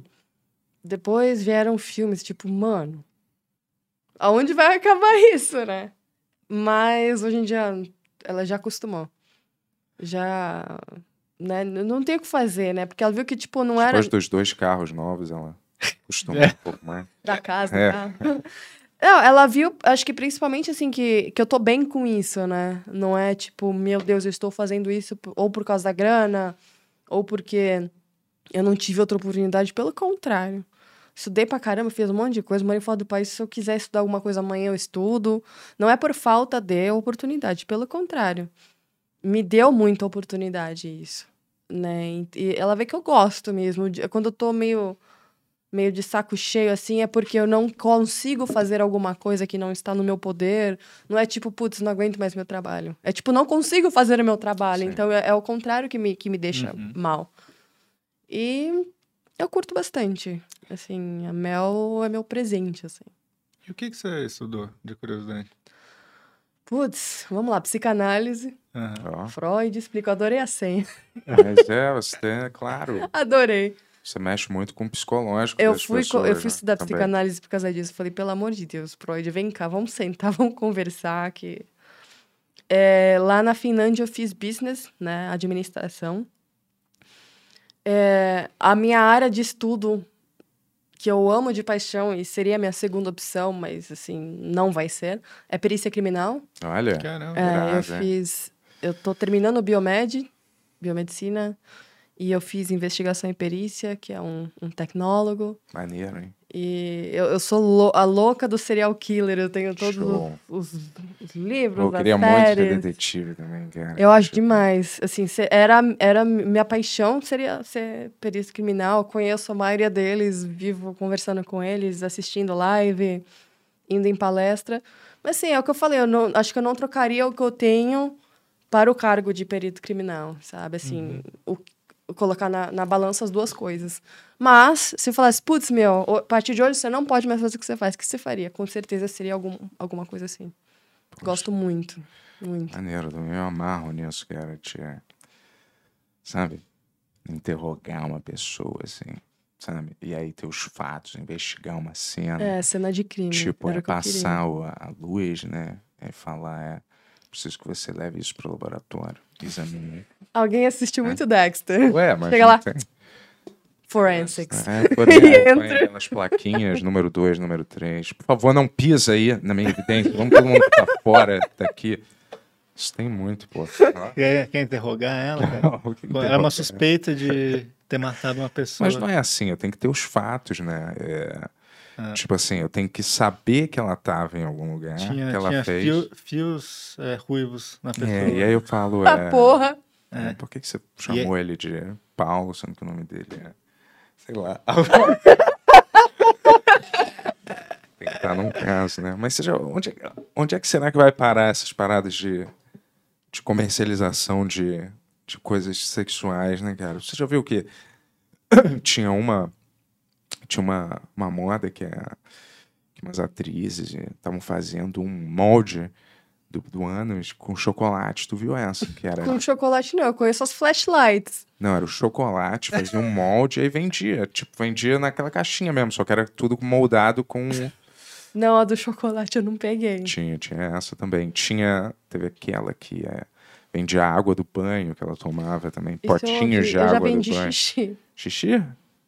S5: Depois vieram filmes tipo, mano, aonde vai acabar isso, né? Mas hoje em dia ela já acostumou. Já, né, n- não tem o que fazer, né? Porque ela viu que tipo não era
S2: Depois dos dois carros novos, ela costuma
S3: É.
S2: um pouco mais.
S5: da casa,
S2: É.
S5: tá? Não, ela viu, acho que principalmente assim, que, que eu tô bem com isso, né? Não é tipo, meu Deus, eu estou fazendo isso p- ou por causa da grana, ou porque eu não tive outra oportunidade. Pelo contrário. Estudei pra caramba, fiz um monte de coisa, morei fora do país. Se eu quiser estudar alguma coisa amanhã, eu estudo. Não é por falta de oportunidade, pelo contrário. Me deu muita oportunidade isso, né? E ela vê que eu gosto mesmo. de- Quando eu tô meio meio de saco cheio, assim, é porque eu não consigo fazer alguma coisa que não está no meu poder. Não é tipo, putz, não aguento mais meu trabalho. É tipo, não consigo fazer o meu trabalho.
S2: Sim.
S5: Então é, é o contrário que me, que me deixa
S3: Uhum.
S5: mal. E eu curto bastante. Assim, a Mel é meu presente, assim.
S3: E o que, que você estudou, de curiosidade?
S5: Putz, vamos lá, psicanálise.
S3: Aham.
S2: Ó.
S5: Freud explicou, adorei a senha.
S2: Mas é, você tem, é claro.
S5: Adorei.
S2: Você mexe muito com o psicológico.
S5: Eu
S2: das
S5: fui, co-
S2: pessoas,
S5: eu fui estudar
S2: né? também.
S5: psicanálise por causa disso. Falei, pelo amor de Deus, Freud, vem cá, vamos sentar, vamos conversar. Que... É, lá na Finlândia eu fiz business, né, administração. É, a minha área de estudo, que eu amo de paixão e seria a minha segunda opção, mas assim, não vai ser, é perícia criminal.
S2: Olha,
S3: Caramba.
S5: É, eu
S2: Irado, é.
S5: fiz. Eu tô terminando o Biomed, biomedicina, e eu fiz investigação e perícia, que é um, um tecnólogo.
S2: maneiro, hein?
S5: E eu, eu sou lou- a louca do serial killer, eu tenho todos
S2: Show.
S5: os, os- os livros,
S2: Eu queria
S5: as
S2: muito ser
S5: séries.
S2: detetive também, cara.
S5: Eu acho
S2: Tipo,
S5: demais. Assim, se- era, era minha paixão seria ser perito criminal. Conheço a maioria deles, vivo conversando com eles, assistindo live, indo em palestra. Mas assim, é o que eu falei, eu não, acho que eu não trocaria o que eu tenho para o cargo de perito criminal, sabe? Assim, o, colocar na, na balança as duas coisas. Mas, se eu falasse, putz, meu, o- a partir de hoje você não pode mais fazer o que você faz, o que você faria? Com certeza seria algum, alguma coisa assim. Gosto muito, muito.
S2: Maneiro, também eu amarro nisso, cara. Te, sabe? Interrogar uma pessoa, assim, sabe? E aí ter os fatos, investigar uma cena.
S5: É, cena de crime.
S2: tipo,
S5: era
S2: é
S5: o que eu queria.
S2: passar o- a a luz, né? É falar, é, preciso que você leve isso pro laboratório, examine.
S5: Alguém
S2: É.
S5: assistiu muito Dexter.
S2: Ué, mas
S5: Chega
S2: não
S5: lá.
S2: tem-
S5: Forensics.
S2: É, por aí,
S5: E
S2: põe
S5: entra.
S2: nas plaquinhas, número 2, número 3. Por favor, não pisa aí na minha evidência. Vamos todo mundo pra fora daqui. Isso tem muito, pô.
S3: Quer, quer interrogar ela, cara? Ela é uma suspeita de ter matado uma pessoa.
S2: Mas não é assim, eu tenho que ter os fatos, né? É,
S3: Ah.
S2: Tipo assim, eu tenho que saber que ela tava em algum lugar,
S3: Tinha,
S2: né, que ela
S3: tinha
S2: fez.
S3: fio- fios é, ruivos na pessoa.
S2: É, e aí eu falo,
S5: Ah,
S2: é,
S5: porra.
S2: é,
S3: É.
S2: por que, que você chamou ele de Paulo, sendo que o nome dele é. Sei lá. Tem que estar num caso, né? Mas seja, onde, onde é que será que vai parar essas paradas de, de comercialização de, de coisas sexuais, né, cara? Você já viu que tinha uma. Tinha uma, uma moda que, é, que umas atrizes estavam fazendo um molde do, do ânus com chocolate. Tu viu essa? Que era.
S5: Com chocolate não, eu conheço as flashlights.
S2: Não, era o chocolate, fazia um molde e aí vendia. Tipo, vendia naquela caixinha mesmo, só que era tudo moldado com.
S5: Não, a do chocolate eu não peguei.
S2: tinha, tinha essa também. Tinha. Teve aquela que é. Vendia água do banho que ela tomava também.
S5: Isso eu
S2: Potinhos
S5: vi-
S2: de
S5: eu já
S2: água
S5: vendi
S2: do banho.
S5: xixi.
S2: Xixi?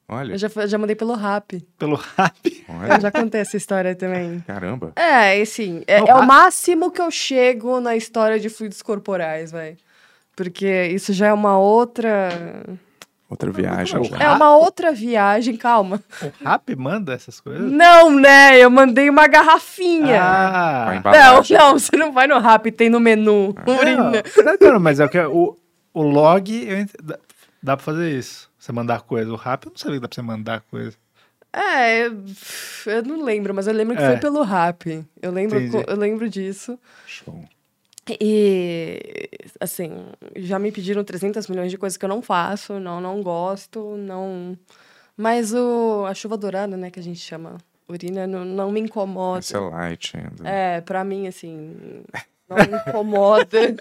S2: Olha,
S5: Eu já, fa- já mandei pelo rap.
S3: Pelo rap.
S2: olha.
S5: Eu já contei essa história também.
S2: Caramba.
S5: É, e assim, é,
S3: Não,
S5: é o
S3: rap-
S5: máximo que eu chego na história de fluidos corporais, vai. Porque isso já é uma outra.
S2: Outra viagem. já.
S5: É uma outra viagem, calma.
S3: O rap manda essas coisas?
S5: Não, né? Eu mandei uma garrafinha.
S2: Vai
S3: Ah,
S5: não,
S2: embalagem.
S5: não, você não vai no rap, tem no menu. Urina.
S3: não, não, mas é o que o, o log eu ent- dá, dá pra fazer isso. Você mandar coisa. O rap eu não sabia que dá pra você mandar coisa.
S5: É, eu- eu não lembro, mas eu lembro que
S3: É.
S5: foi pelo rap. Eu lembro,
S3: Entendi.
S5: co- eu lembro disso.
S2: Show.
S5: E, assim, já me pediram 300 milhões de coisas que eu não faço, não, não gosto, não... Mas o, a chuva dourada, né, que a gente chama urina, não, não me incomoda.
S2: Essa é light ainda.
S5: É, pra mim, assim, não me incomoda.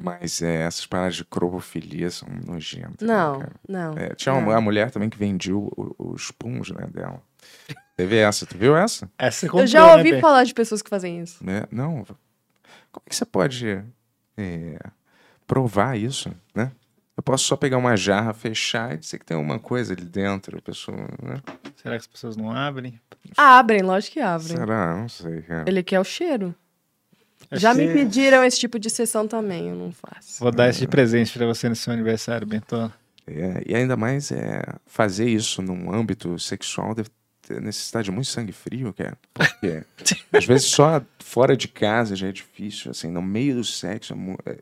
S2: Mas é, essas paradas de crobofilia são nojentas. né,
S5: não,
S2: cara?
S5: não.
S2: É, tinha uma a mulher também que vendia o- o- os puns né, dela. Teve essa, tu viu essa?
S3: Essa você comprou,
S5: Eu já
S3: né,
S5: ouvi
S3: Bê?
S5: falar de pessoas que fazem isso.
S2: né? Não, como é que você pode é, provar isso, né? Eu posso só pegar uma jarra, fechar e dizer que tem alguma coisa ali dentro, a pessoa, né?
S3: Será que as pessoas não abrem?
S5: Abrem, lógico que abrem.
S2: Será? Não sei, é. cara.
S5: Ele quer o cheiro.
S2: É
S3: Acho
S5: Já me
S3: que-
S5: pediram esse tipo de sessão também, eu não faço.
S3: Vou dar esse de presente pra você no seu aniversário, Bentona.
S2: É, e ainda mais é, fazer isso num âmbito sexual deve ter necessidade de muito sangue frio, cara. Porque às vezes só fora de casa já é difícil, assim, no meio do sexo é mu- é-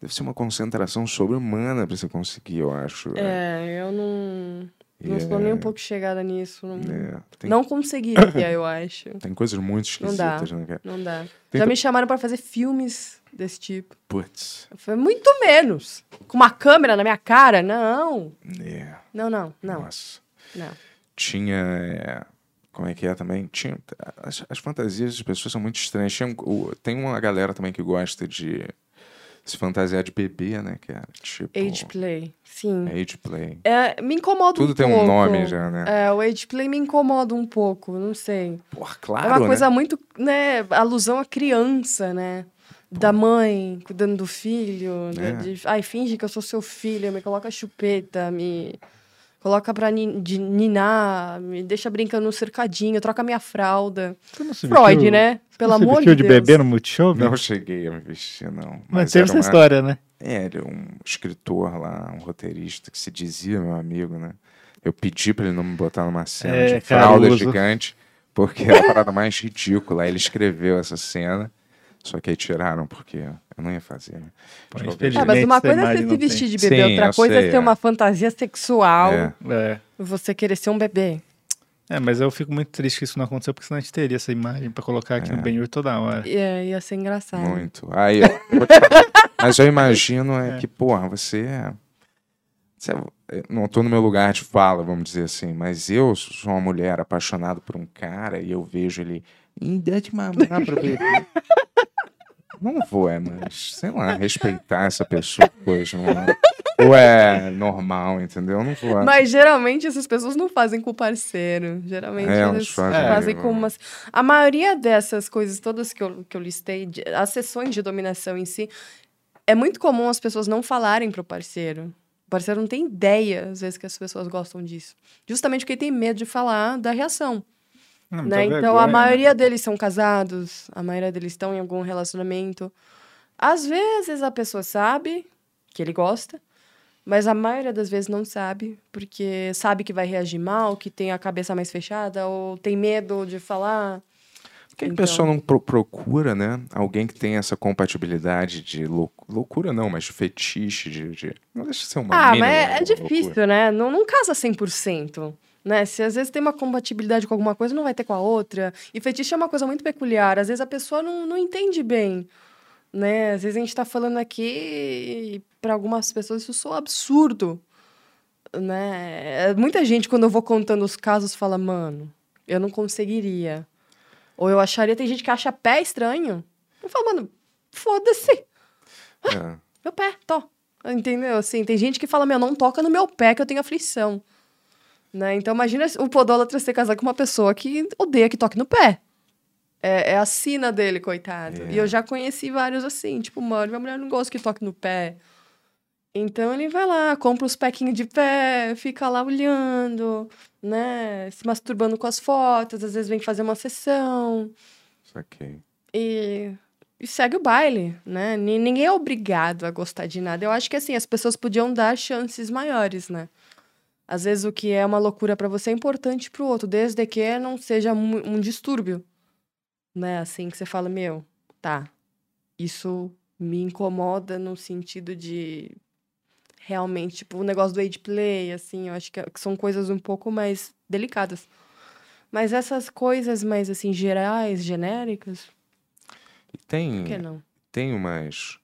S2: deve ser uma concentração sobre-humana pra você conseguir, eu acho. né?
S5: É, eu não.
S2: E
S5: Não
S2: é-
S5: sou nem um pouco chegada nisso. Não,
S2: é, tem
S5: não conseguiria, eu acho.
S2: Tem coisas muito
S5: Não dá.
S2: esquisitas, né, cara?
S5: Não dá.
S2: Tenta-
S5: Já me chamaram pra fazer filmes desse tipo.
S2: Putz.
S5: Eu falei, muito menos. Com uma câmera na minha cara? Não.
S2: É.
S5: Não, não, não.
S2: Nossa.
S5: não.
S2: Tinha. é, Como é que é também? Tinha. As, as fantasias das pessoas são muito estranhas. Tinha um- o- tem uma galera também que gosta de se fantasiar de bebê, né, cara? Tipo.
S5: Age play. Sim.
S2: Age play.
S5: É, me incomoda um
S2: Tudo tem
S5: pouco.
S2: um nome já, né?
S5: É, o age play me incomoda um pouco, não sei.
S2: Porra,
S5: É
S2: claro.
S5: uma coisa
S2: né?
S5: muito, né, alusão à criança, né? Da mãe cuidando do filho. né,
S2: É.
S5: de- ai, finge que eu sou seu filho, me coloca chupeta, me coloca pra nin- de ninar, me deixa brincando no cercadinho, troca minha fralda.
S3: Tu não se
S5: Freud,
S3: vestiu-
S5: né? Pelo
S3: não se
S5: amor de
S3: vestiu
S5: Deus.
S3: bebê no Multishow? Bê?
S2: Não cheguei a me vestir, não.
S3: Mas teve
S2: era
S3: essa
S2: uma-
S3: história, né?
S2: É, ele é um escritor lá, um roteirista que se dizia meu amigo, né? Eu pedi pra ele não me botar numa cena
S3: É,
S2: de fralda
S3: Caruso.
S2: gigante, porque era a parada mais ridícula. Aí ele escreveu essa cena, só que aí tiraram, porque eu não ia fazer, né?
S3: Pô,
S2: De qualquer
S3: infelizmente.
S5: É,
S2: jeito.
S5: mas uma
S3: essa
S5: coisa é
S3: imagem
S5: você
S3: não
S5: se
S3: tem.
S5: vestir de bebê,
S2: Sim, eu
S5: outra coisa
S2: sei,
S5: é ter
S2: é.
S5: uma fantasia sexual,
S2: É.
S3: É.
S5: você querer ser um bebê.
S3: É, mas eu fico muito triste que isso não aconteceu, porque senão a gente teria essa imagem pra colocar aqui no Benhur toda hora.
S5: É, ia ser engraçado.
S2: Muito. Aí, ó, vou te falar. mas eu imagino é, que, porra, você é- Cê- eu não tô no meu lugar de fala, vamos dizer assim, mas eu sou uma mulher apaixonada por um cara e eu vejo ele. "Ih, Dá de mamar pra bebê. Não vou, é, mas sei lá, respeitar essa pessoa hoje, não é? Ou é normal, entendeu? Não vou.
S5: Mas geralmente essas pessoas não fazem com o parceiro. Geralmente
S2: É, elas
S5: elas
S2: fazem,
S5: fazem,
S2: né?
S5: com umas. A maioria dessas coisas todas que eu, que eu listei, de- as sessões de dominação em si, é muito comum as pessoas não falarem pro parceiro. O parceiro não tem ideia, às vezes, que as pessoas gostam disso. Justamente porque tem medo de falar da reação.
S3: Não,
S5: né?
S3: muita
S5: Então, a
S3: vergonha, né?
S5: maioria deles são casados, a maioria deles estão em algum relacionamento. Às vezes a pessoa sabe que ele gosta, mas a maioria das vezes não sabe, porque sabe que vai reagir mal, que tem a cabeça mais fechada, ou tem medo de falar.
S2: Por que a
S5: Então-
S2: pessoa não pro- procura, né? Alguém que tem essa compatibilidade de lou- loucura, não, mas de fetiche, de. de- Não deixa de ser uma
S5: ah,
S2: mínima
S5: mas é, é
S2: loucura.
S5: difícil, né? Não, não casa 100%. Né? Se às vezes tem uma compatibilidade com alguma coisa, não vai ter com a outra. E fetiche é uma coisa muito peculiar. Às vezes a pessoa não, não entende bem. Né? Às vezes a gente tá falando aqui e para algumas pessoas isso soa absurdo. Né? É, Muita gente, quando eu vou contando os casos, fala, mano, eu não conseguiria. Ou eu acharia, tem gente que acha pé estranho. Eu falo, mano, foda-se
S2: É.
S5: meu pé, tó. Entendeu? Assim, tem gente que fala, meu, não toca no meu pé que eu tenho aflição. Né? Então imagina o podólatra ser casado com uma pessoa que odeia que toque no pé. É, é a sina dele, coitado.
S2: É.
S5: E eu já conheci vários assim, tipo, mano, minha mulher não gosta que toque no pé. Então ele vai lá, compra os pequinhos de pé, fica lá olhando, né? Se masturbando com as fotos, às vezes vem fazer uma sessão
S2: Saquei.
S5: e, e segue o baile, né? Ni- Ninguém é obrigado a gostar de nada. Eu acho que assim, as pessoas podiam dar chances maiores, né? Às vezes o que é uma loucura pra você é importante pro outro, desde que não seja mu- um distúrbio, né? Assim que você fala, meu, tá. Isso me incomoda no sentido de realmente, tipo, o negócio do age play, assim, eu acho que que são coisas um pouco mais delicadas. Mas essas coisas mais assim gerais, genéricas,
S2: E tem.
S5: por que não?
S2: tem umas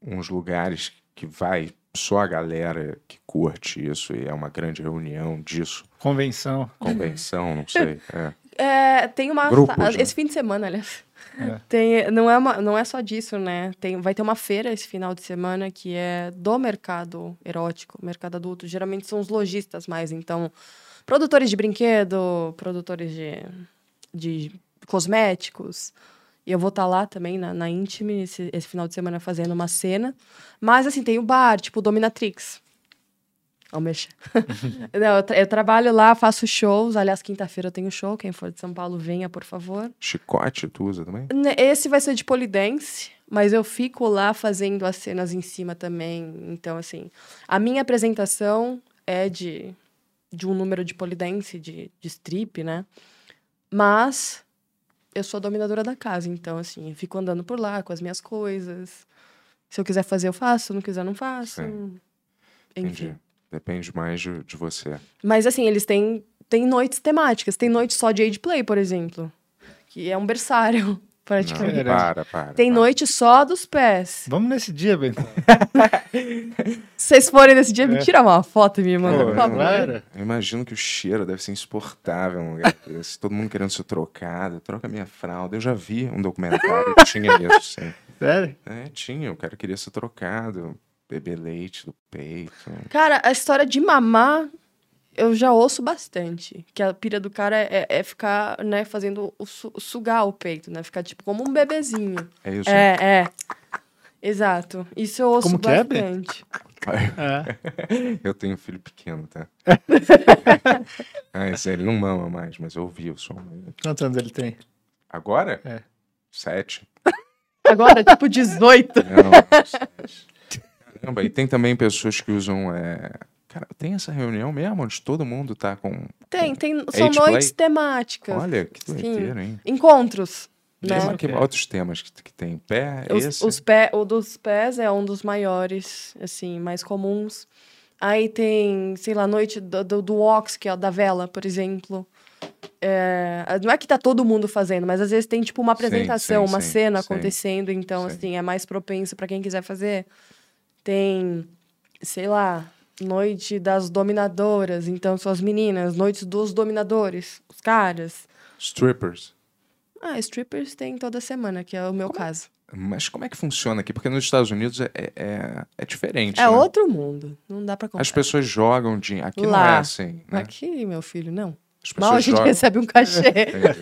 S2: uns lugares que vai só a galera que curte isso e é uma grande reunião disso,
S3: Convenção.
S5: Uhum.
S2: convenção, não sei. É.
S5: É, tem uma.
S2: Grupos,
S5: ah,
S2: né?
S5: Esse fim de semana, aliás.
S3: É.
S5: Tem, não, é uma- não é só disso, né? Tem, vai ter uma feira esse final de semana que é do mercado erótico, mercado adulto. Geralmente são os lojistas mais, então. Produtores de brinquedo, produtores de, de cosméticos. E eu vou estar lá também, na, na Intime, esse, esse final de semana, fazendo uma cena. Mas, assim, tem o bar, tipo, Dominatrix. Ó, mexer. Não, eu, tra- eu trabalho lá, faço shows. Aliás, quinta-feira eu tenho show. Quem for de São Paulo, venha, por favor.
S2: Chicote tu usa também?
S5: Ne- Esse vai ser de polidense, mas eu fico lá fazendo as cenas em cima também. Então, assim, a minha apresentação é de, de um número de polidense, de, de strip, né? Mas eu sou a dominadora da casa, então, assim, eu fico andando por lá com as minhas coisas. Se eu quiser fazer, eu faço. Se eu não quiser, não faço.
S2: Sim.
S5: Enfim.
S2: Entendi. Depende mais de, de você.
S5: Mas assim, eles têm, têm noites temáticas. Tem noite só de age play, por exemplo. Que é um berçário, praticamente.
S2: Não,
S3: Caramba.
S2: para, para.
S5: Tem
S2: para.
S5: noite só dos pés.
S3: Vamos nesse dia, Bento.
S5: Se vocês forem nesse dia, me
S3: É.
S5: tira uma foto e me manda,
S3: Pô,
S5: por
S3: não
S5: favor.
S3: era?
S2: Eu imagino que o cheiro deve ser insuportável num lugar desse. Todo mundo querendo ser trocado. Troca minha fralda. Eu já vi um documentário que tinha isso, sim.
S3: Sério?
S2: É, tinha. O cara queria ser trocado. Beber leite do peito.
S5: Cara, a história de mamar, eu já ouço bastante. Que a pira do cara é, é ficar, né, fazendo o su- sugar o peito, né? Ficar tipo como um bebezinho.
S2: É isso.
S5: É, é. Exato. Isso eu ouço
S3: Como que é, Bê?
S5: bastante.
S3: É.
S2: Eu tenho um filho pequeno, tá? ah, isso, ele não mama mais, mas eu ouvi o som.
S3: Quantos anos ele tem?
S2: Agora?
S3: É.
S2: Sete.
S5: Agora, tipo 18.
S2: Não, sete. Caramba, e tem também pessoas que usam. É... Cara, tem essa reunião mesmo onde todo mundo tá com.
S5: Tem, tem. São
S2: Age
S5: noites
S2: play?
S5: temáticas.
S2: Olha, que
S5: Sim.
S2: doideiro, hein?
S5: Encontros. Né?
S2: Tem aqui outros temas que, que tem. Pé,
S5: Os,
S2: É esse.
S5: os pé, o dos pés é um dos maiores, assim, mais comuns. Aí tem, sei lá, a noite do, do, do ox, que é a da vela, por exemplo. É, não é que tá todo mundo fazendo, mas às vezes tem, tipo, uma
S2: Sim,
S5: apresentação,
S2: sim,
S5: uma
S2: sim,
S5: cena
S2: sim.
S5: acontecendo. Então,
S2: Sim.
S5: assim, é mais propenso para quem quiser fazer. Tem, sei lá, Noite das dominadoras, então são as meninas. Noites dos dominadores, os caras.
S2: Strippers.
S5: Ah, strippers tem toda semana, que é o meu caso.
S2: Mas como é que funciona aqui? Porque nos Estados Unidos é, é, é diferente.
S5: É
S2: né?
S5: outro mundo, não dá pra comparar.
S2: As pessoas jogam dinheiro. Aqui não é
S5: Lá.
S2: assim, né?
S5: Aqui, meu filho, não.
S2: As pessoas
S5: Mal a gente
S2: jogam.
S5: recebe um cachê.
S2: Entendi.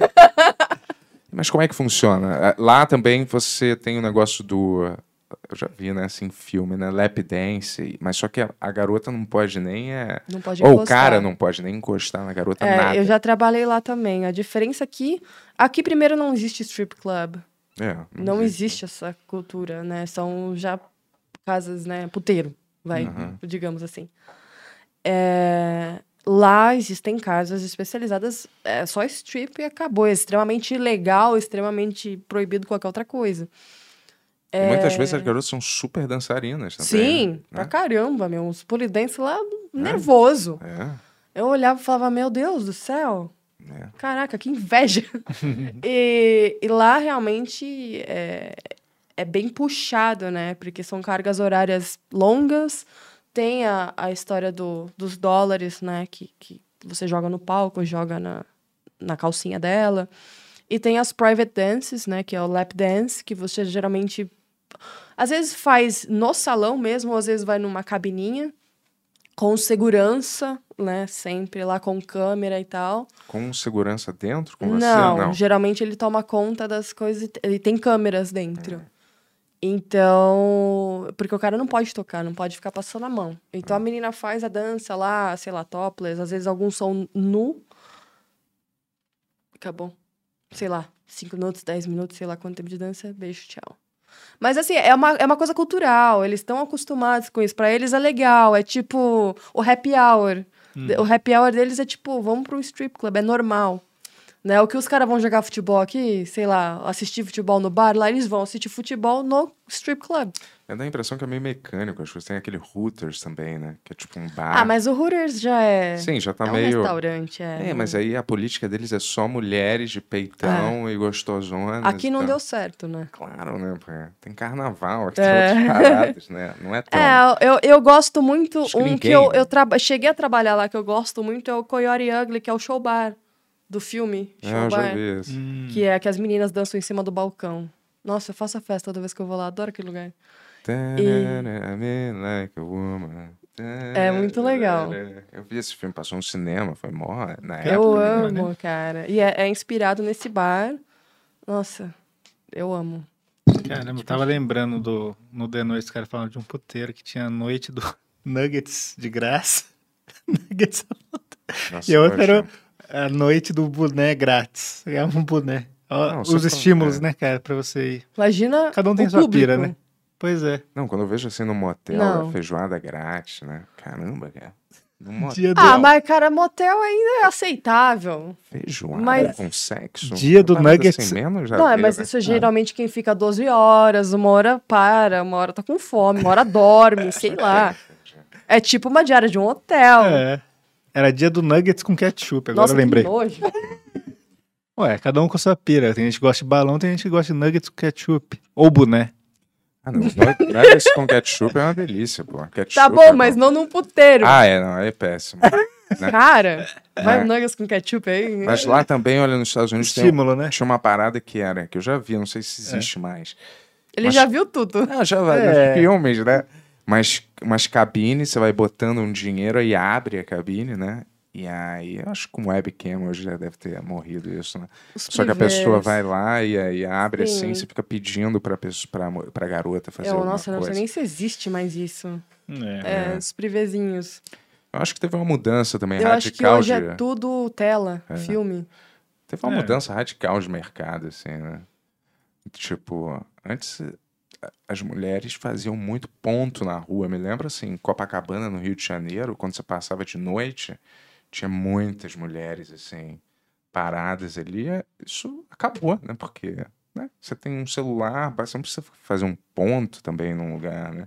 S2: Mas como é que funciona? Ah, Lá também você tem o negócio do. ah, Eu já vi, né, assim, filme, né? Lap dance. Mas só que a, a garota não pode nem. É...
S5: Não pode
S2: Ou o
S5: encostar.
S2: cara não pode nem encostar na garota,
S5: É,
S2: nada.
S5: eu já trabalhei lá também. A diferença é que aqui primeiro não existe strip club.
S2: É,
S5: Não existe essa cultura, né? São já casas, né? Puteiro, vai,
S2: Aham.
S5: digamos assim. É, Lá existem casas especializadas é, só strip e acabou. É extremamente ilegal, extremamente proibido qualquer outra coisa.
S2: E muitas vezes as garotas são super dançarinas também.
S5: é.
S2: né?
S5: Sim, pra caramba, meu. Os polidenses lá, nervoso.
S2: né?
S5: Eu olhava e falava, meu Deus do céu.
S2: É, é.
S5: Caraca, que inveja! e, e lá realmente é, é bem puxado, né? Porque são cargas horárias longas, tem a, a história do, dos dólares, né? Que, que você joga no palco, joga na, na calcinha dela. E tem as private dances, né? Que é o lap dance, que você geralmente. Às vezes faz no salão mesmo, ou às vezes vai numa cabininha, com segurança, né? Sempre lá com câmera e tal.
S2: Com segurança dentro? Com você?
S5: Não,
S2: Não.
S5: geralmente ele toma conta das coisas. e te- Ele tem câmeras dentro.
S2: É.
S5: Então. Porque o cara não pode tocar, não pode ficar passando a mão. Então
S2: É.
S5: a menina faz a dança lá, sei lá, topless. Às vezes alguns são nu. Acabou. Sei lá, 5 minutos, 10 minutos, sei lá quanto tempo de dança. Beijo, tchau. Mas assim, é uma, é uma coisa cultural. Eles estão acostumados com isso. Pra eles é legal. É tipo o happy hour.
S2: Hum.
S5: De- O happy hour deles é tipo, vamos pra um strip club, é normal. Né? O que os caras vão jogar futebol aqui, sei lá, assistir futebol no bar, lá eles vão assistir futebol no strip club.
S2: Eu dá a impressão que é meio mecânico. Acho que tem aquele Hooters também, né? Que é tipo um bar.
S5: Ah, mas o Hooters já é,
S2: Sim, já tá
S5: é um
S2: meio.
S5: restaurante. É,
S2: É, mas aí a política deles é só mulheres de peitão e gostosonas.
S5: É. Aqui não
S2: então.
S5: deu certo, né?
S2: Claro, né? pô, é. Tem carnaval, aqui
S5: É.
S2: tem outras paradas, né? Não é tão.
S5: É, eu, eu gosto muito.
S2: Acho que
S5: um que
S2: ninguém,
S5: eu,
S2: né?
S5: eu traba- cheguei a trabalhar lá, que eu gosto muito, é o Coyote Ugly, que é o show bar do filme.
S2: É,
S5: Show
S2: eu já
S5: bar.
S2: vi isso.
S5: Que é que as meninas dançam em cima do balcão. Nossa, eu faço a festa toda vez que eu vou lá, adoro aquele lugar.
S2: Tararara, me like a woman.
S5: É muito legal.
S2: Eu vi esse filme, passou no cinema, foi mó na
S3: É
S2: época.
S5: Eu
S2: né?
S5: amo, cara. E é, é inspirado nesse bar. Nossa, eu amo.
S3: Caramba, eu tava lembrando do, no The Noite, os caras falavam de um puteiro que tinha a noite do Nuggets de graça. Nuggets.
S2: Nossa,
S3: E a outra
S2: poxa.
S3: era
S5: né?
S3: a noite do boné grátis. É um boné. Ó,
S2: Não, só
S3: Os
S2: pra-
S3: estímulos,
S2: é.
S3: né, cara, pra você ir.
S5: Imagina.
S3: Cada um tem
S5: o
S3: sua
S5: público.
S3: pira, né? Pois é.
S2: Não, quando eu vejo assim no motel,
S5: Não.
S2: a feijoada grátis, né? Caramba, cara. No motel,
S3: Dia do,
S5: Ah, mas, cara, motel ainda é aceitável.
S2: feijoada
S5: mas-
S2: com sexo.
S3: Dia do
S2: uma parada
S3: Nuggets-
S2: Assim, menos já
S5: Não, é,
S2: vi,
S5: mas
S2: né?
S5: isso geralmente quem fica 12 horas, uma hora para, uma hora tá com fome, uma hora dorme, sei lá. É tipo uma diária de um hotel.
S3: é. Era dia do Nuggets com ketchup, agora
S5: Nossa,
S3: eu lembrei.
S5: que nojo.
S3: Ué, cada um com sua pira. Tem gente que gosta de balão, tem gente que gosta de Nuggets com ketchup. Ou boné.
S2: Ah, não. nu- Nuggets com ketchup é uma delícia, pô. Ketchup,
S5: Tá
S2: é
S5: bom, mas não num puteiro.
S2: Ah, é, não. Aí é péssimo. né?
S5: Cara, vai
S2: É.
S5: um nuggets com ketchup aí.
S2: Mas lá também, olha, nos Estados Unidos tem, um
S3: Estímulo, né?
S2: tinha uma parada que era, que eu já vi, eu não sei se existe mais.
S5: Ele
S2: mas-
S5: já viu tudo.
S2: Ah, já vai
S3: É.
S2: nos filmes, né? Mas umas cabines, você vai botando um dinheiro aí abre a cabine, né? E aí, eu acho que com webcam hoje já deve ter morrido isso, né?
S5: Os
S2: Só que a
S5: privês.
S2: pessoa vai lá e aí abre assim,
S5: Sim.
S2: você fica pedindo pra, pessoa, pra, mo- pra garota fazer
S5: Eu,
S2: alguma
S5: nossa, eu não
S2: coisa.
S5: sei nem se existe mais isso.
S2: então
S3: É.
S5: É, os privezinhos.
S2: Eu acho que teve uma mudança também
S5: eu acho que
S2: radical
S5: hoje
S2: de...
S5: é tudo tela,
S2: É.
S5: filme.
S2: Teve uma
S3: É.
S2: mudança radical de mercado, assim, né? Tipo, antes a- as mulheres faziam muito ponto na rua. Me lembro, assim, em Copacabana, no Rio de Janeiro, quando você passava de noite, tinha muitas mulheres, assim, paradas ali. É, Isso acabou, né? Porque né? você tem um celular, você não precisa fazer um ponto também num lugar, né?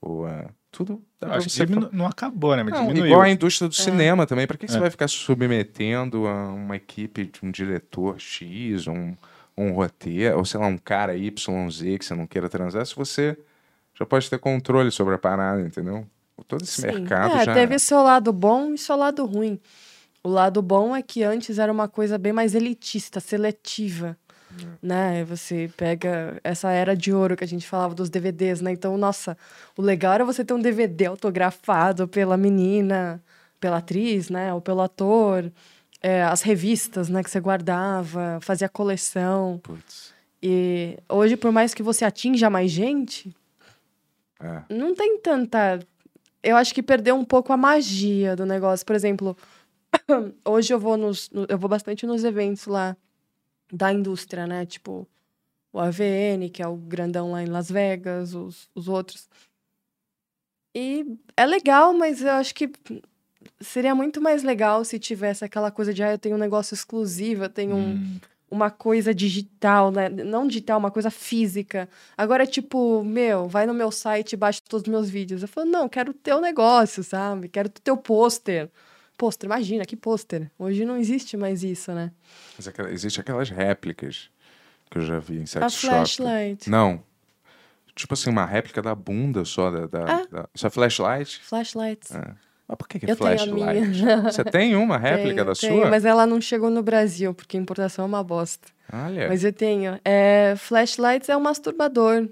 S2: Ou, ah, tudo dá pra
S3: Acho que
S2: você
S3: diminu- não acabou, né? Mas
S2: não,
S3: diminuiu.
S2: igual a indústria
S5: É.
S2: do cinema também. Pra que, que você
S3: É.
S2: vai ficar se submetendo a uma equipe de um diretor X, um, um roteiro, ou sei lá, um cara YZ que você não queira transar, se você já pode ter controle sobre a parada, entendeu? todo esse
S5: Sim.
S2: mercado
S5: É,
S2: já.
S5: teve seu lado bom e seu lado ruim. O lado bom é que antes era uma coisa bem mais elitista, seletiva.
S2: É.
S5: Né? Você pega essa era de ouro que a gente falava dos DVDs, né? Então, nossa, o legal era você ter um DVD autografado pela menina, pela atriz, né? Ou pelo ator. É, as revistas, né? Que você guardava, fazia coleção.
S2: Putz.
S5: E hoje, por mais que você atinja mais gente,
S2: É.
S5: não tem tanta. Eu acho que perdeu um pouco a magia do negócio. Por exemplo, hoje eu vou nos, no- eu vou bastante nos eventos lá da indústria, né? Tipo o AVN, que é o grandão lá em Las Vegas, os, os outros. E é legal, mas eu acho que seria muito mais legal se tivesse aquela coisa de ah, eu tenho um negócio exclusivo, eu tenho um
S2: Hum,
S5: uma coisa digital, né? Não digital, uma coisa física. Agora é tipo, meu, vai no meu site e baixa todos os meus vídeos. Eu falo, não, quero o teu negócio, sabe? Quero o teu pôster. Pôster, imagina, que pôster. Hoje não existe mais isso, né?
S2: mas aquela- existe aquelas réplicas que eu já vi em sex
S5: A
S2: shop.
S5: Tá flashlight.
S2: Não. Tipo assim, uma réplica da bunda só. Da, da,
S5: Ah.
S2: da- Isso é flashlight?
S5: Flashlights.
S2: É. Mas por que, que é
S5: Eu tenho a
S2: flashlight?
S5: minha.
S2: Você tem uma é? réplica
S5: Tenho,
S2: da
S5: tenho,
S2: sua?
S5: Mas ela não chegou no Brasil, porque a importação é uma bosta.
S2: Olha.
S5: Mas eu tenho. É, flashlights é um masturbador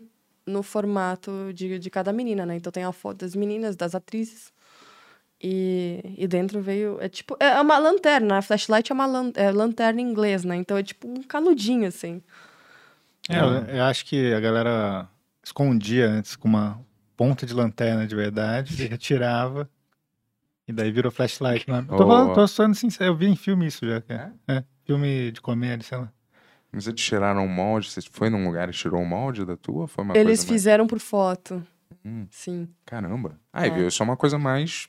S5: no formato de, de cada menina, né? Então tem a foto das meninas, das atrizes. E, e dentro veio. É tipo. É uma lanterna. A flashlight é uma lan- é lanterna em inglês, né? Então é tipo um canudinho, assim.
S3: É, eu, eu acho que a galera escondia antes com uma ponta de lanterna de verdade, e retirava, e daí virou flashlight. Né? Eu Tô, falando,
S2: Oh.
S3: tô sendo sincero, eu vi em filme isso já. cara. É, filme de comédia, sei lá.
S2: Mas eles tiraram um molde? Você foi num lugar e tirou um molde da tua? Foi uma
S5: Eles
S2: coisa mais...
S5: fizeram por foto.
S2: Hum.
S5: Sim.
S2: Caramba. Aí, viu? Isso é uma coisa mais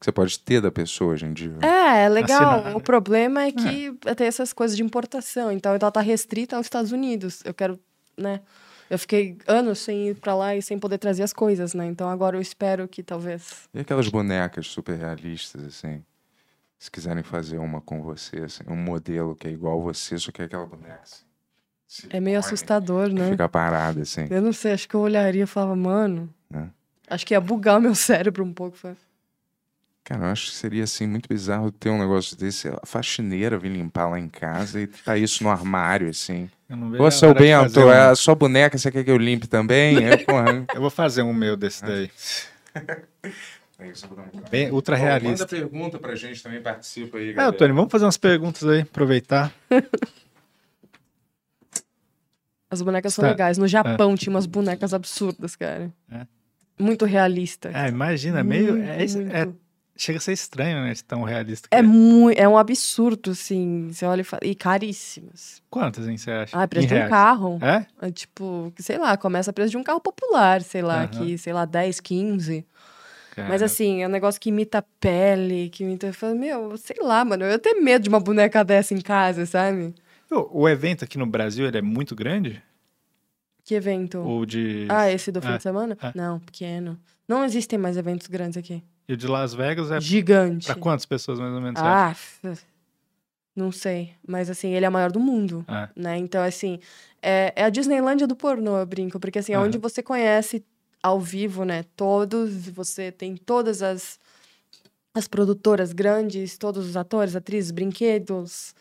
S2: que você pode ter da pessoa hoje em dia.
S5: É, é legal.
S3: Assinada.
S5: O problema é que tem essas coisas de importação. Então ela tá restrita aos Estados Unidos. Eu quero, né? Eu fiquei anos sem ir pra lá e sem poder trazer as coisas, né? Então agora eu espero que talvez.
S2: E aquelas bonecas super realistas, assim? Se quiserem fazer uma com você, assim, um modelo que é igual você, só que é aquela boneca. Assim,
S5: É
S2: silicone,
S5: meio assustador,
S2: que
S5: né?
S2: Fica parada, assim.
S5: Eu não sei, acho que eu olharia e falava, mano.
S2: É.
S5: Acho que ia bugar o meu cérebro um pouco. falava,
S2: Cara, eu acho que seria, assim, muito bizarro ter um negócio desse. A faxineira vir limpar lá em casa e tá isso no armário, assim.
S3: Eu não vejo
S2: Ô,
S3: a
S2: seu
S3: hora de
S2: Bento,
S3: fazer um-
S2: é a sua boneca, você quer que eu limpe também? Eu, porra...
S3: Eu vou fazer um meu desse
S2: Ah.
S3: daí.
S2: É isso, eu vou dar um-
S3: Bem ultra
S2: Bom, Manda
S3: realista.
S2: pergunta pra gente também, participa aí,
S3: É,
S2: galera.
S3: Tony, vamos fazer umas perguntas aí, aproveitar.
S5: As bonecas são
S3: Tá.
S5: legais. No Japão tinha umas bonecas absurdas, cara.
S3: É.
S5: Muito realista.
S3: Ah, imagina, meio. É,
S5: Muito,
S3: é-
S5: muito.
S3: chega a ser estranho, né? de Tão realista. que
S5: É, mui- é um absurdo, assim. Você olha e fala. E caríssimas.
S3: Quantas, hein, você acha?
S5: Ah, é preço
S3: Em
S5: de um
S3: reais.
S5: carro.
S3: É?
S5: É tipo, que, sei lá, começa a preço de um carro popular, sei lá,
S3: Aham. né?
S5: que, sei lá, 10, 15. Mas
S3: Cara,
S5: assim, é um negócio que imita pele, que imita. Eu falo, meu, sei lá, mano, eu tenho medo de uma boneca dessa em casa, sabe?
S3: O o evento aqui no Brasil, ele é muito grande?
S5: Que evento?
S3: Ou de...
S5: Ah, esse do fim
S3: É,
S5: de semana?
S3: é.
S5: Não, pequeno. Não existem mais eventos grandes aqui.
S3: E o de Las Vegas é
S5: Gigante.
S3: pra quantas pessoas, mais ou menos? você acha?
S5: Ah, f- não sei. Mas assim, ele é o maior do mundo.
S3: Ah.
S5: Né? Então, assim, é, é a Disneylândia do pornô, eu brinco. Porque assim, é
S3: Aham.
S5: onde você conhece ao vivo, né? Todos, você tem todas as, as produtoras grandes, todos os atores, atrizes, brinquedos,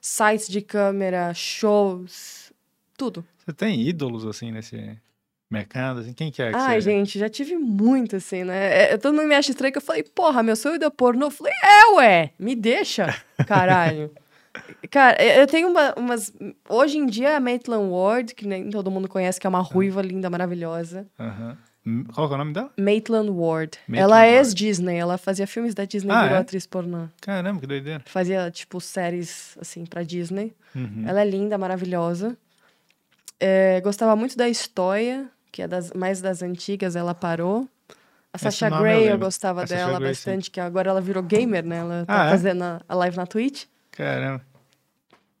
S5: sites de câmera, shows, tudo.
S3: Você tem ídolos, assim, nesse mercado? Assim? Quem que é que
S5: Ai,
S3: você...
S5: gente, já tive muito, assim, né? É, é, todo mundo me acha estranho que eu falei, porra, meu sonho deu pornô. Eu falei, é, ué, me deixa, caralho. Cara, é, eu eu tenho uma- umas. Hoje em dia, a Maitland Ward, que nem todo mundo conhece,
S3: Ah.
S5: que é uma ruiva linda, maravilhosa.
S3: Aham. Hum, Qual que é o nome dela?
S5: Maitland Ward.
S3: Maitland
S5: ela é
S3: Ward.
S5: ex-Disney, ela fazia filmes da Disney,
S3: Ah,
S5: virou
S3: é?
S5: atriz pornô.
S3: Caramba, que doideira.
S5: Fazia, tipo, séries, assim, pra Disney.
S3: Uhum.
S5: Ela é linda, maravilhosa. É, gostava muito da História, que é das, mais das antigas, ela parou. A
S3: Essa
S5: Sasha
S3: nome eu
S5: Grey, eu
S3: lembro.
S5: gostava
S3: A Sasha
S5: dela
S3: Grey, sim.
S5: bastante, que agora ela virou gamer, né? Ela tá
S3: Ah, é?
S5: fazendo a- a live na Twitch.
S3: Caramba.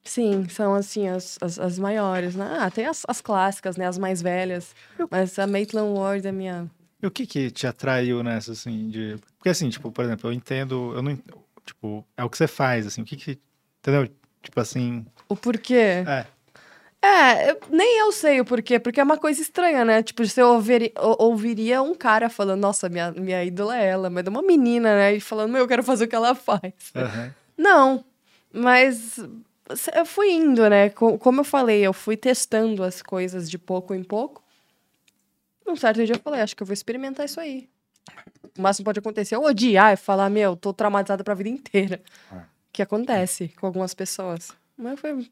S5: Sim, são assim as, as, as maiores, né? Ah, tem as, as clássicas, né? As mais velhas. Mas a Maitland Ward é minha.
S3: E o que que te atraiu nessa, assim, de... Porque, assim, tipo, por exemplo, eu entendo... Eu não... ent- Tipo, é o que você faz, assim. O que que... Entendeu? Tipo assim...
S5: O porquê?
S3: É.
S5: É, eu- nem eu sei o porquê, porque é uma coisa estranha, né? Tipo, você ouviri- ou- ouviria um cara falando, nossa, minha, minha ídola é ela, mas de uma menina, né? E falando, meu, eu quero fazer o que ela faz.
S3: é, Aham.
S5: Não, mas se- eu fui indo, né? Co- Como eu falei, eu fui testando as coisas de pouco em pouco. Um certo dia eu falei, acho que eu vou experimentar isso aí. O máximo que pode acontecer é eu odiar e falar, meu, tô traumatizada pra vida inteira.
S2: Ah.
S5: Que acontece com algumas pessoas. Mas foi. hum,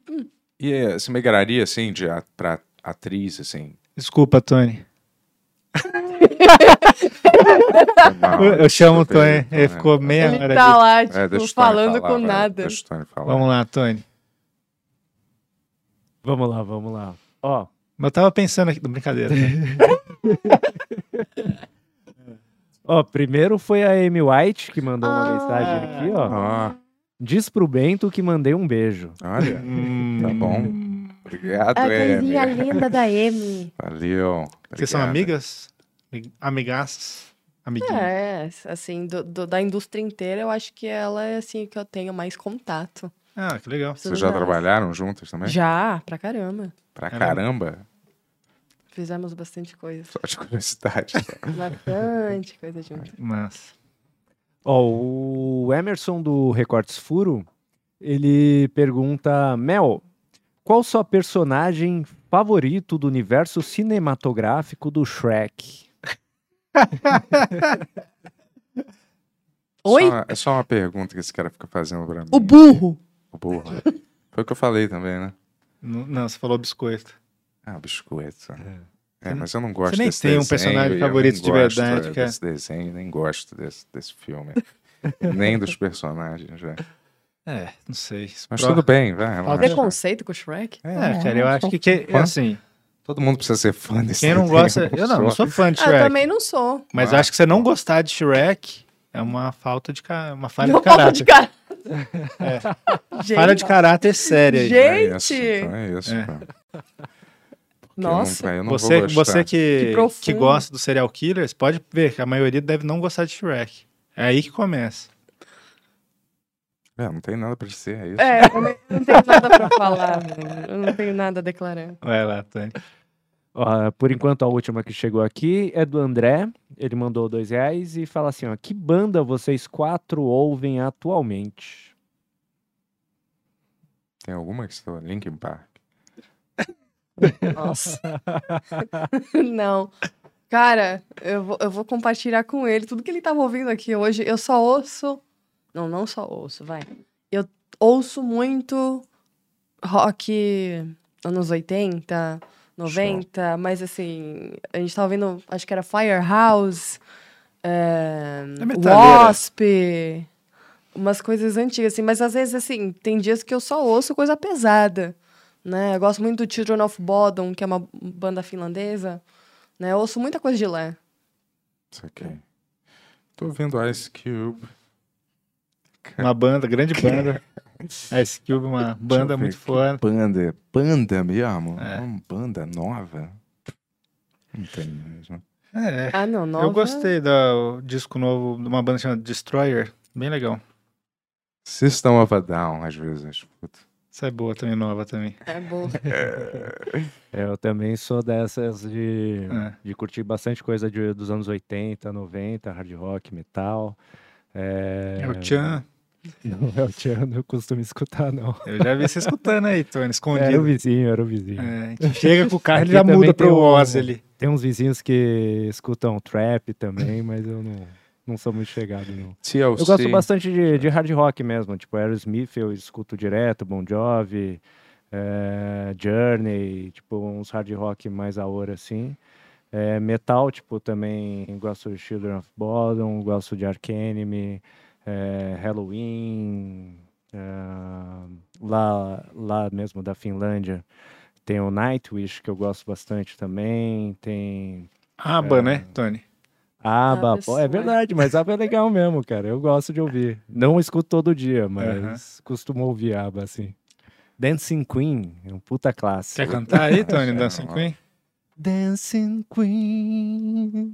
S2: E eh, você migraria, assim, de a, pra atriz, assim?
S3: Desculpa, Tony.
S2: Não,
S3: Eu- eu chamo o
S2: deixa eu
S3: Tony.
S2: ver,
S3: Ele ficou meia
S5: Ele
S3: hora
S5: tá
S3: ali.
S5: lá,
S2: É,
S5: tipo,
S2: deixa o Tony
S5: falando
S2: falar, vai,
S5: com nada.
S2: Deixa o Tony falar.
S3: Vamos lá, Tony.
S4: Vamos lá, vamos lá. Ó,
S3: Mas eu tava pensando aqui. Brincadeira. tá?
S4: ó, primeiro foi a Amy White que mandou uma
S5: Ah.
S4: mensagem aqui, ó.
S2: Ah,
S4: Diz pro Bento que mandei um beijo.
S2: olha.
S3: Hum,
S2: Tá bom. Obrigado,
S5: A
S2: Amy.
S5: coisinha linda da Amy.
S2: Valeu.
S3: Vocês são
S2: Obrigado.
S3: amigas? Ami- Amigaças? Amiguinhas?
S5: É, assim, do- do- da indústria inteira, eu acho que ela é assim que eu tenho mais contato.
S3: Ah, que legal.
S2: Vocês já trabalharam juntas também?
S5: Já, pra caramba.
S2: Pra
S3: Caramba.
S2: caramba.
S5: Fizemos bastante coisa.
S2: Só de curiosidade.
S5: Bastante coisa junto.
S3: Mas.
S4: Ó, o Emerson do Recortes Furo, ele pergunta, Mel, qual sua personagem favorito do universo cinematográfico do Shrek?
S5: Oi?
S2: Só- é só uma pergunta que esse cara fica fazendo pra mim.
S5: O burro!
S2: O burro. é. Foi o que eu falei também, né?
S3: Não, não, você falou biscoito.
S2: Ah, biscoito. É, mas eu não gosto
S3: Você nem
S2: desse
S3: tem um
S2: desenho,
S3: personagem
S2: eu
S3: favorito
S2: nem
S3: de
S2: gosto,
S3: verdade,
S2: é,
S3: cara.
S2: Desse desenho, nem gosto desse, desse filme. nem dos personagens, né?
S3: É, não sei. Isso
S2: Mas
S3: pro-
S2: tudo bem, vai. relaxa.
S5: Preconceito com o Shrek?
S3: É, cara, eu acho que, que
S2: fã.
S3: assim,
S2: Todo mundo precisa ser fã desse
S3: quem não
S2: desenho,
S3: gosta. Eu não, não sou fã de
S5: Ah, eu
S3: Shrek.
S5: também não sou.
S3: Mas
S2: é?
S3: eu acho que você não gostar de Shrek é uma falta de ca- uma falha
S5: não
S3: de
S5: falo
S3: caráter.
S5: de cara. Gente,
S3: Falha de caráter séria. aí.
S5: Gente,
S2: É isso, então é isso,
S3: É.
S2: cara. Eu não-
S5: Nossa,
S2: eu não vou
S3: Você,
S2: gostar.
S3: você
S5: Que
S3: que, que,
S5: profundo.
S3: gosta do serial killers, pode ver que a maioria deve não gostar de Shrek. É aí que começa.
S2: É, não tem nada pra dizer, é isso.
S5: é, eu também não tenho nada pra falar. mano. Eu não tenho nada a declarar.
S3: Vai lá, Tony.
S4: Ó, por enquanto, a última que chegou aqui é do André. Ele mandou dois reais e fala assim: ó, que banda vocês quatro ouvem atualmente?
S2: Tem alguma que você falou? Linkin Park.
S5: Nossa. não. Cara, eu vou, eu vou compartilhar com ele tudo que ele tava ouvindo aqui hoje. Eu só ouço. Não, não só ouço, vai. Eu ouço muito rock anos 80, 90, mas assim, a gente tava ouvindo, acho que era Firehouse, é,
S3: É metaleira.
S5: Wasp, umas coisas antigas, assim, mas às vezes, assim, tem dias que eu só ouço coisa pesada, né? Eu gosto muito do Children of Bodom, que é uma banda finlandesa, né? Eu ouço muita coisa de lá.
S2: Isso aqui. Tô ouvindo Ice Cube.
S3: Uma banda, grande banda. Ice Cube, uma banda é muito foda.
S2: Panda. é Panda mesmo?
S3: É.
S2: É. Uma banda nova? Não tem mesmo.
S3: É,
S5: Ah, não, nova...
S3: eu gostei do disco novo de uma banda chamada Destroyer. Bem legal.
S2: System of a Down, às vezes. Puta.
S3: Essa é boa também, nova também.
S5: É bom.
S2: É.
S4: Eu também sou dessas de,
S3: É.
S4: de curtir bastante coisa de- dos anos 80, 90, hard rock, metal. É,
S3: É o Chan.
S4: Não é o Tchan, não costumo escutar, não.
S3: Eu já vi você escutando aí, Tony,
S4: Era o
S3: escondido.
S4: vizinho, era o vizinho.
S3: É, a gente chega com o carro, ele
S4: Aqui
S3: já
S4: também
S3: muda
S4: tem
S3: pro
S4: o-
S3: Oz ali.
S4: Tem uns vizinhos que escutam trap também, mas eu não, não sou muito chegado, não.
S2: TLC.
S4: Eu gosto bastante de, de hard rock mesmo, tipo Aerosmith eu escuto direto, Bon Jovi, eh, Journey, tipo uns hard rock mais a hora assim. Eh, metal, tipo, também gosto de Children of Bodom, gosto de Arcanime, eh, Halloween, ah, lá, lá mesmo da Finlândia. Tem o Nightwish, que eu gosto bastante também. Tem
S3: Aba, né, Tony?
S4: Aba, pô, é
S5: Absurdo.
S4: verdade, mas Aba é legal mesmo, cara. Eu gosto de ouvir. Não escuto todo dia, mas costumo ouvir Aba, assim. Dancing Queen, é um puta
S3: Quer
S4: clássico.
S3: cantar aí, Tony,
S2: Não.
S3: Dancing Queen?
S4: Dancing Queen.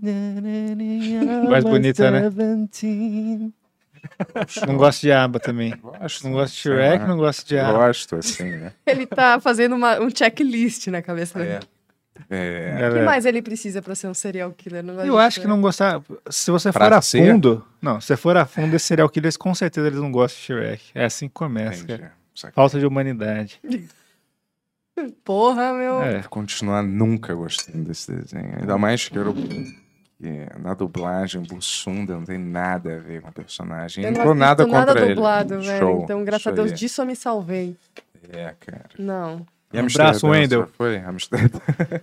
S3: Voz bonita, né?
S4: né?
S3: Não gosto de aba também.
S2: Gosto.
S3: Não gosto de
S2: sei
S3: Shrek,
S2: lá.
S3: não gosto de aba.
S2: Gosto, assim, né?
S5: Ele tá fazendo uma- um checklist na
S3: Ah,
S5: cabeça dele.
S2: É. É,
S5: O que
S3: galera.
S5: mais ele precisa pra ser um serial killer? Não gosto
S3: Eu
S5: de
S3: acho que
S5: Shrek.
S3: não gostar. Se você
S2: Pra
S3: for a
S2: ser?
S3: fundo. Não, se você for a fundo, esse serial killers com certeza eles não gostam de Shrek. É assim que começa, cara.
S2: entendi. Só que
S3: Falta de humanidade.
S5: né? Porra, meu.
S3: É.
S2: continuar nunca gostando desse desenho. Ainda mais que era o- que na dublagem, o Bussunda não tem nada a ver com o personagem.
S5: Eu
S2: não
S5: não
S2: tô nada
S5: assisto
S2: contra
S5: nada
S2: ele.
S5: dublado, velho.
S2: Show,
S5: então, graças
S2: isso
S5: a Deus,
S2: aí.
S5: disso eu me salvei.
S2: É, cara.
S5: Não.
S2: E
S3: Um
S2: Amsterdã,
S3: abraço, Wendel.
S2: já Foi? Amsterdã. É.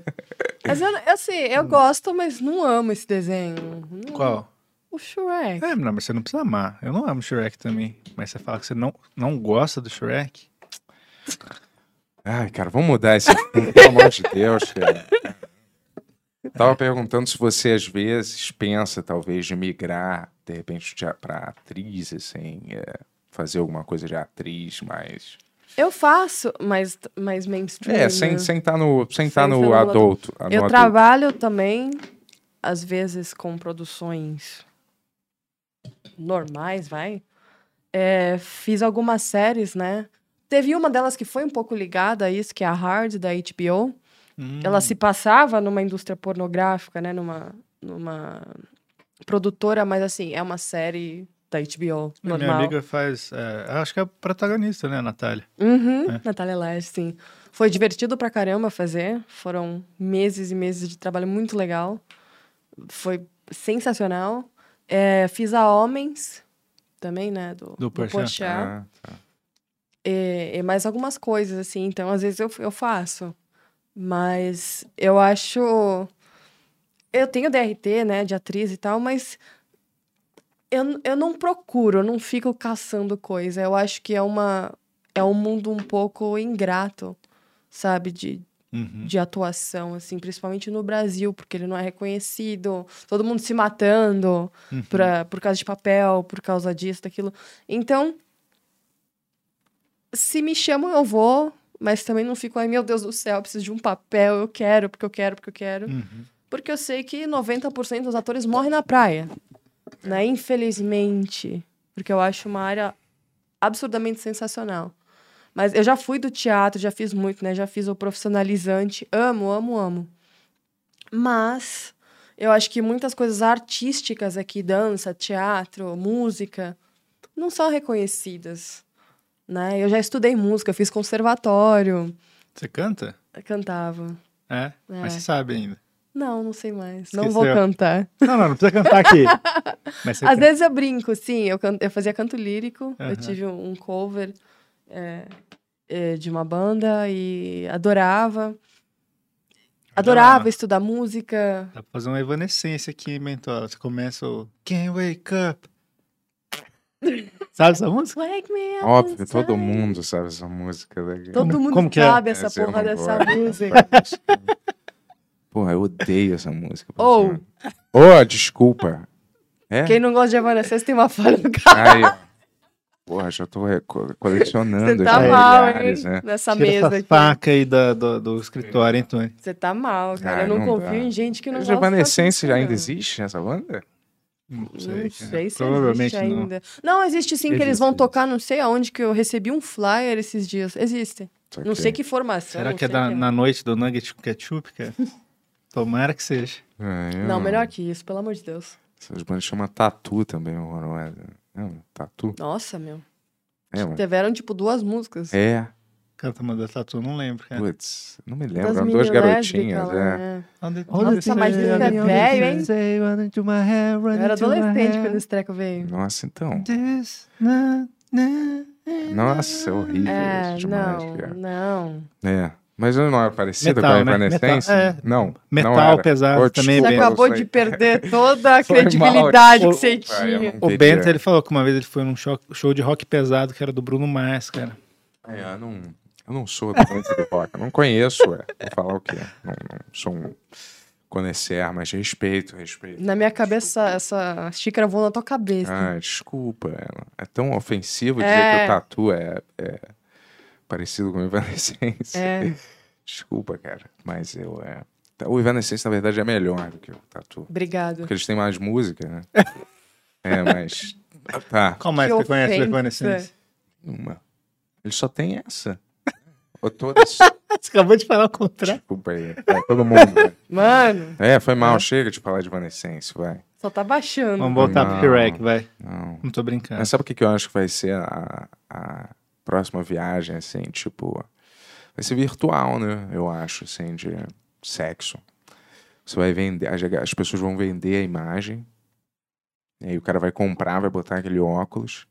S5: Mas eu, eu, assim,
S2: Hum.
S5: eu gosto, mas não amo esse desenho. Não-
S3: Qual?
S5: O Shrek.
S3: É, não, mas você não precisa amar. Eu não amo Shrek também. Mas você fala que você não, não gosta do Shrek?
S2: Ai, cara, vamos mudar esse assunto, pelo amor de Deus, cara. Tava perguntando se você às vezes pensa, talvez, de migrar, de repente, de a- pra atriz, assim, é, fazer alguma coisa de atriz, mas.
S5: Eu faço, mas, mas mainstream.
S2: É, sem
S5: né?
S2: estar sem tá no, sem tá
S5: Sem ser
S2: no
S5: no
S2: adulto. no
S5: Eu
S2: adulto. né?
S5: trabalho também, às vezes, com produções normais, vai. É, fiz algumas séries, né? Teve uma delas que foi um pouco ligada a isso, que é a Hard, da HBO.
S3: Uhum.
S5: Ela se passava numa indústria pornográfica, né? Numa, numa produtora, mas assim, é uma série da HBO
S3: É Hum, Minha
S5: normal.
S3: amiga faz. é, acho que é a protagonista, né, a Natália?
S5: Uhum,
S3: É.
S5: Natália Laje, sim. Foi divertido pra caramba fazer. Foram meses e meses de trabalho muito legal. Foi sensacional. É, fiz a Homens também, né? Do,
S3: Do Porchat.
S5: Porchat.
S2: Ah, tá.
S5: E, e É, mais algumas coisas, assim. Então, às vezes eu, eu faço. Mas eu acho. Eu tenho DRT, né, de atriz e tal, mas eu, n- eu não procuro, eu não fico caçando coisa. Eu acho que é uma. É um mundo um pouco ingrato, sabe? De,
S3: Uhum.
S5: de atuação, assim, principalmente no Brasil, porque ele não é reconhecido, todo mundo se matando
S3: Uhum.
S5: pra, por causa de papel, por causa disso, daquilo. Então, se me chamam, eu vou, mas também não fico, ai meu Deus do céu, eu preciso de um papel, eu quero, porque eu quero, porque eu quero.
S3: Uhum.
S5: Porque eu sei que 90% dos atores morrem na praia. Né? Infelizmente. Porque eu acho uma área absurdamente sensacional. Mas eu já fui do teatro, já fiz muito, né? Já fiz o profissionalizante. Amo, amo, amo. Mas eu acho que muitas coisas artísticas aqui, dança, teatro, música, não são reconhecidas. Né? Eu já estudei música, eu fiz conservatório,
S3: Você canta?
S5: eu cantava.
S3: É, Mas
S5: É.
S3: você sabe ainda.
S5: Não, não sei mais. Não
S3: Esqueceu.
S5: vou cantar.
S3: Não, não, não precisa cantar aqui. Mas você
S5: Às
S3: canta.
S5: vezes eu brinco, sim. Eu, can- eu fazia canto lírico.
S3: Aham.
S5: Eu tive um um cover é, é, de uma banda e adorava. Adorava estudar música.
S3: Dá pra fazer uma evanescência aqui, mentor. Você começa o Can't Wake Up. Sabe essa música?
S5: Wake me up
S2: Óbvio, todo
S5: inside.
S2: mundo sabe essa música. Né?
S5: Todo
S3: Como-
S5: mundo
S3: como que é?
S5: sabe essa
S2: Mas eu
S5: porra
S2: não
S5: dessa
S2: gosto.
S5: música.
S2: Porra, eu odeio essa música. por
S5: Ou.
S2: cima. Ô, desculpa. É?
S5: Quem não gosta de Evanescence tem uma falha no cara.
S2: Ai, porra, já tô re- co- colecionando.
S5: Você tá
S2: esses
S5: mal, hein?
S2: milhares, né?
S5: Nessa
S3: Tira
S5: mesa
S3: essa
S5: aqui.
S3: faca aí da- do, do escritório, hein, Tony?
S5: Você tá mal, cara.
S2: Ah,
S5: eu não,
S2: não
S5: confio
S2: dá.
S5: em gente que não
S2: Mas
S5: gosta. da
S2: Evanescence
S5: música.
S2: ainda existe essa banda?
S3: Não
S5: Não
S3: cara.
S5: sei se
S3: Provavelmente
S5: existe
S3: não.
S5: ainda. Não, existe sim, que eles
S3: Existe,
S5: vão
S3: existe.
S5: tocar, não sei aonde, que eu recebi um flyer esses dias. Existe.
S2: Isso
S5: Não
S2: aqui.
S5: sei que formação.
S3: Será
S5: não
S3: que é
S5: sei
S3: da-
S5: quem.
S3: na noite do Nugget com ketchup, cara? Tomara que seja.
S2: Ah, eu
S5: Não, melhor que isso, pelo amor de Deus.
S2: Essas bandas chamam Tatu também, horrorosa. Não, É um Tatu?
S5: Nossa, meu.
S2: É, mano.
S5: Tiveram, tipo, duas músicas.
S2: É,
S3: Canta uma da Tatu, não lembro, cara.
S2: putz, não me
S5: é. Das
S2: lembro. Eram duas
S5: meninas
S2: garotinhas,
S5: lésbicas
S2: é.
S5: lá, né?
S3: Onde-
S5: Nossa,
S3: onde
S5: mas
S3: você-
S5: isso é
S3: onde
S5: velho, hein?
S3: você run into my hair, run
S5: Eu era
S3: into my
S5: adolescente
S3: hair.
S5: quando esse treco veio.
S2: Nossa, então.
S3: This, na, na,
S2: Nossa, é horrível
S5: É,
S2: isso demais,
S5: não,
S2: cara.
S5: não.
S2: É. Mas eu não era parecido
S3: Metal,
S2: com a
S3: né?
S2: Evanescence?
S3: Metal,
S2: Não.
S3: Metal
S2: não era.
S3: pesado
S2: Ô,
S3: também,
S2: desculpa,
S5: Você
S3: Bento.
S2: eu
S5: acabou de
S2: sei.
S5: perder toda a
S2: Foi mal,
S5: credibilidade que
S2: desculpa, é,
S5: você
S2: eu não
S5: tinha.
S3: O
S2: queria.
S3: Bento, ele falou que uma vez ele foi num show, show de rock pesado que era do Bruno Mars, cara.
S2: É, eu não, eu não sou
S5: É.
S2: do Bento do rock. Eu não conheço, é. Vou falar o quê? Não, não sou um conhecer, mas respeito, respeito.
S5: Na minha cabeça, essa xícara voou na tua cabeça.
S2: Ah, desculpa. É, é tão ofensivo dizer
S5: É.
S2: que o Tatu é, é parecido com o Evanescence.
S5: É.
S2: Desculpa, cara. Mas eu... É... O Evanescence, na verdade, é melhor do que o Tatu.
S5: Obrigado.
S2: Porque eles têm mais música, né? é, mas Tá.
S3: Qual mais
S5: Que
S3: você conhece do
S5: ofensa.
S3: Evanescence?
S2: Uma. Ele só tem essa. Ou todas.
S3: Você acabou de falar o contrário.
S2: Desculpa aí. Vai, todo mundo. né? vai.
S5: Mano,
S2: É, foi mal. Chega de falar de Evanescence, vai.
S5: só tá baixando.
S3: Vamos voltar pro
S2: Não.
S3: Shrek, vai.
S2: Não.
S3: Não tô
S5: É.
S3: brincando.
S2: Mas sabe o que, que eu acho que vai ser a, a próxima viagem, assim, tipo... Vai ser virtual, né? Eu acho, assim, de sexo. Você vai vender... As, as pessoas vão vender a imagem. E aí o cara vai comprar, vai botar aquele óculos.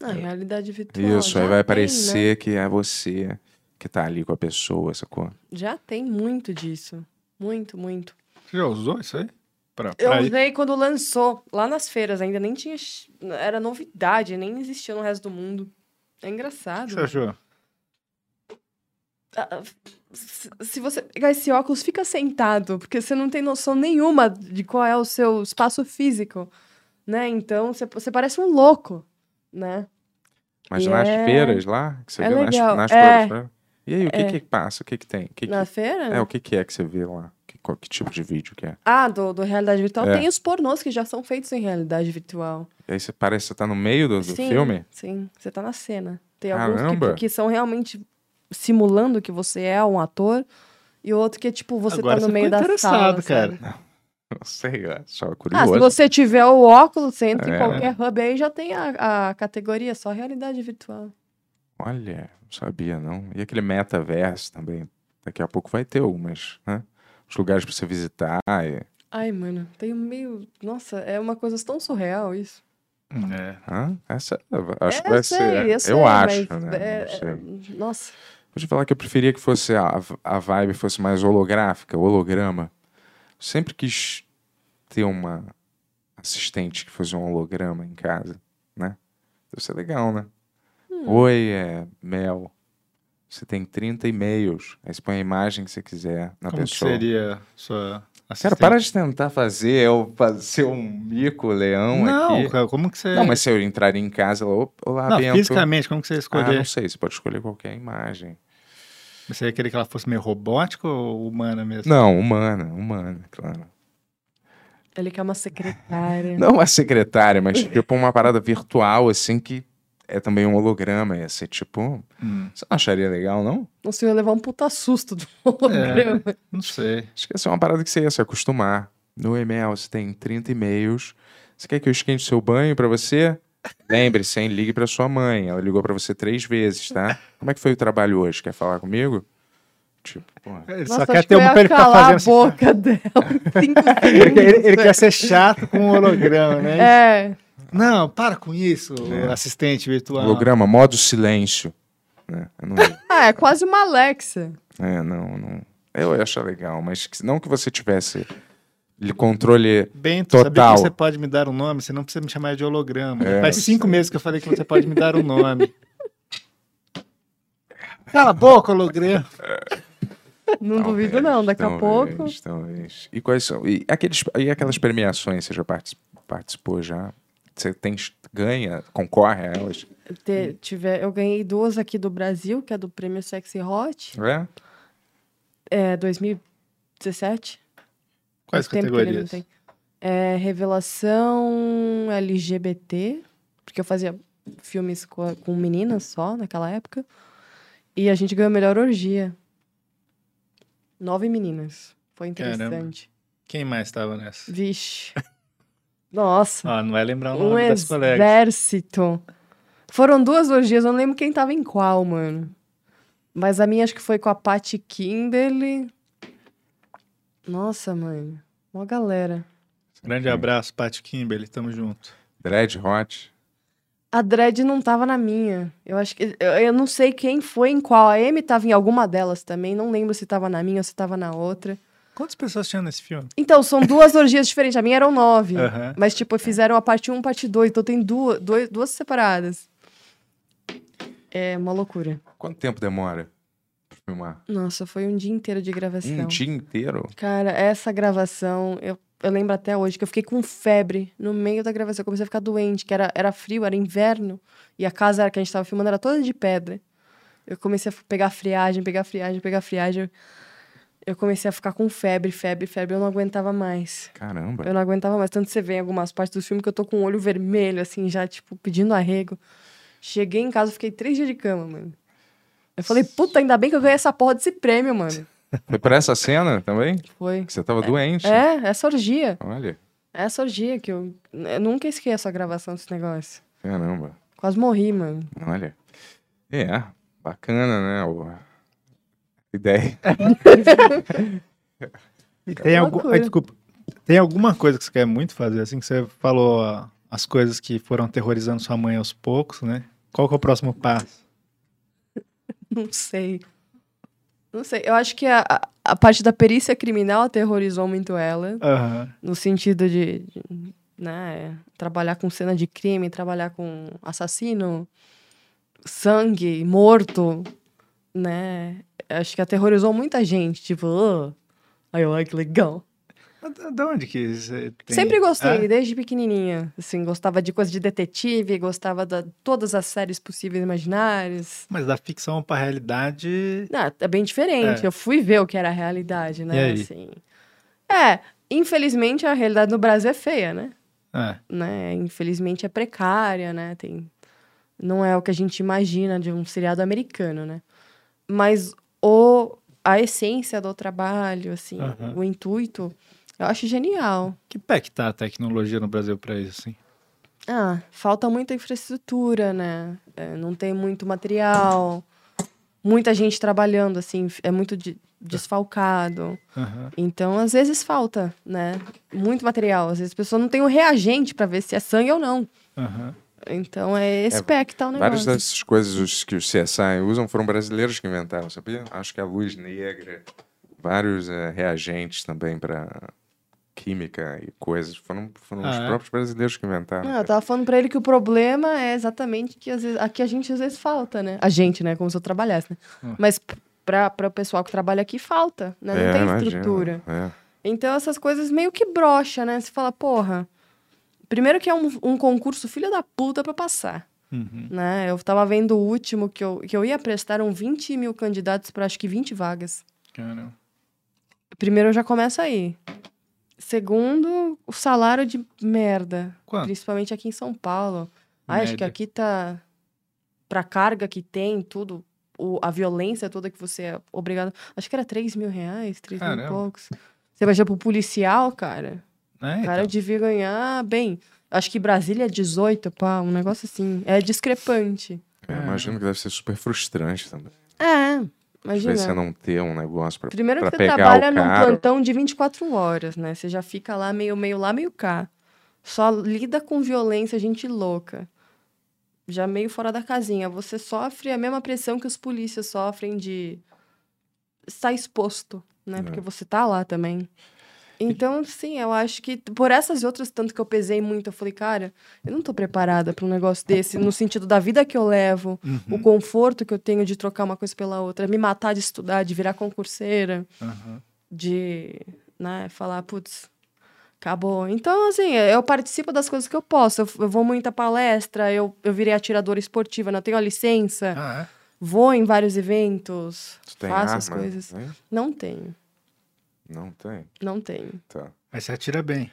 S5: Na realidade virtual.
S2: Isso, aí
S5: já
S2: vai
S5: tem, né?
S2: aparecer que é você que tá ali com a pessoa, sacou?
S5: Já tem muito disso. Muito, muito.
S3: Você já usou isso aí? Pra,
S5: Eu
S3: pra ir?
S5: usei quando lançou, lá nas feiras ainda, nem tinha. ch- Era novidade, nem existia no resto do mundo. É
S3: O
S5: engraçado.
S3: que você achou?
S5: Ah, se se você pegar esse óculos, fica sentado, porque você não tem noção nenhuma de qual é o seu espaço físico, né? Então, você, você parece um louco, né?
S2: Mas
S5: E
S2: nas
S5: é-
S2: feiras lá, que você
S5: é
S2: vê
S5: legal,
S2: nas, nas
S5: é.
S2: feiras, né? E aí, o que que passa? O que que tem? O que que-
S5: Na feira?
S2: É, o que que é que você vê lá? Que, qual- que tipo de vídeo que é?
S5: Ah, do, do realidade virtual.
S2: É.
S5: Tem os pornôs que já são feitos em realidade virtual.
S2: E aí você parece que você tá no meio do, do
S5: sim,
S2: filme?
S5: Sim, você tá na cena. Tem alguns
S2: Caramba!
S5: que, que são realmente simulando que você é um ator, e outro que é tipo, você
S3: Agora
S5: tá
S3: você
S5: no meio
S3: ficou
S5: da sala.
S3: interessado, cara.
S5: sabe?
S2: Não sei, é só
S5: Ah, se
S2: curioso.
S5: você tiver o óculos, você entra
S2: É.
S5: em qualquer hub aí já tem a, a categoria, só realidade virtual.
S2: Olha, não sabia não. E aquele metaverso também. Daqui a pouco vai ter algumas, né? Os lugares pra você visitar. E...
S5: Ai, mano, tem meio. Nossa, é uma coisa tão surreal isso.
S3: É.
S2: Hã? Essa acho
S5: É,
S2: que vai
S5: eu sei,
S2: ser.
S5: eu sei,
S2: acho,
S5: mas
S2: né?
S5: é-
S2: Não sei.
S5: é- Nossa,
S2: Vou te falar que eu preferia que fosse a, a vibe fosse mais holográfica, holograma. Sempre quis ter uma assistente que fosse um holograma em casa, né? Deve ser legal, né? Oi, é, Mel. Você tem 30 e-mails. Aí você põe a imagem que você quiser na
S3: Como que
S2: pessoa.
S3: seria sua
S2: Cara,
S3: assistente?
S2: para de tentar fazer eu fazer um mico leão
S3: Não, tá
S2: aqui.
S3: cara, como que você...
S2: Não, mas se eu entraria em casa, ela, "Opa, olá,
S3: Não,
S2: Bento.
S3: fisicamente, como que você ia
S2: Ah,
S3: escolher?
S2: não sei, você pode escolher qualquer imagem.
S3: Você ia querer que ela fosse meio robótica ou humana mesmo?
S2: Não, humana, humana, claro.
S5: ele quer uma secretária.
S2: Não uma secretária, mas tipo uma parada virtual, assim, que é também um holograma. Ia ser tipo.
S3: Hum,
S2: Você não acharia legal, não?
S5: Não sei, eu ia levar um puta susto do holograma.
S3: não sei.
S2: Acho que essa é uma parada que você ia se acostumar. No e-mail, você tem 30 e-mails. Você quer que eu esquente seu banho pra você? Lembre-se, hein? Ligue pra sua mãe. Ela ligou pra você três vezes, tá? Como é que foi o trabalho hoje? Quer falar comigo? Tipo, porra.
S3: Ele
S5: Nossa,
S3: só
S5: acho
S3: quer
S5: que
S3: ter
S5: eu
S3: uma
S5: ia
S3: pra ele ficar fazendo...
S5: calar
S3: assim,
S5: a boca dela. em cinco
S3: Ele, quer- ele- ele
S5: segundos.
S3: quer ser chato com o holograma, né?
S5: É,
S3: Não, para com isso, assistente virtual.
S2: É. Holograma, modo silêncio. né? Eu não ia.
S5: ah, é quase uma Alexa.
S2: É, não, não. Eu ia achar legal, mas que- não que você tivesse li- controle.
S3: Bento,
S2: Total.
S3: sabia que você pode me dar um nome? Você não precisa me chamar de holograma.
S2: É,
S3: Faz
S2: eu
S3: cinco
S2: sei.
S3: meses que eu falei que você pode me dar um nome. Cala a boca, holograma.
S5: Não duvido, não. Daqui a
S2: talvez,
S5: pouco.
S2: Talvez. E quais são? E, aqueles, e aquelas premiações, você já partic- participou já? Você tem, ganha, concorre a elas?
S5: te- tiver, eu ganhei duas aqui do Brasil, que é do Prêmio Sexy Hot,
S2: É?
S5: é 2017.
S3: Quais
S5: Faz tempo que ele não
S3: categorias?
S5: tem. É, revelação LGBT, porque eu fazia filmes co- com, meninas só naquela época. E a gente ganhou a melhor orgia. Nove meninas. Foi
S3: Caramba.
S5: interessante.
S3: Quem mais estava nessa?
S5: Vixe. Nossa.
S3: Ah, não vai lembrar o
S5: um
S3: nome das colegas.
S5: exército. Foram duas orgias, eu não lembro quem tava em qual, mano. Mas a minha acho que foi com a Paty Kimberly. Nossa, mano. Uma galera.
S3: Grande abraço, Paty Kimberly, tamo junto.
S2: Dread Hot?
S5: A dread não tava na minha. Eu acho que. Eu, eu não sei quem foi em qual. A Amy tava em alguma delas também. Não lembro se tava na minha ou se tava na outra.
S3: Quantas pessoas tinham nesse filme?
S5: Então, são duas orgias diferentes. A minha eram nove.
S3: Aham.
S5: Mas, tipo, fizeram a parte 1 e parte 2. Então tem duas, dois, duas separadas. É uma loucura.
S2: Quanto tempo demora pra filmar?
S5: Nossa, foi um dia inteiro de gravação.
S2: Um dia inteiro?
S5: Cara, essa gravação, eu, eu lembro até hoje que eu fiquei com febre no meio da gravação. Eu comecei a ficar doente, que era, era frio, era inverno. E a casa que a gente tava filmando era toda de pedra. Eu comecei a pegar friagem, pegar friagem, pegar friagem. eu comecei a ficar com febre, febre, febre. Eu não aguentava mais.
S2: Caramba.
S5: Eu não aguentava mais. Tanto que você vê em algumas partes do filme que eu tô com o olho vermelho, assim, já, tipo, pedindo arrego. Cheguei em casa, fiquei três dias de cama, mano. Eu falei, puta, ainda bem que eu ganhei essa porra desse prêmio, mano.
S2: Foi pra essa cena também?
S5: Foi.
S2: Que Você tava doente.
S5: É, essa orgia. É
S2: Olha,
S5: Essa orgia que eu. Eu nunca esqueço a gravação desse negócio.
S2: caramba.
S5: Quase morri, mano.
S2: Olha. É, bacana, né? o- Ideia.
S3: E tem algum...
S5: loucura.
S3: ah, desculpa. Tem alguma coisa que você quer muito fazer? Assim que você falou ah, as coisas que foram aterrorizando sua mãe aos poucos, né? Qual que é o próximo passo?
S5: Não sei. Não sei. Eu acho que a, a, a parte da perícia criminal aterrorizou muito ela.
S3: Aham.
S5: No sentido de, de, né, trabalhar com cena de crime, trabalhar com assassino, sangue, morto, né? Acho que aterrorizou muita gente. Tipo, "Ah, ai, olha que legal.
S3: Da- Da onde que você tem?
S5: Sempre gostei,
S3: Ah,
S5: desde pequenininha. Assim, gostava de coisa de detetive, gostava de todas as séries possíveis e imaginárias.
S3: mas da ficção pra realidade.
S5: Não, é bem diferente.
S3: É.
S5: Eu fui ver o que era a realidade, né?
S3: E aí?
S5: Assim. É, infelizmente a realidade no Brasil é feia, né?
S3: Ah,
S5: né? Infelizmente é precária, né? Tem... Não é o que a gente imagina de um seriado americano, né? Mas o... a essência do trabalho, assim,
S3: Aham.
S5: o intuito, eu acho genial.
S3: que pé que tá a tecnologia no Brasil pra isso, assim?
S5: Ah, falta muita infraestrutura, né? É, não tem muito material, muita gente trabalhando, assim, é muito de- desfalcado.
S3: Aham.
S5: Então, às vezes falta, né? Muito material. Às vezes a pessoa não tem o reagente pra ver se é sangue ou não.
S3: Aham.
S5: Então é esse
S2: É,
S5: pé que tá o
S2: Várias
S5: negócio.
S2: dessas coisas os- que os CSI usam foram brasileiros que inventaram, sabia? Acho que a luz negra, vários eh, reagentes também para química e coisas. Foram, foram os
S3: Ah, é?
S2: próprios brasileiros que inventaram.
S5: Não, tá, eu tava falando pra ele que o problema é exatamente que às vezes, aqui a gente às vezes falta, né? A gente, né? Como se eu trabalhasse, né?
S3: Hum.
S5: Mas p- pra, pra o pessoal que trabalha aqui falta, né? Não
S2: É,
S5: tem
S2: imagino,
S5: estrutura.
S2: é.
S5: Então essas coisas meio que brocha, né? Você fala, porra. Primeiro que é um, um concurso filha da puta pra passar,
S3: Uhum.
S5: né? Eu tava vendo o último que eu, que eu ia prestar, eram 20 mil candidatos pra acho que 20 vagas.
S3: Caramba.
S5: Primeiro, eu já começo aí. Segundo, o salário de merda.
S3: Quanto?
S5: Principalmente aqui em São Paulo. Ai, Acho que
S3: Média.
S5: aqui tá. Pra carga que tem, tudo. o- a violência toda que você é obrigado. Acho que era 3 mil reais, 3 mil e
S3: Caramba.
S5: poucos. Você imagina pro policial, cara.
S3: É,
S5: O cara
S3: então.
S5: devia ganhar bem. Acho que Brasília é 18, pá, um negócio assim. É discrepante.
S2: Eu é, imagino que deve ser super frustrante também.
S5: É,
S2: Às
S5: imagina.
S2: vezes você não ter um negócio para
S5: Primeiro
S2: pra
S5: que você
S2: pegar o
S5: trabalha num
S2: cara.
S5: plantão de 24 horas, né? Você já fica lá meio, meio lá, meio cá. Só lida com violência, gente louca. Já meio fora da casinha. Você sofre a mesma pressão que os polícias sofrem de estar exposto, né?
S2: É.
S5: Porque você tá lá também. Então, sim, eu acho que por essas e outras, tanto que eu pesei muito, eu falei, cara, eu não tô preparada pra um negócio desse, no sentido da vida que eu levo, o
S3: Uhum.
S5: conforto que eu tenho de trocar uma coisa pela outra, me matar de estudar, de virar concurseira,
S3: Aham.
S5: de né, falar, putz, acabou. Então, assim, eu participo das coisas que eu posso. Eu, eu vou muita palestra, eu, eu virei atiradora esportiva, não tenho a licença,
S3: Ah, é?
S5: vou em vários eventos,
S2: Tu tem
S5: faço
S2: arma,
S5: as coisas.
S2: né?
S5: Não tenho,
S2: Não tem.
S5: não tenho.
S2: Tá.
S3: Mas você atira bem.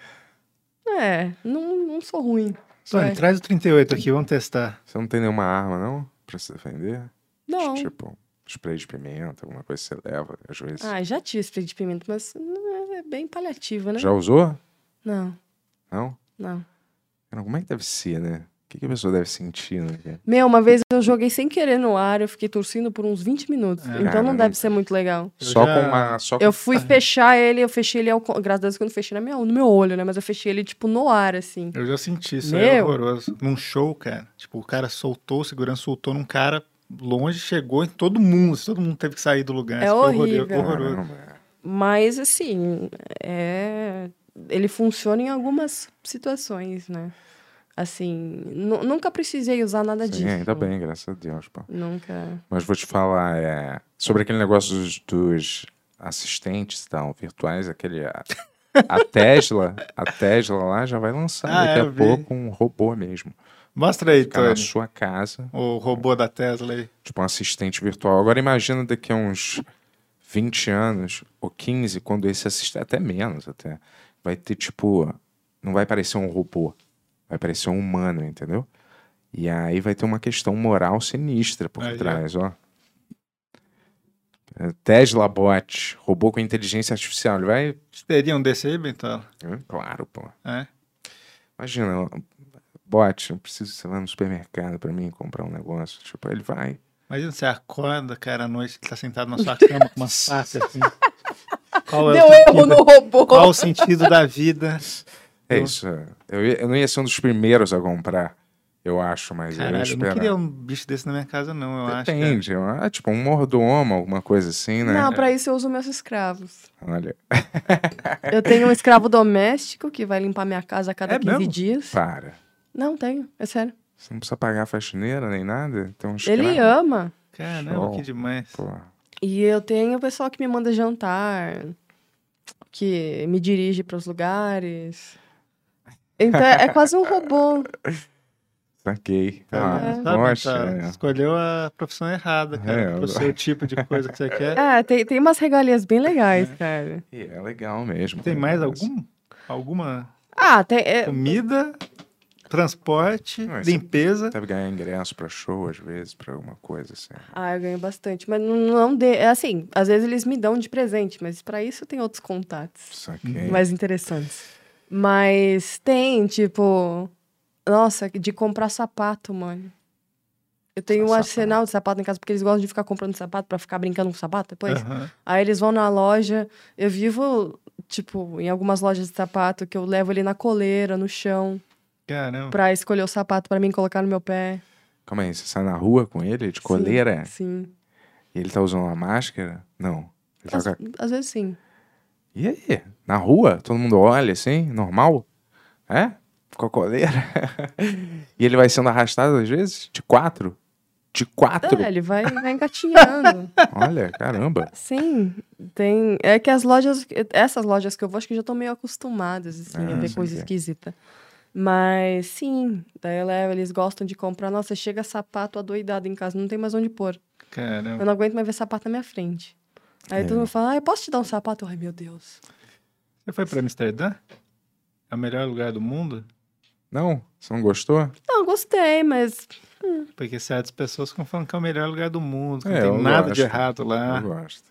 S5: É, não, não sou ruim.
S3: Tony,
S5: É.
S3: traz o 38 aqui, vamos testar.
S2: Você não tem nenhuma arma, não? Pra se defender?
S5: Não.
S2: Tipo, spray de pimenta, alguma coisa que você leva, às vezes.
S5: Ah, já tive spray de pimenta, mas não, é bem paliativo, né?
S2: Já usou?
S5: Não,
S2: Não?
S5: não.
S2: Cara, como é que deve ser, né? O que, que a pessoa deve sentir, né? cara?
S5: Meu, uma vez eu joguei sem querer no ar, eu fiquei torcendo por uns 20 minutos.
S3: Ah,
S5: então não
S2: É. caramba.
S5: deve ser muito legal.
S3: Eu
S2: Só
S3: já-
S2: com uma. Só com...
S5: Eu fui fechar ele, eu fechei ele ao. co- Graças a Deus que eu não fechei na minha, no meu olho, né? Mas eu fechei ele, tipo, no ar, assim.
S3: Eu já senti isso, é
S5: Meu.
S3: horroroso. Num show, cara. Tipo, o cara soltou, o segurança soltou num cara longe, chegou em todo mundo. assim, Todo mundo teve que sair do lugar.
S5: É
S3: isso foi horror-
S5: horrível.
S2: né?
S3: horroroso.
S2: Caramba.
S5: Mas, assim, é. Ele funciona em algumas situações, né? Assim, nu- nunca precisei usar nada
S2: Sim,
S5: disso.
S2: ainda bem, graças a Deus, pô.
S5: Nunca.
S2: Mas vou te falar, é, sobre aquele negócio dos, dos assistentes e tal, virtuais, aquele. A, a Tesla, a Tesla lá já vai lançar
S3: Ah,
S2: daqui
S3: é,
S2: a
S3: eu vi.
S2: pouco um robô mesmo.
S3: Mostra aí,
S2: Ficar na
S3: Tony.
S2: sua casa,
S3: O robô da Tesla aí.
S2: tipo um assistente virtual. Agora imagina daqui a uns 20 anos ou 15, quando esse assistir, até menos até, vai ter tipo, não vai parecer um robô, vai parecer um humano, entendeu? E aí vai ter uma questão moral sinistra por
S3: Aí, ó.
S2: trás, ó. É, Tesla Bot, robô com inteligência artificial, ele vai.
S3: Você teria um desse aí, Bentola?
S2: Hã? Claro, pô.
S3: É.
S2: Imagina, ó, bot, eu preciso, sei lá, no supermercado pra mim comprar um negócio. Tipo, ele vai.
S3: Imagina, você acorda, cara, à noite, ele tá sentado na sua cama com uma face assim. Qual é
S5: Deu
S3: o
S5: erro
S3: sentido-
S5: no robô.
S3: Qual o sentido da vida?
S2: É
S3: Eu-
S2: isso. é. Eu, ia- eu não ia ser um dos primeiros a comprar, eu acho, mas eu ia
S3: Caralho, eu não
S2: esperar.
S3: queria um bicho desse na minha casa, não, eu acho. cara.
S2: Depende, é tipo um mordomo, alguma coisa assim, né?
S5: Não, pra isso eu uso meus escravos.
S2: Olha,
S5: Eu tenho um escravo doméstico que vai limpar minha casa a cada
S3: É
S5: 15
S3: mesmo?
S5: dias.
S2: para.
S5: Não, tenho, é sério.
S2: Você não precisa pagar a faxineira nem nada? Tem um
S5: Ele
S2: escravo,
S5: ama.
S3: Caramba, que
S2: Show.
S3: demais.
S2: pô.
S5: E eu tenho o pessoal que me manda jantar, que me dirige para os lugares. Então é é quase um robô.
S2: Saquei.
S3: Tá
S2: Ah,
S3: vendo? Tá, Bentola?
S2: Poxa.
S3: Escolheu a profissão errada, cara,
S2: É,
S3: pro
S2: eu-
S3: seu tipo de coisa que você quer.
S5: É, tem, tem umas regalias bem legais, cara.
S2: É, é legal mesmo.
S3: Tem
S2: né?
S3: mais algum? Alguma
S5: Ah, tem. é-
S3: comida, transporte,
S2: Não, esse-
S3: limpeza.
S2: Sabe ganhar ingresso pra show, às vezes, pra alguma coisa assim.
S5: Ah, eu ganho bastante. Mas não, não de... É assim, às vezes eles me dão de presente, mas para isso tem outros contatos.
S2: Saquei.
S5: mais interessantes. Mas tem, tipo. Nossa, de comprar sapato, mano. Eu tenho um
S2: Sapato.
S5: arsenal de sapato em casa, porque eles gostam de ficar comprando sapato pra ficar brincando com sapato depois.
S3: Aham.
S5: Aí eles vão na loja. Eu vivo, tipo, em algumas lojas de sapato que eu levo ele na coleira, no chão,
S3: Caramba.
S5: pra escolher o sapato pra mim colocar no meu pé.
S2: Calma aí, você sai na rua com ele, de coleira,
S5: Sim.
S2: e ele tá usando uma máscara? Não. Ele tá
S5: Às,
S2: com a-
S5: às vezes sim.
S2: E aí? Na rua? Todo mundo olha assim, normal? É? Com a coleira? e ele vai sendo arrastado às vezes? De quatro? De quatro?
S5: Ah, ele vai, vai engatinhando.
S2: Olha, caramba.
S5: Sim, tem. É que as lojas, essas lojas que eu vou, acho que já estão meio acostumadas assim, a
S2: Ah,
S5: ver
S2: sim,
S5: coisa
S2: sim.
S5: esquisita. Mas sim, daí eu levo, eles gostam de comprar. Nossa, chega sapato adoidado em casa, não tem mais onde pôr.
S3: Caramba.
S5: Eu não aguento mais ver sapato na minha frente. Aí
S2: É.
S5: todo mundo fala, ah, eu posso te dar um sapato? Ai, meu Deus.
S3: Você foi pra Amsterdã? É o melhor lugar do mundo?
S2: Não? Você não gostou?
S5: Não, gostei, mas
S3: Porque certas pessoas ficam falando que é o melhor lugar do mundo, que
S2: É,
S3: não
S2: eu
S3: tem nada de
S2: gosto.
S3: errado lá,
S2: Eu gosto.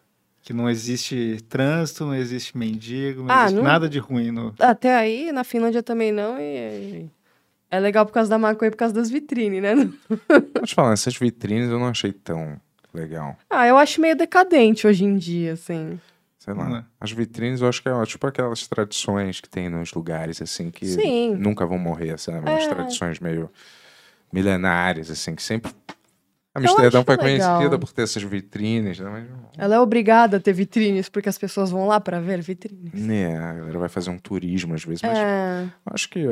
S3: que não existe trânsito, não existe mendigo, não
S5: Ah,
S3: existe
S5: não-
S3: nada de ruim no.
S5: até aí, na Finlândia também não. E, e- é legal por causa da maconha e por causa das vitrines, né?
S2: Vou te falar, essas vitrines eu não achei tão legal.
S5: Ah, eu acho meio decadente hoje em dia, assim.
S2: Sei lá.
S3: Não é.
S2: As vitrines eu acho que é ó, tipo aquelas tradições que tem nos lugares, assim, que
S5: Sim.
S2: nunca vão morrer, sabe? As
S5: É.
S2: tradições meio milenares, assim, que sempre.
S5: acho
S2: Amsterdã foi
S5: legal.
S2: conhecida por ter essas vitrines, né? Mas...
S5: Ela é obrigada a ter vitrines, porque as pessoas vão lá pra ver vitrines.
S2: Né, a galera vai fazer um turismo às vezes, mas
S5: É,
S2: eu acho que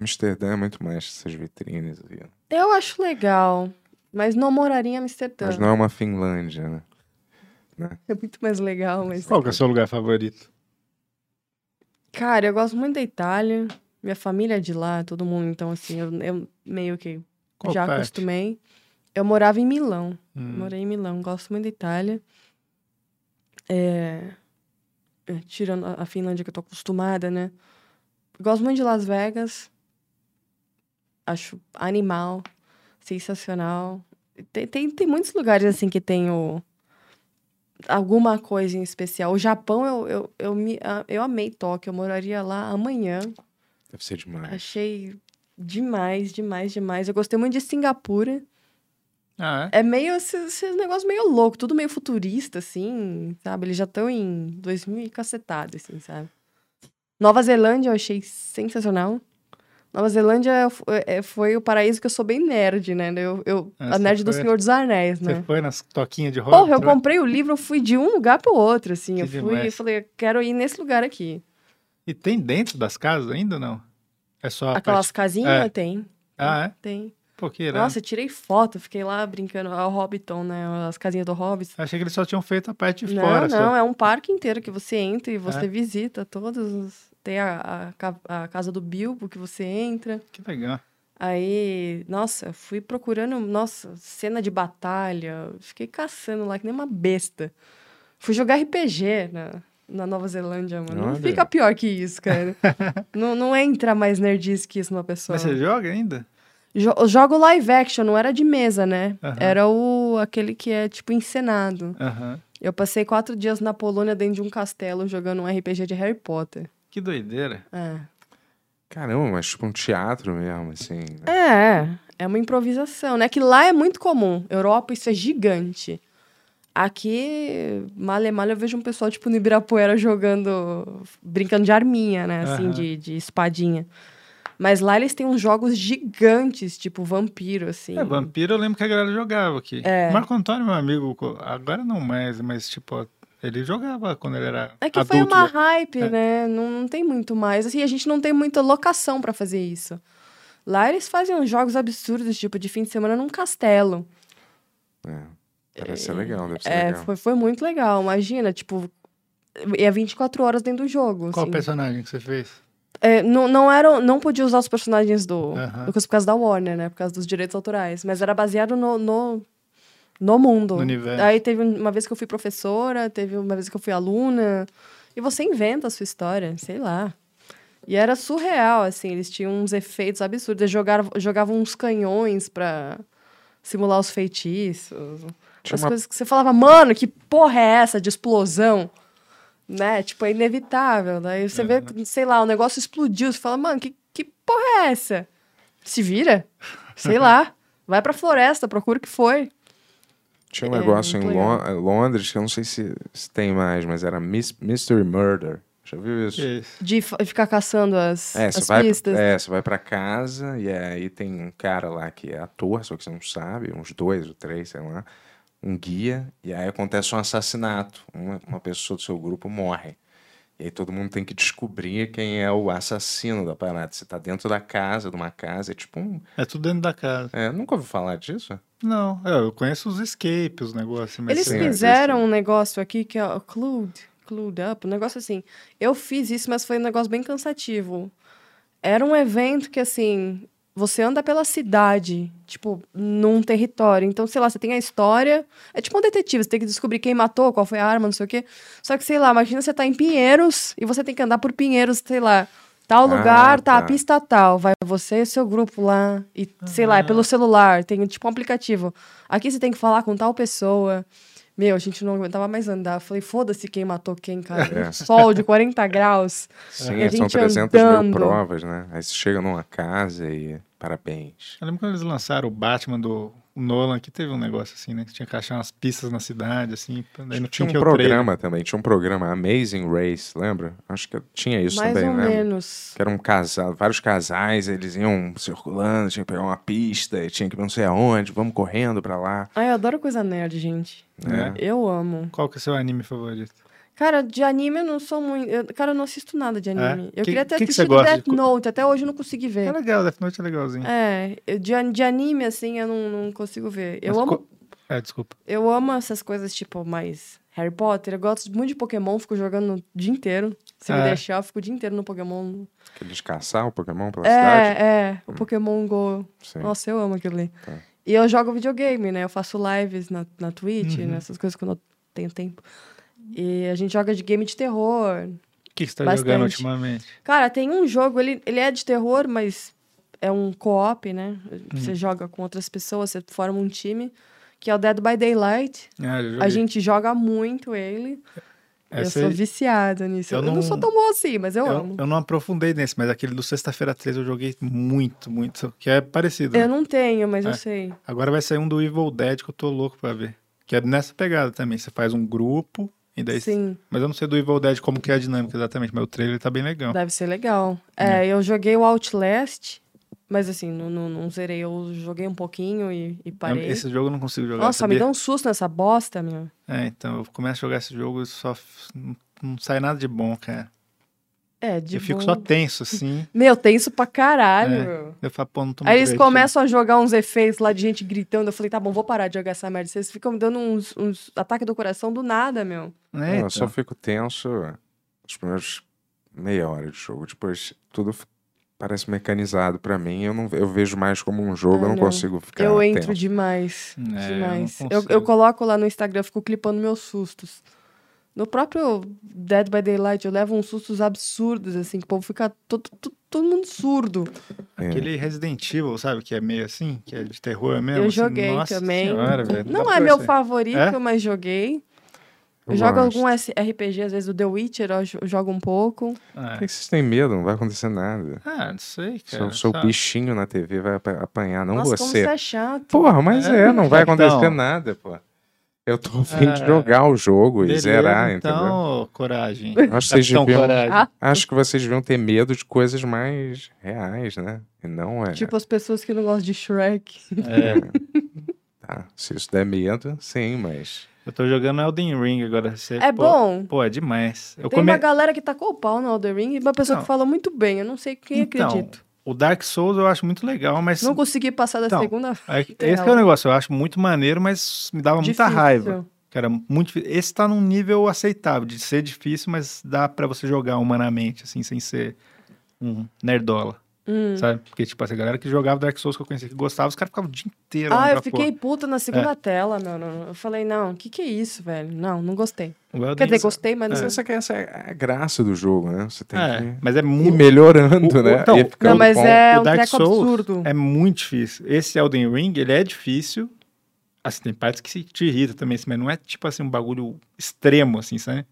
S2: Amsterdã é muito mais essas vitrines. aí.
S5: eu acho legal, mas não moraria em Amsterdã.
S2: Mas não é uma Finlândia, né?
S5: É muito mais legal, mas...
S3: Qual que é o seu lugar favorito?
S5: Cara, eu gosto muito da Itália, minha família é de lá, todo mundo, então assim, eu, eu meio que
S3: Qual
S5: já
S3: parte?
S5: acostumei. Eu morava em Milão,
S3: Hum,
S5: morei em Milão, gosto muito da Itália. É, é, Tirando a a Finlândia, que eu tô acostumada, né? Gosto muito de Las Vegas. Acho animal, sensacional. Tem, tem, tem muitos lugares assim que tem o... alguma coisa em especial. O Japão, eu, eu, eu, me, a- eu amei Tóquio, eu moraria lá amanhã.
S2: Deve ser demais.
S5: Achei demais, demais, demais. Eu gostei muito de Singapura.
S3: Ah, é?
S5: É meio esse, esse negócio meio louco, tudo meio futurista, assim, sabe? Eles já estão em 2000 e cacetado, assim, sabe? Nova Zelândia eu achei sensacional. Nova Zelândia eu fu- é, foi o paraíso que eu sou bem nerd, né? Eu, eu-
S3: Ah,
S5: a
S3: você
S5: nerd do
S3: foi-
S5: Senhor dos Anéis,
S3: Você
S5: né?
S3: foi nas toquinhas de roda?
S5: Porra, eu comprei o livro, eu fui de um lugar pro outro, assim.
S3: Que
S5: eu fui e
S3: demais.
S5: falei, eu quero ir nesse lugar aqui.
S3: E tem dentro das casas ainda ou não? É só a
S5: Aquelas
S3: parte...
S5: casinhas,
S3: é.
S5: tem,
S3: Ah, é?
S5: tem.
S3: Pô, que irado.
S5: Nossa, eu tirei foto, fiquei lá brincando. ó, O Hobbiton, né? As casinhas do Hobbit.
S3: Achei que eles só tinham feito a parte de
S5: não,
S3: fora. só. É.
S5: não, é um parque inteiro que você entra e você visita todos. os- Tem a, a ca- a casa do Bilbo que você entra.
S3: Que legal.
S5: Aí, nossa, fui procurando, nossa, cena de batalha. Fiquei caçando lá que nem uma besta. Fui jogar RPG na, na Nova Zelândia, mano. Não
S2: Olha.
S5: fica pior que isso, cara. não, não entra mais nerdice que isso numa pessoa.
S3: Mas você joga ainda?
S5: Jo- eu jogo live action, não era de mesa, né?
S3: Aham.
S5: Era o aquele que é, tipo, encenado.
S3: Aham.
S5: Eu passei quatro dias na Polônia dentro de um castelo jogando um RPG de Harry Potter.
S3: Que doideira.
S5: É.
S2: Caramba, mas tipo um teatro mesmo, assim. né?
S5: É, é uma improvisação, né? Que lá é muito comum. Europa, isso é gigante. Aqui, male male, eu vejo um pessoal, tipo, no Ibirapuera jogando, brincando de arminha, né? Assim,
S3: Aham.
S5: de, de espadinha. Mas lá eles têm uns jogos gigantes, tipo vampiro, assim.
S3: É, vampiro eu lembro que a galera jogava aqui.
S5: É.
S3: Marco Antônio, meu amigo, co- agora não mais, mas tipo, ó, ele jogava quando ele era
S5: É que
S3: adulto.
S5: foi uma
S3: né?
S5: hype,
S3: É.
S5: né? Não, não tem muito mais. Assim, a gente não tem muita locação pra fazer isso. Lá eles fazem uns jogos absurdos, tipo, de fim de semana num castelo.
S2: É. Deve ser legal, deve ser
S5: É,
S2: legal.
S5: foi, foi muito legal, imagina, tipo, é 24 horas dentro do jogo.
S3: Qual
S5: assim.
S3: personagem que você fez?
S5: É, não, não, era, não podia usar os personagens do,
S3: Aham.
S5: do coisa por causa da Warner, né? Por causa dos direitos autorais. Mas era baseado no, no, no mundo.
S3: No universo.
S5: Aí teve um, uma vez que eu fui professora, teve uma vez que eu fui aluna. E você inventa a sua história, sei lá. E era surreal, assim, eles tinham uns efeitos absurdos. Eles jogaram, jogavam uns canhões pra simular os feitiços.
S2: Tinha
S5: as
S2: uma-
S5: coisas que você falava, mano, que porra é essa de explosão? Né? Tipo, é inevitável. Daí
S2: É,
S5: você
S2: né?
S5: vê, sei lá, o negócio explodiu. Você fala, mano, que, que porra é essa? Se vira? Sei lá. Vai pra floresta, procura o que foi.
S2: Tinha um
S5: é,
S2: negócio em
S5: muito
S2: Lon- Londres, que eu não sei se, se tem mais, mas era Miss- Mystery Murder. Já viu isso?
S3: Que isso?
S5: De fa- ficar caçando as,
S2: É, você
S5: as
S2: vai,
S5: pistas.
S2: é, você vai pra casa e aí tem um cara lá que é ator, só que você não sabe, uns dois ou três, sei lá, um guia, e aí acontece um assassinato. Uma, uma pessoa do seu grupo morre. E aí todo mundo tem que descobrir quem é o assassino da parada. Você tá dentro da casa, de uma casa, é tipo um.
S3: É tudo dentro da casa.
S2: é, nunca ouviu falar disso?
S3: Não, é, eu conheço os escapes, os negócios. Mas
S5: Eles
S2: sim,
S3: sei
S2: é,
S3: lá.
S5: fizeram um negócio aqui que é o Clued, Clued Up, um negócio assim. Eu fiz isso, mas foi um negócio bem cansativo. Era um evento que, assim, você anda pela cidade, tipo, num território. Então, sei lá, você tem a história. É tipo um detetive, você tem que descobrir quem matou, qual foi a arma, não sei o quê. Só que, sei lá, imagina você tá em Pinheiros e você tem que andar por Pinheiros, sei lá. Tal
S2: Ah,
S5: lugar, tá, a
S2: tá.
S5: pista tal. Vai você e seu grupo lá. E, sei lá, é pelo celular. Tem tipo um aplicativo. Aqui você tem que falar com tal pessoa. Meu, a gente não aguentava mais andar. Falei, foda-se quem matou quem, cara.
S2: É.
S5: Sol de 40 graus.
S2: Sim,
S5: A
S2: são
S5: gente
S2: 300 mil
S5: andando.
S2: provas, né? Aí você chega numa casa e. Parabéns.
S3: Eu lembro quando eles lançaram o Batman do Nolan, que teve um negócio assim, né? Que tinha que achar umas pistas na cidade, assim. Daí no
S2: Tinha
S3: fim
S2: um
S3: que é o trailer.
S2: programa também, tinha um programa Amazing Race, lembra? Acho que tinha isso
S5: mais
S2: também,
S5: ou
S2: né?
S5: menos.
S2: Que era um casal, vários casais, eles iam circulando, tinha que pegar uma pista, e tinha que não sei aonde, vamos correndo pra lá.
S5: Ai, eu adoro coisa nerd, gente.
S2: Né?
S5: Eu amo.
S3: Qual que é o seu anime favorito?
S5: Cara, de anime eu não sou muito. eu- cara, eu não assisto nada de anime.
S3: É?
S5: Eu
S3: Que-
S5: queria ter
S3: que que você
S5: assistido
S3: gosta de
S5: Death
S3: co-
S5: Note, até hoje eu não consegui
S3: É
S5: ver.
S3: legal, Death Note é legalzinho.
S5: É, eu- de, an- de anime, assim, eu não, não consigo ver. Eu
S3: Mas
S5: amo,
S3: co- É, desculpa.
S5: eu amo essas coisas, tipo, mais Harry Potter. Eu gosto muito de Pokémon, fico jogando o dia inteiro. Se me
S3: É.
S5: deixar, eu fico o dia inteiro no Pokémon.
S2: Que eles caçavam o Pokémon pela cidade.
S5: É, é,
S3: Hum.
S5: o Pokémon GO.
S2: Sim.
S5: Nossa, eu amo aquilo ali.
S2: Tá.
S5: E eu jogo videogame, né? Eu faço lives na, na Twitch,
S3: Uhum.
S5: nessas coisas quando eu tenho tempo. E a gente joga de game de terror.
S3: O que que você tá
S5: Bastante.
S3: jogando ultimamente?
S5: Cara, tem um jogo, ele, ele é de terror, mas é um co-op, né?
S3: Uhum.
S5: Você joga com outras pessoas, você forma um time, que é o Dead by Daylight.
S3: Ah, eu
S5: A
S3: joguei.
S5: gente joga muito ele.
S3: Essa
S5: eu sou
S3: aí-
S5: viciada nisso.
S3: eu
S5: Eu não,
S3: não-
S5: sou tão boa assim, mas eu,
S3: eu,
S5: amo.
S3: eu não aprofundei nesse, mas aquele do Sexta-feira 13 eu joguei muito, muito. Que é parecido. né?
S5: Eu, não tenho, mas
S3: É.
S5: eu sei.
S3: Agora vai sair um do Evil Dead que eu tô louco pra ver. Que é nessa pegada também. Você faz um grupo e daí.
S5: Sim.
S3: Mas eu não sei do Evil Dead como que é a dinâmica exatamente, mas o trailer tá bem legal.
S5: Deve ser legal. É,
S3: Uhum.
S5: eu joguei o Outlast, mas assim, não, não, não zerei. Eu joguei um pouquinho e, e parei.
S3: Esse jogo eu não consigo jogar.
S5: Nossa, me
S3: sabia?
S5: deu um susto nessa bosta, meu.
S3: É, então, eu começo a jogar esse jogo e só f- não, não sai nada de bom, cara.
S5: É, de
S3: eu fico
S5: boa.
S3: só tenso, assim.
S5: Meu, tenso pra caralho,
S3: É.
S5: meu.
S3: Eu falo, pô, não tô
S5: Aí
S3: muito
S5: eles
S3: divertido.
S5: começam a jogar uns efeitos lá de gente gritando. Eu falei, tá bom, vou parar de jogar essa merda. Vocês ficam me dando uns, uns ataques do coração do nada, meu.
S3: É,
S2: Não,
S3: então.
S2: eu Ah, só fico tenso os primeiros meia hora de jogo. Depois tudo f- parece mecanizado pra mim. Eu, não, eu vejo mais como um jogo,
S5: Ah,
S2: eu não,
S5: não.
S2: consigo ficar.
S5: eu entro
S2: atento.
S5: demais.
S3: É, eu não
S5: demais. Eu, eu,
S3: consigo.
S5: coloco lá no Instagram, eu fico clipando meus sustos. No próprio Dead by Daylight, eu levo uns sustos absurdos, assim, que o povo fica todo, todo, todo mundo surdo.
S2: É.
S3: Aquele Resident Evil, sabe? Que é meio assim, que é de terror mesmo.
S5: eu
S3: assim,
S5: joguei
S3: nossa
S5: também.
S3: Senhora, velho,
S5: não
S3: dá
S5: é
S3: pra
S5: meu
S3: você-
S5: favorito,
S3: É?
S5: mas joguei. Eu,
S2: Eu
S5: jogo
S2: gosto.
S5: algum S- RPG, às vezes do The Witcher, eu jo- jogo um pouco.
S3: É.
S2: Por que que vocês têm medo? Não vai acontecer nada.
S3: Ah, não sei, cara.
S2: Seu, seu
S3: sabe?
S2: bichinho na TV vai apa- apanhar, não
S5: Nossa, como
S2: você.
S5: você é chato.
S2: Porra, mas é,
S3: É,
S2: não vai
S3: então.
S2: acontecer nada, pô. Eu tô a fim de
S3: É.
S2: jogar o jogo e
S3: Beleza,
S2: zerar, entendeu?
S3: então, ô, coragem.
S2: Acho que vocês
S3: Capitão
S2: deviam-
S3: coragem.
S5: Ah,
S2: Acho que vocês deviam ter medo de coisas mais reais, né? E não é.
S5: Tipo as pessoas que não gostam de Shrek.
S3: É,
S2: Tá, se isso der medo, sim, mas.
S3: eu tô jogando Elden Ring agora. Você,
S5: É
S3: pô,
S5: bom.
S3: Pô, é demais. Eu
S5: Tem
S3: come-
S5: uma galera que tacou o pau no Elden Ring e uma pessoa que
S3: Não.
S5: falou muito bem. Eu não sei quem
S3: Então,
S5: acredito.
S3: O Dark Souls eu acho muito legal, mas.
S5: Não consegui passar da
S3: Então,
S5: segunda.
S3: é- esse que
S5: Tem
S3: é o
S5: algo.
S3: negócio. Eu acho muito maneiro, mas me dava
S5: Difícil.
S3: muita raiva. Cara, muito difícil. Esse tá num nível aceitável de ser difícil, mas dá pra você jogar humanamente, assim, sem ser um nerdola,
S5: Hum.
S3: sabe? Porque, tipo, essa galera que jogava Dark Souls que eu conhecia, que gostava, os caras ficavam o dia inteiro.
S5: Ah,
S3: olhando
S5: eu
S3: pra
S5: fiquei puta
S3: É.
S5: na segunda tela, meu. não- Eu falei, não, o que, que é isso, velho? Não, não gostei.
S3: porra. Agora eu
S5: Quer
S3: dei-
S5: dizer, gostei, mas
S2: Mas
S5: não
S2: essa, que- essa é a graça do jogo, né? Você tem
S3: É,
S2: que
S3: mas é
S2: ir
S3: muito.
S2: melhorando,
S3: o-
S2: né?
S3: então,
S2: E ficando
S5: Não, mas
S2: bom.
S5: é
S3: o
S5: um
S3: Dark
S5: treco
S3: Souls
S5: absurdo.
S3: É muito difícil. Esse Elden Ring, ele é difícil. Assim, tem partes que se te irrita também, assim, mas não é tipo assim um bagulho extremo, assim, sabe?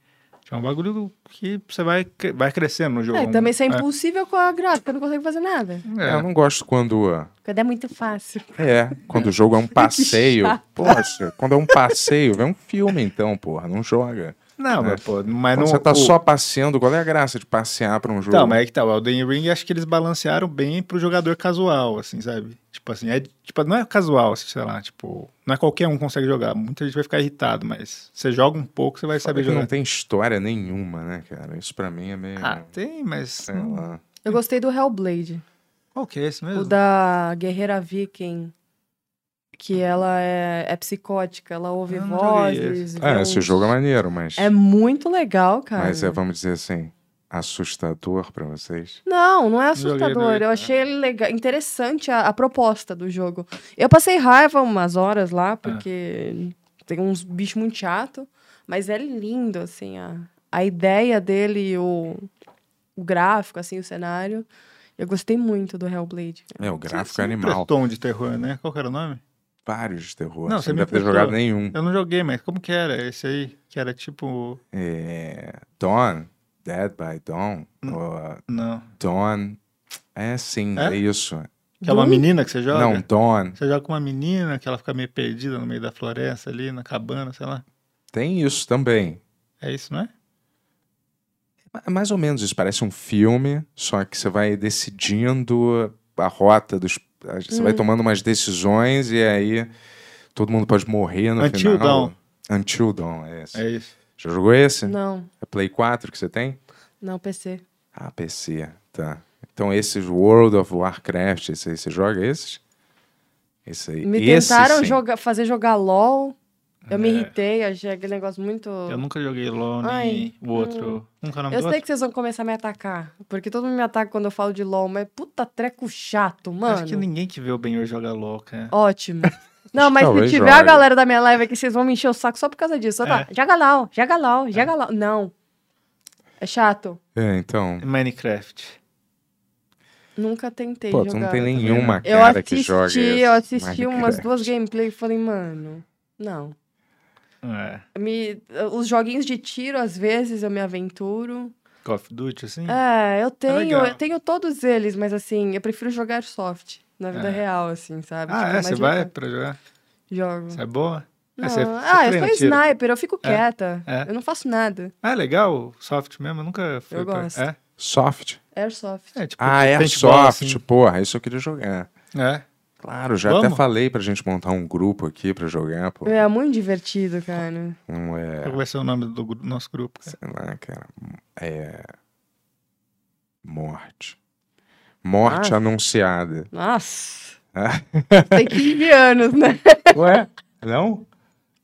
S3: É um bagulho que você vai, cre- vai crescendo no jogo.
S5: É, também você
S3: É.
S5: é impossível com a gráfica, não consegue fazer nada.
S2: É, eu não gosto quando. ah,
S5: Porque é muito fácil.
S2: É, quando o jogo é um passeio.
S5: chato.
S2: Poxa, quando é um passeio, vê um filme então, porra, não joga.
S3: Não,
S2: É.
S3: mas pô, mas
S2: Quando
S3: não.
S2: você tá
S3: o-
S2: só passeando, qual é a graça de passear pra um jogo?
S3: Então, mas é que tá, o Elden Ring acho que eles balancearam bem pro jogador casual, assim, sabe? Tipo assim, é, tipo, não é casual, assim, sei lá, tipo, não é qualquer um que consegue jogar. Muita gente vai ficar irritado, mas você joga um pouco, você vai
S2: Foda
S3: saber
S2: que
S3: jogar.
S2: não tem né? história nenhuma, né, cara? Isso pra mim é meio.
S3: Ah, hum, tem, mas.
S2: sei lá.
S5: Eu gostei do Hellblade.
S3: Qual que é esse mesmo?
S5: O da guerreira viking, que ela é, é psicótica, ela ouve
S3: Ah. Eu não joguei
S5: vozes. vê
S2: É, esse
S5: uns-
S2: jogo é maneiro, mas.
S5: É muito legal, cara.
S2: mas é, vamos dizer assim, assustador pra vocês.
S5: Não, não é
S3: Joguei, tá.
S5: assustador.
S3: joguei.
S5: Eu achei ele legal, interessante a, a proposta do jogo. Eu passei raiva umas horas
S3: Ah.
S5: lá, porque tem uns bichos muito chato, mas é lindo, assim, a, a ideia dele, o, o gráfico, assim, o cenário. Eu gostei muito do Hellblade.
S2: É, o
S3: Você-
S2: gráfico
S3: você
S2: é
S3: me
S2: animal.
S3: emprestou um de terror, né? Qual que era o nome?
S2: Vários de terror.
S3: Não,
S2: assim,
S3: você
S2: não
S3: me
S2: deve ter
S3: emprestou.
S2: jogado nenhum.
S3: Eu não joguei, mas como que era esse aí? Que era tipo.
S2: É, Dawn, Dead by Dawn,
S3: Hum.
S2: ou
S3: Não.
S2: Dawn. É sim,
S3: É?
S2: é, isso.
S3: Que é uma
S5: Doom?
S3: menina que você joga?
S2: Não, Dawn.
S3: Você joga com uma menina que ela fica meio perdida no meio da floresta ali, na cabana, sei lá.
S2: Tem isso também.
S3: É isso, não é?
S2: Ma- É Mais ou menos isso, parece um filme, só que você vai decidindo a rota dos. a- Você
S5: Hum.
S2: vai tomando umas decisões e aí todo mundo pode morrer no
S3: Until
S2: final.
S3: Dawn.
S2: Until Dawn, é esse.
S3: É isso.
S2: Já jogou esse?
S5: Não,
S2: É Play 4 que você tem?
S5: não, PC.
S2: Ah, PC, tá. Então esses World of Warcraft, esse aí, você joga esses? Esse aí.
S5: Me
S2: esse,
S5: tentaram
S2: sim.
S5: jogar, fazer jogar LOL. Eu me
S3: É.
S5: irritei, achei aquele negócio muito.
S3: Eu nunca joguei LOL
S5: Ai,
S3: nem o outro. Nunca é o nome
S5: Eu
S3: do
S5: sei
S3: outro?
S5: que vocês vão começar a me atacar. Porque todo mundo me ataca quando eu falo de LOL, mas puta treco chato, mano.
S3: Acho que ninguém que vê o Benhor jogar LOL, cara.
S5: Ótimo. Não, mas
S2: Talvez
S5: se tiver a
S2: jogue.
S5: galera da minha live aqui, vocês vão me encher o saco só por causa disso. Só tá,
S3: É.
S5: joga LOL, joga LOL, joga LOL. Não. É chato.
S2: É, então.
S3: Minecraft.
S5: Nunca tentei
S2: Pô, tu
S5: jogar.
S2: não tem
S3: também,
S2: nenhuma
S5: eu
S2: cara
S5: assisti,
S2: que joga. esse
S5: eu assisti umas
S2: Minecraft.
S5: duas gameplays e falei, mano, não.
S3: É.
S5: Me, os joguinhos de tiro, às vezes, eu me aventuro.
S3: Call of Duty, assim?
S5: É, eu tenho,
S3: legal.
S5: eu tenho todos eles, mas assim, eu prefiro jogar soft na vida
S3: É.
S5: real, assim, sabe?
S3: Ah,
S5: Tipo,
S3: é?
S5: mais
S3: Você vai
S5: legal.
S3: pra jogar?
S5: Jogo.
S3: Você é boa?
S5: Não,
S3: você- você
S5: ah, eu
S3: treina
S5: sou
S3: tiro?
S5: sniper, eu fico quieta.
S3: é.
S5: Eu não faço nada.
S3: Ah, é legal, o soft mesmo, eu nunca fui
S5: Eu
S3: pra...
S5: gosto.
S3: É?
S2: Soft?
S5: Airsoft.
S3: É, tipo,
S2: Ah, é
S3: paintball,
S2: soft,
S3: assim.
S2: porra, isso eu queria jogar.
S3: É.
S2: Claro, já até
S3: Vamos?
S2: falei pra gente montar um grupo aqui pra jogar, pô.
S5: É, muito divertido, cara.
S2: Não é,
S3: Qual vai ser o nome do gru- nosso grupo? cara?
S2: sei lá, cara, é... Morte. Morte
S5: Ah.
S2: anunciada.
S5: Nossa.
S2: Ah.
S3: É.
S5: Tem 15 anos, né?
S2: Ué? Não?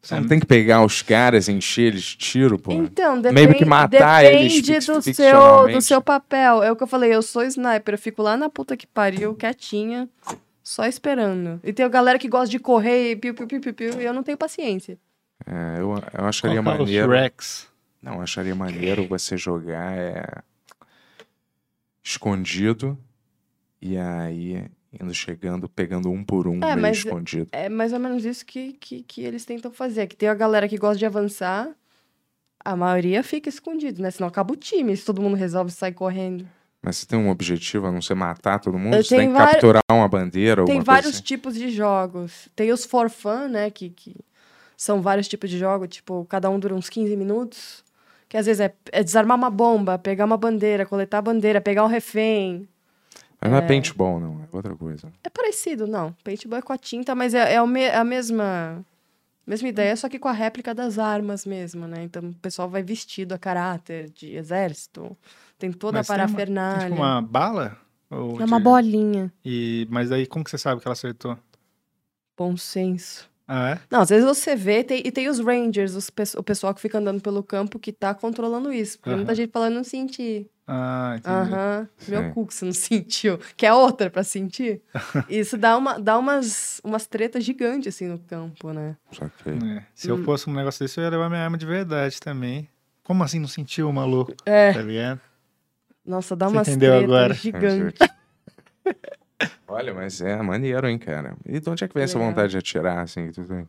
S2: Você não tem que pegar os caras e encher eles de tiro, pô.
S5: Então, depende,
S2: Meio que matar eles
S5: depende
S2: fix-
S5: do seu,
S2: ficcionalmente.
S5: do seu papel. É o que eu falei, eu sou sniper, eu fico lá na puta que pariu, quietinha, só esperando. E tem a galera que gosta de correr e piu, piu, piu, piu, piu, e eu não tenho paciência.
S2: É, eu,
S3: Qual
S2: eu
S3: que
S2: acharia
S3: é os
S2: maneiro.
S3: Rex.
S2: Não, eu acharia maneiro você jogar é, escondido e aí indo chegando, pegando um por um,
S5: É,
S2: meio
S5: mas-
S2: escondido.
S5: É mais ou menos isso que, que, que eles tentam fazer. Que tem a galera que gosta de avançar, a maioria fica escondido, né? Senão acaba o time, se todo mundo resolve sair correndo.
S2: Mas você tem um objetivo a não ser matar todo mundo?
S5: Eu
S2: Você tem
S5: tenho
S2: que
S5: vari-
S2: capturar uma bandeira, alguma
S5: Tem
S2: coisa assim.
S5: vários tipos de jogos. Tem os for fun, né? Que, que são vários tipos de jogo, tipo, cada um dura uns 15 minutos. Que às vezes é, é desarmar uma bomba, pegar uma bandeira, coletar a bandeira, pegar um refém.
S2: assim. Mas não é paintball, não. É outra coisa.
S5: É parecido, não. Paintball é com a tinta, mas é, é o me- a mesma, mesma ideia, só que com a réplica das armas mesmo, né? Então o pessoal vai vestido a caráter de exército. Tem toda
S3: Mas
S5: a
S3: tem uma- tem, Tem
S5: parafernália.
S3: tipo uma bala? Ou
S5: É uma
S3: de-
S5: bolinha.
S3: E, mas aí como que você sabe que ela acertou?
S5: Bom senso.
S3: Ah, é?
S5: Não, às vezes você vê, tem- e tem os rangers, os pe- o pessoal que fica andando pelo campo que tá controlando isso. Porque
S3: Aham.
S5: muita gente fala, não senti.
S3: Ah, entendi.
S5: Aham,
S2: Sim.
S5: meu cu que você não sentiu. Quer outra pra sentir? isso dá, uma, dá umas, umas tretas gigantes, assim, no campo, né?
S2: Só que...
S3: É, Se
S5: Hum.
S3: eu fosse um negócio desse, eu ia levar minha arma de verdade também. Como assim não sentiu, maluco?
S5: É.
S3: Tá ligado?
S5: Nossa, dá
S3: Você
S5: umas
S3: entendeu
S5: tretas
S3: agora.
S5: gigantes.
S2: Olha, mas é maneiro, hein, cara. E de onde é que vem essa
S5: Legal.
S2: vontade de atirar, assim? que tu tem?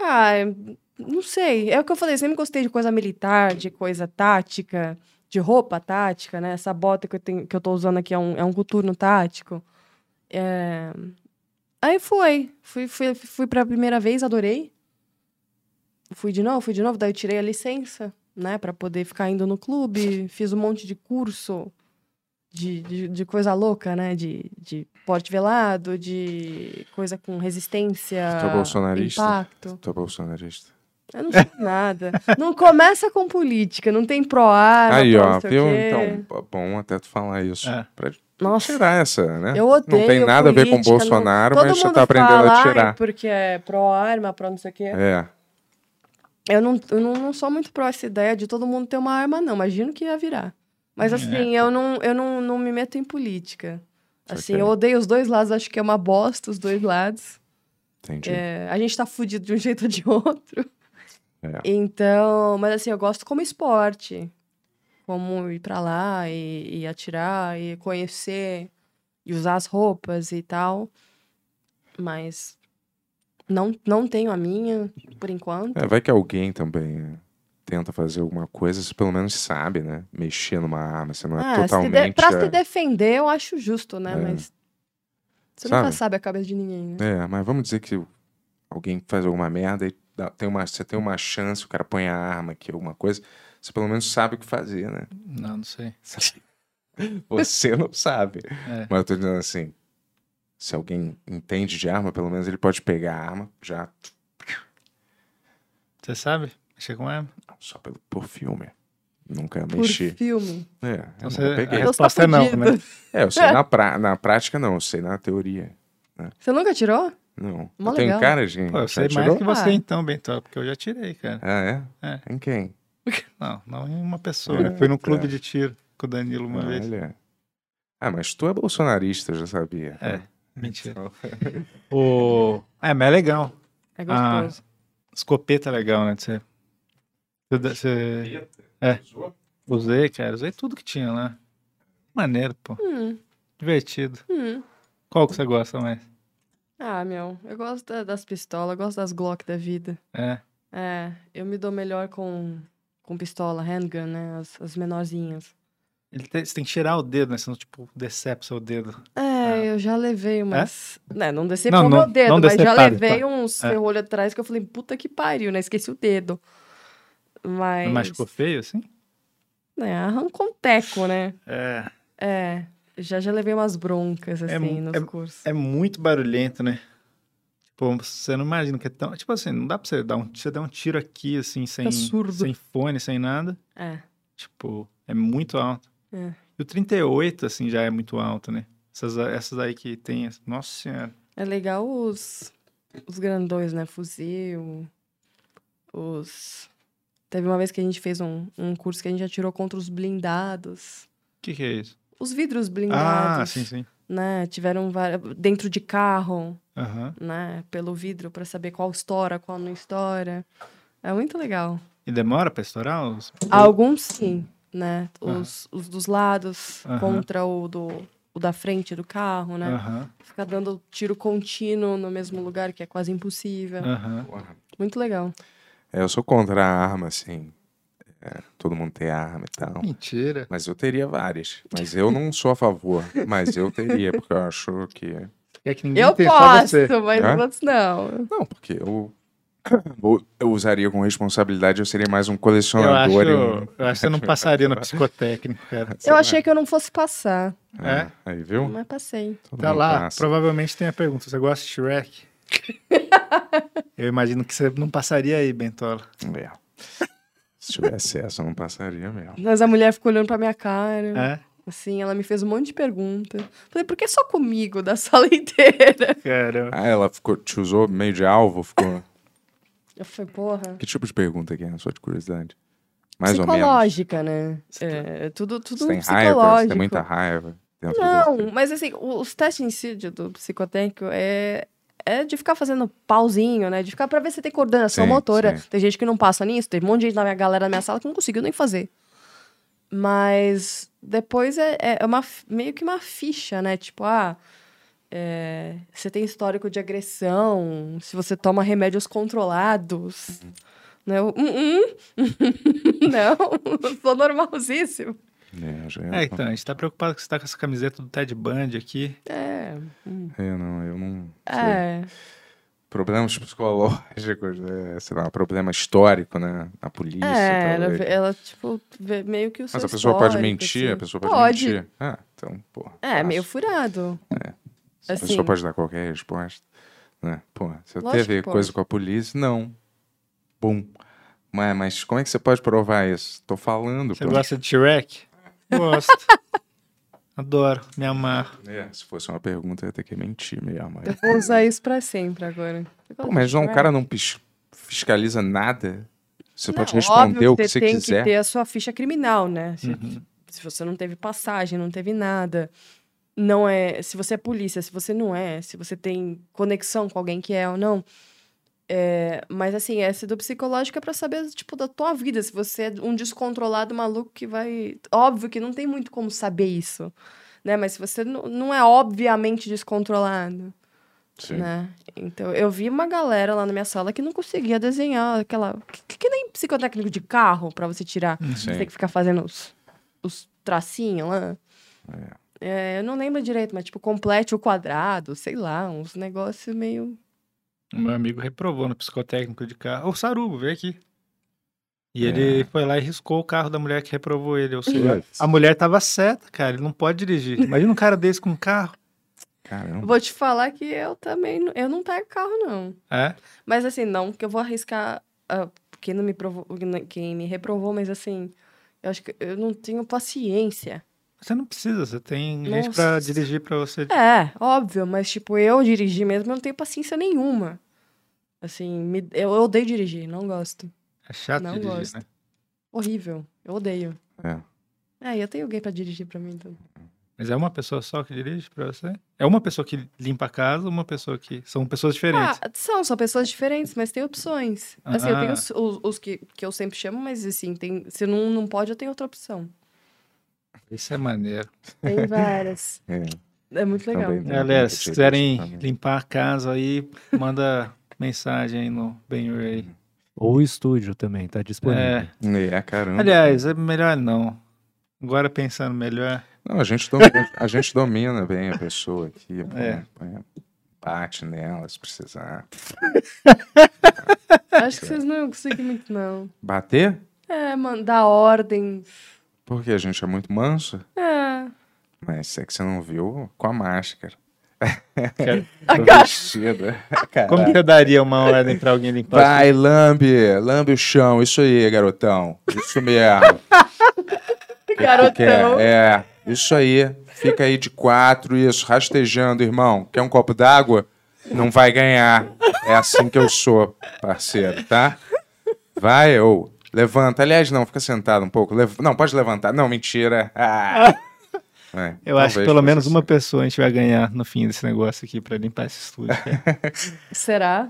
S5: Ah, eu não sei. É o que eu falei, sempre gostei de coisa militar, de coisa tática, de roupa tática, né? Essa bota que eu, tenho, que eu tô usando aqui é um, é um coturno tático. É, Aí foi. Fui, fui, fui pra primeira vez, adorei. Fui de novo, fui de novo, daí eu tirei a licença, né? Pra poder ficar indo no clube, fiz um monte de curso. De, de, de coisa louca, né? De, de porte velado, de coisa com resistência,
S2: Tu é bolsonarista?
S5: impacto.
S2: Tu é bolsonarista.
S5: Eu não sei nada. Não começa com política, não tem pró-ar.
S2: Aí,
S5: Ah, não tem
S2: ó,
S5: não sei o
S2: viu?
S5: quê.
S2: Então, b- bom até tu falar isso.
S3: É.
S2: Pra
S5: Nossa,
S2: tirar essa, né?
S5: eu odeio.
S2: não tem nada a ver com
S5: política, não-
S2: Bolsonaro,
S5: Todo
S2: mas você
S5: mundo
S2: tá aprendendo
S5: fala,
S2: a
S5: "Ai,
S2: tirar.
S5: Porque é pró-arma, pró não sei o quê.
S2: É.
S5: Eu, não, eu não, não sou muito pró essa ideia de todo mundo ter uma arma, não. Imagino que ia virar. Mas
S3: É.
S5: assim, eu, não, eu não, não me meto em política. Assim,
S2: Ok.
S5: eu odeio os dois lados, acho que é uma bosta os dois lados.
S2: Entendi.
S5: É, a gente tá fudido de um jeito ou de outro.
S2: É.
S5: Então, mas assim, eu gosto como esporte. Como ir pra lá e, e atirar e conhecer e usar as roupas e tal. Mas não, não tenho a minha, por enquanto.
S2: É, vai que alguém também é, tenta fazer alguma coisa, você pelo menos sabe, né? Mexer numa arma, você não é
S5: Ah, se de-
S2: totalmente.
S5: pra
S2: é-
S5: se defender, eu acho justo, né?
S2: É.
S5: Mas você nunca
S2: Sabe?
S5: sabe a cabeça de ninguém, né?
S2: É, mas vamos dizer que alguém faz alguma merda e dá- tem uma, você tem uma chance, o cara põe a arma aqui, alguma coisa, você pelo menos sabe o que fazer, né?
S3: Não, não sei.
S2: Você não sabe.
S3: É.
S2: Mas eu tô dizendo assim, se alguém entende de arma, pelo menos ele pode pegar a arma já
S3: Você sabe? Mexer com arma?
S2: só pelo, por filme. Nunca
S5: Por
S2: mexi.
S5: filme.
S2: É, eu
S3: Então
S2: nunca
S3: você-
S2: peguei.
S3: A
S5: Então você tá
S3: resposta é não,
S5: fudido.
S3: né?
S2: É, eu sei na, pra- na prática não, eu sei na teoria.
S5: Você nunca tirou?
S2: Não.
S5: Mó
S2: eu tenho
S5: legal.
S2: cara de.
S3: Pô, eu
S2: já
S3: sei mais
S2: tirou?
S3: que você
S5: Ah.
S3: então, Bento, porque eu já tirei, cara.
S2: Ah, é?
S3: É.
S2: Em quem?
S3: Não, não em uma pessoa.
S2: É,
S3: Eu fui no
S2: tá.
S3: clube de tiro com o Danilo uma vez.
S2: Olha. Ah, mas tu é bolsonarista, eu já sabia.
S3: É, Mentira. O... É, mas é legal.
S5: É
S3: Ah.
S5: gostoso.
S3: Escopeta é legal, né? de Você... você dá- você- É. Usei, cara. Usei tudo que tinha lá. Maneiro, pô.
S5: Hum,
S3: Divertido.
S5: hum.
S3: Qual que você gosta mais?
S5: Ah, meu, eu gosto da- das pistolas, eu gosto das Glock da vida.
S3: É.
S5: É, eu me dou melhor com, com pistola, handgun, né? As, as menorzinhas.
S3: Ele tem- Você tem que tirar o dedo, né? Senão, tipo, decepa o seu dedo.
S5: É, eu já levei umas. Né, não decepou
S3: Ah. É? Não,
S5: meu
S3: não-
S5: dedo,
S3: não
S5: mas já
S3: decepado,
S5: levei
S3: tá.
S5: uns
S3: É.
S5: ferrolhos atrás que eu falei, puta que pariu, né? Esqueci o dedo. Mas.
S3: Não machucou feio, assim?
S5: Né, arrancou um teco, né?
S3: É.
S5: É. Já já levei umas broncas,
S3: É
S5: assim,
S3: mu-
S5: nos cursos.
S3: É muito barulhento, né? Tipo, você não imagina que é tão. Tipo assim, não dá pra você dar um, você dar um tiro aqui, assim, sem,
S5: surdo.
S3: sem fone, sem nada.
S5: É.
S3: Tipo, é muito alto.
S5: É.
S3: E o 38, assim, já é muito alto, né? Essas, essas aí que tem. Nossa senhora.
S5: É legal os, os grandões, né? Fuzil, Os... Teve uma vez que a gente fez um, um curso que a gente atirou contra os blindados.
S3: O que, que é isso?
S5: Os vidros blindados.
S3: Ah, sim, sim.
S5: Né? Tiveram várias... dentro de carro,
S3: Aham.
S5: né? Pelo vidro, pra saber qual estoura, qual não estoura. É muito legal.
S3: E demora pra estourar? Os...
S5: Alguns sim, né?
S3: Aham.
S5: Os, os dos lados
S3: Aham.
S5: contra o, do, o da frente do carro, né?
S3: Aham,
S5: Ficar dando tiro contínuo no mesmo lugar, que é quase impossível.
S3: aham.
S2: Porra.
S5: Muito legal.
S2: É, eu sou contra a arma, assim. É, todo mundo tem arma e tal.
S3: Mentira.
S2: Mas eu teria várias. Mas eu não sou a favor. Mas eu teria, porque eu acho que.
S3: É que ninguém
S5: Eu
S3: tem, só
S5: posso,
S3: você.
S5: mas
S2: Hã?
S5: os outros não.
S2: Não, porque eu. eu- Eu usaria com responsabilidade, eu seria mais um
S3: Eu
S2: colecionador.
S3: acho,
S2: e um-
S3: eu acho que você não passaria no psicotécnico, cara.
S5: Eu achei que eu não fosse passar,
S3: É?
S2: Aí, viu?
S5: mas passei.
S2: Todo
S3: Tá
S2: mundo
S3: lá,
S2: passa.
S3: provavelmente tem a pergunta: você gosta de Shrek? eu imagino que você não passaria aí, Bentola.
S2: É. Se tivesse essa, eu não passaria mesmo.
S5: Mas a mulher ficou olhando pra minha cara.
S3: É?
S5: Assim, ela me fez um monte de pergunta. Falei, por que só comigo, da sala inteira?
S3: Cara,
S2: Ah, ela ficou, te usou meio de alvo? Ficou.
S5: Eu falei, porra.
S2: Que tipo de pergunta que é? Só de curiosidade. Mais ou menos.
S5: psicológica, né? É, tudo tudo
S2: Você tem raiva, você
S5: psicológico.
S2: tem muita raiva. dentro de você.
S5: Não, mas assim, o- os testes em si de- do psicotécnico é, é de ficar fazendo pauzinho, né? De ficar pra ver se tem coordenação
S2: Sim,
S5: motora.
S2: sim.
S5: Tem gente que não passa nisso, tem um monte de gente na minha galera na minha sala que não conseguiu nem fazer. Mas depois é, é uma, f- meio que uma ficha, né? Tipo, ah, é, você tem histórico de agressão, se você toma remédios controlados.
S2: Uhum.
S5: Né? Eu, "Hum, hum." não, sou normalzíssimo.
S2: É, já
S3: é, então, a gente tá preocupado que você tá com essa camiseta do Ted Bundy aqui.
S5: É,
S2: Eu não, eu não. sei.
S5: é.
S2: Problemas psicológicos, é, sei lá, problema histórico, né? Na polícia.
S5: É, ela,
S2: talvez.
S5: vê- ela, tipo, vê meio que o seu
S2: Mas a pessoa pode
S5: histórico,
S2: mentir,
S5: assim.
S2: a pessoa pode, mentir. Ah, então, porra.
S5: É, meio
S2: fácil.
S5: furado.
S2: A
S5: assim.
S2: pessoa pode dar qualquer resposta. Né? Pô, você
S5: Lógico
S2: teve
S5: que pode.
S2: coisa com a polícia? Não. Bum. Mas, mas como é que você pode provar isso? Tô falando,
S3: Você
S2: pô.
S3: gosta de Shrek? Gosto. Adoro, me amarro.
S2: É, se fosse uma pergunta, eu ia ter que mentir mesmo.
S5: Eu vou usar isso pra sempre agora.
S2: Pô, mas não, o cara não pis- fiscaliza nada. Você pode
S5: Não,
S2: responder
S5: óbvio
S2: o que você
S5: tem
S2: quiser.
S5: que ter a sua ficha criminal, né? Se, se você não teve passagem, não teve nada. Não é. Se você é polícia, se você não é, se você tem conexão com alguém que é ou não. É, mas assim, essa do psicológico é pra saber, tipo, da tua vida. Se você é um descontrolado maluco que vai. Óbvio que não tem muito como saber isso. Né? Mas se você não, não é obviamente descontrolado
S2: Sim.
S5: né? Então, eu vi uma galera lá na minha sala que não conseguia desenhar aquela. Que, que nem psicotécnico de carro pra você tirar. Você
S2: Sim.
S5: tem que ficar fazendo os, os tracinhos lá. É, eu não lembro direito, mas tipo, complete o quadrado, sei lá, uns negócios meio.
S3: O Meu amigo reprovou no psicotécnico de carro. Ô, Sarubo, vem aqui. E
S2: É.
S3: ele foi lá e riscou o carro da mulher que reprovou ele. Ou seja,
S2: Ah,
S3: a mulher tava certa, cara. Ele não pode dirigir. Imagina um cara desse com um carro.
S2: Caramba.
S5: Vou te falar que eu também. não- Eu não pego carro, não.
S3: É?
S5: Mas assim, não, que eu vou arriscar. ah, quem não me provou, quem me reprovou, mas assim, eu acho que eu não tenho paciência.
S3: Você não precisa, você tem gente
S5: Nossa.
S3: pra dirigir pra você.
S5: É, óbvio, mas tipo, eu dirigir mesmo, eu não tenho paciência nenhuma. Assim, me- eu, eu odeio dirigir, não gosto.
S3: É chato
S5: Não
S3: dirigir,
S5: gosto.
S3: né?
S5: Horrível, eu odeio.
S2: É.
S5: É, e eu tenho alguém pra dirigir pra mim, então.
S3: Mas é uma pessoa só que dirige pra você? É uma pessoa que limpa a casa, uma pessoa que. São pessoas
S5: Ah,
S3: diferentes.
S5: são, são pessoas diferentes, mas tem opções. Assim, eu tenho
S3: Ah.
S5: os, os- os que, que eu sempre chamo, mas assim, tem, se não, não pode, eu tenho outra opção. Ah.
S3: Isso é maneiro.
S5: Tem várias.
S2: É.
S5: É muito legal.
S2: Também, né?
S3: Galera,
S2: Nunca
S3: se
S2: tive
S3: quiserem
S2: isso também.
S3: limpar a casa aí, manda mensagem aí no Benhur aí.
S2: Uhum.
S4: Ou o estúdio também, tá disponível.
S3: É,
S2: É, caramba.
S3: aliás, é melhor não. Agora pensando melhor,
S2: Não, a gente domina, a gente domina bem a pessoa aqui. pô,
S3: É.
S2: né? Bate nela se precisar.
S5: Acho que vocês não iam conseguir muito, não.
S2: Bater?
S5: É, mandar ordem.
S2: Porque a gente é muito manso.
S5: É.
S2: Mas é que você não viu com a máscara.
S3: Cara.
S2: Tô vestido. Caralho.
S3: como que eu daria uma ordem pra alguém limpar?
S2: É.
S3: assim?
S2: Vai, lambe, lambe o chão. Isso aí, garotão. Isso mesmo.
S5: Garotão.
S2: Que é, isso aí. Fica aí de quatro, isso, rastejando, irmão. Quer um copo d'água? Não vai ganhar. É assim que eu sou, parceiro, tá? Vai, ou. Levanta. Aliás, não, fica sentado um pouco. Lev- Não, pode levantar. Não, mentira. Ah. É,
S3: Eu acho que
S2: talvez
S3: pelo
S2: fosse
S3: menos uma
S2: assim.
S3: pessoa a gente vai ganhar no fim desse negócio aqui pra limpar esse estúdio. cara.
S5: Será?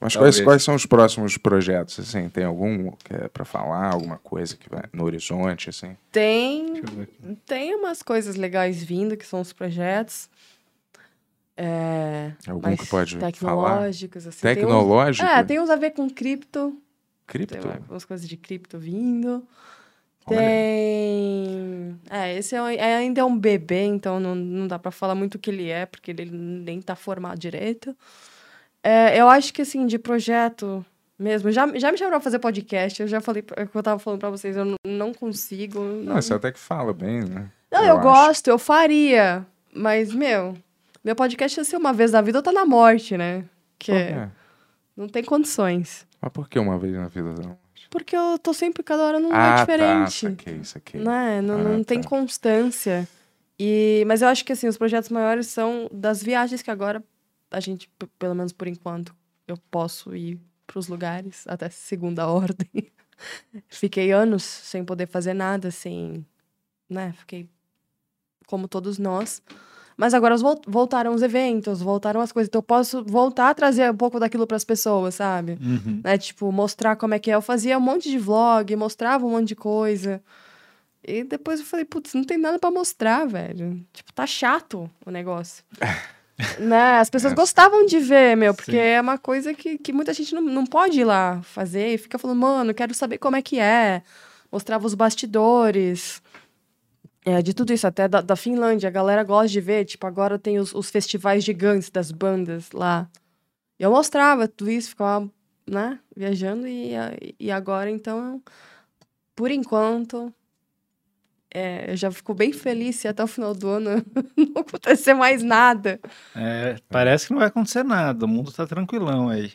S2: Mas quais,
S3: Talvez.
S2: quais são os próximos projetos, assim? Tem algum que é pra falar? Alguma coisa que vai no horizonte, assim?
S5: Tem,
S3: Deixa eu ver aqui.
S5: tem umas coisas legais vindo, que são os projetos. É,
S2: Algum
S5: mais
S2: que pode falar?
S5: tecnológicos, assim. tem uns-
S2: Tecnológico?
S5: É, tem uns a ver com cripto. Tem
S2: Cripto?
S5: algumas coisas de cripto vindo.
S2: Olha.
S5: Tem. É, esse é, um- é- ainda é um bebê, então não, não dá pra falar muito o que ele é, porque ele nem tá formado direito. É, eu acho que, assim, de projeto mesmo. Já, já me chamaram pra fazer podcast, eu já falei, pra- eu tava falando pra vocês, eu não, não consigo.
S2: Não,
S5: Não,
S2: você até que fala bem, né?
S5: Não, eu,
S2: acho.
S5: gosto, eu faria. Mas, meu, meu podcast ia ser uma vez na vida ou tá na morte, né? Que
S2: Por quê?
S5: não tem condições.
S2: é. Mas por que uma vez na vida não?
S5: Porque eu tô sempre, cada hora num
S2: ah,
S5: lugar
S2: tá,
S5: Hum, é diferente.
S2: saquei, saquei.
S5: né? Não, não
S2: Ah,
S5: tem
S2: tá.
S5: constância. E, mas eu acho que assim, os projetos maiores são das viagens que agora a gente, p- pelo menos por enquanto, eu posso ir para os lugares até segunda ordem. Fiquei anos sem poder fazer nada, assim, né? Fiquei como todos nós. Mas agora os vol- voltaram os eventos, voltaram as coisas. Então eu posso voltar a trazer um pouco daquilo para as pessoas, sabe?
S3: Uhum.
S5: né? Tipo, mostrar como é que é. Eu fazia um monte de vlog, mostrava um monte de coisa. E depois eu falei, putz, não tem nada pra mostrar, velho. Tipo, tá chato o negócio. né? As pessoas
S2: É.
S5: gostavam de ver, meu, porque
S3: Sim.
S5: é uma coisa que, que muita gente não, não pode ir lá fazer e fica falando, mano, quero saber como é que é. Mostrava os bastidores. É, de tudo isso, até da, da Finlândia, a galera gosta de ver, tipo, agora tem os, os festivais gigantes das bandas lá. E eu mostrava tudo isso, ficava, né, viajando, e, a- e agora, então, por enquanto, é, eu já fico bem feliz se até o final do ano não acontecer mais nada.
S3: É, parece que não vai acontecer nada, o mundo tá tranquilão aí.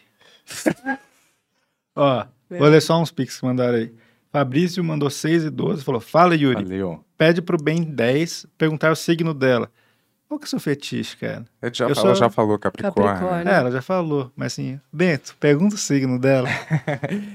S3: Ó, vou ler só uns pics que mandaram aí. Fabrício mandou 6 e 12, falou, fala Yuri,
S2: Valeu.
S3: pede pro Ben 10 perguntar o signo dela. Qual que é o seu fetiche, cara?
S2: Ele É, já
S3: Eu
S2: falou,
S3: sou-
S2: já falou Capricórnio.
S5: Capricórnio.
S3: É, ela já falou, mas assim, Bento, pergunta o signo dela.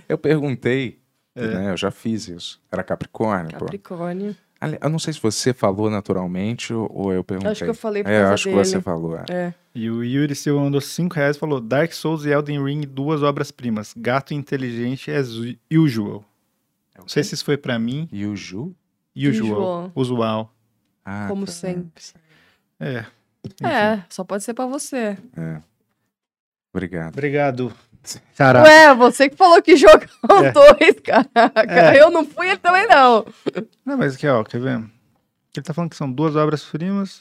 S2: Eu perguntei,
S3: É.
S2: né? Eu já fiz isso. Era Capricórnio, É, pô.
S5: Capricórnio.
S2: Ali- Eu não sei se você falou naturalmente ou ou eu perguntei.
S5: Acho que eu falei por
S2: É, eu
S5: causa
S2: acho
S5: dele.
S2: que você falou. é.
S5: É.
S3: E o Yuri Silva mandou 5 reais e falou: Dark Souls e Elden Ring, duas obras-primas. Gato inteligente é as usual. Não sei se isso foi pra mim.
S2: E o Ju?
S3: Usual.
S5: Usual.
S3: Usual.
S2: Ah,
S5: Como
S2: tá.
S5: sempre.
S3: É. Enfim.
S5: É, só pode ser pra você.
S2: É. Obrigado.
S3: Obrigado. Caraca.
S5: Ué, você que falou que jogou
S3: É.
S5: dois, caraca.
S3: É.
S5: Eu não fui, ele também não.
S3: Não, mas aqui, ó, quer ver? Ele tá falando que são duas obras-primas.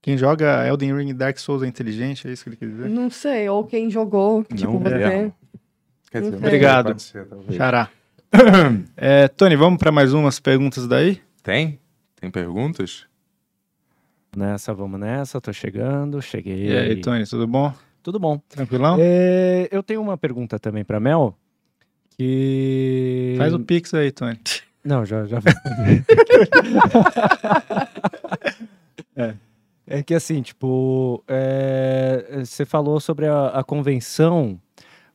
S3: Quem joga Elden Ring e Dark Souls é inteligente, é isso que ele quer dizer?
S5: Não sei, ou quem jogou, tipo
S2: Não
S5: você.
S2: erro. Quer dizer,
S5: Não
S3: Obrigado.
S2: pode ser, talvez.
S3: Xará. É, Tony, vamos pra mais umas perguntas daí?
S2: Tem? Tem perguntas?
S4: Nessa, vamos nessa, tô chegando, cheguei.
S3: E aí, Tony, tudo bom?
S4: Tudo bom.
S3: Tranquilão?
S4: É, eu tenho uma pergunta também pra Mel, que...
S3: Faz o pix aí, Tony.
S4: Não, já... já... é. É que assim, tipo, é, você falou sobre a, a convenção,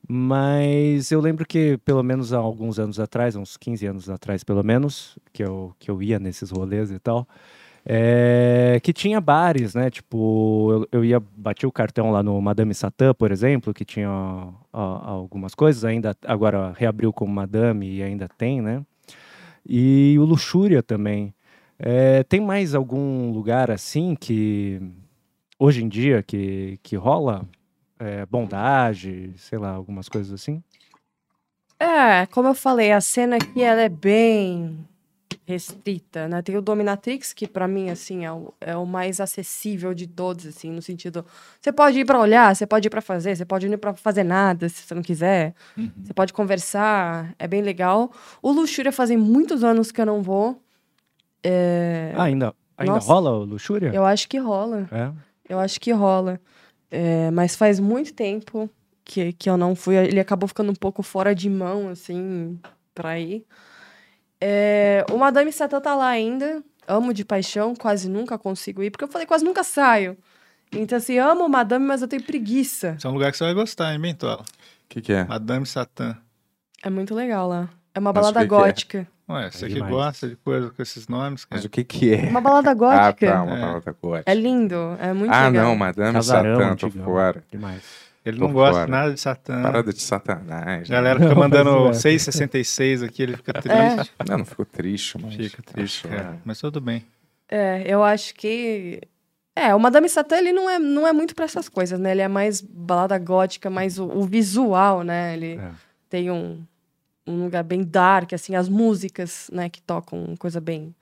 S4: mas eu lembro que, pelo menos há alguns anos atrás, uns 15 anos atrás, pelo menos, que eu, que eu ia nesses rolês e tal, é, que tinha bares, né? Tipo, eu, eu ia bater o cartão lá no Madame Satã, por exemplo, que tinha ó, ó, algumas coisas, ainda agora reabriu como Madame e ainda tem, né? E o Luxúria também. É, tem mais algum lugar assim que hoje em dia que, que rola? É, bondage, sei lá, algumas coisas assim?
S5: É, como eu falei, a cena aqui ela é bem restrita, né? Tem o Dominatrix, que pra mim, assim, é o, é o mais acessível de todos, assim, no sentido... Você pode ir pra olhar, você pode ir pra fazer, você pode ir pra fazer nada, se você não quiser. Você pode conversar, é bem legal. O Luxúria fazem muitos anos que eu não vou.
S4: Ah, ainda, ainda
S5: É, Nossa.
S4: rola o Luxúria?
S5: Eu acho que rola.
S4: É.
S5: Eu acho que rola. É, mas faz muito tempo que, que eu não fui. Ele acabou ficando um pouco fora de mão, assim, pra ir. É, o Madame Satã tá lá ainda. Amo de paixão, quase nunca consigo ir, porque eu falei, quase nunca saio. Então, assim, amo o Madame, mas eu tenho preguiça.
S3: Esse é um lugar que você vai gostar, hein, Bentola?
S2: O que, que é?
S3: Madame Satã.
S5: É muito legal lá. É uma
S2: Mas o
S5: balada
S2: que que é?
S5: gótica.
S3: Ué, você que
S4: demais.
S3: gosta de coisa com esses nomes, cara.
S2: Mas o que que é?
S5: Uma balada
S2: Ah,
S5: gótica.
S2: tá, uma
S3: É.
S2: palavra gótica.
S5: É lindo, é muito
S2: ah,
S5: legal.
S2: não, Madame
S4: Casarão,
S2: Satã, tô
S4: antigão.
S2: fora.
S4: Demais.
S3: Ele
S2: Tô
S3: não gosta
S2: fora.
S3: nada de Satã.
S2: Parada de satanás. né?
S3: A Ah. galera fica
S4: Não,
S3: mandando
S4: mas é.
S3: 666 aqui, ele fica
S5: É.
S3: triste.
S2: Não, não ficou triste, mas...
S3: Fica triste,
S2: Acho, é.
S3: cara. Mas tudo bem.
S5: É, eu acho que. É, o Madame Satã, ele não é, não é muito pra essas coisas, né? Ele é mais balada gótica, mais o, o visual, né? Ele
S4: É.
S5: tem um, um lugar bem dark, assim, as músicas, né, que tocam coisa bem,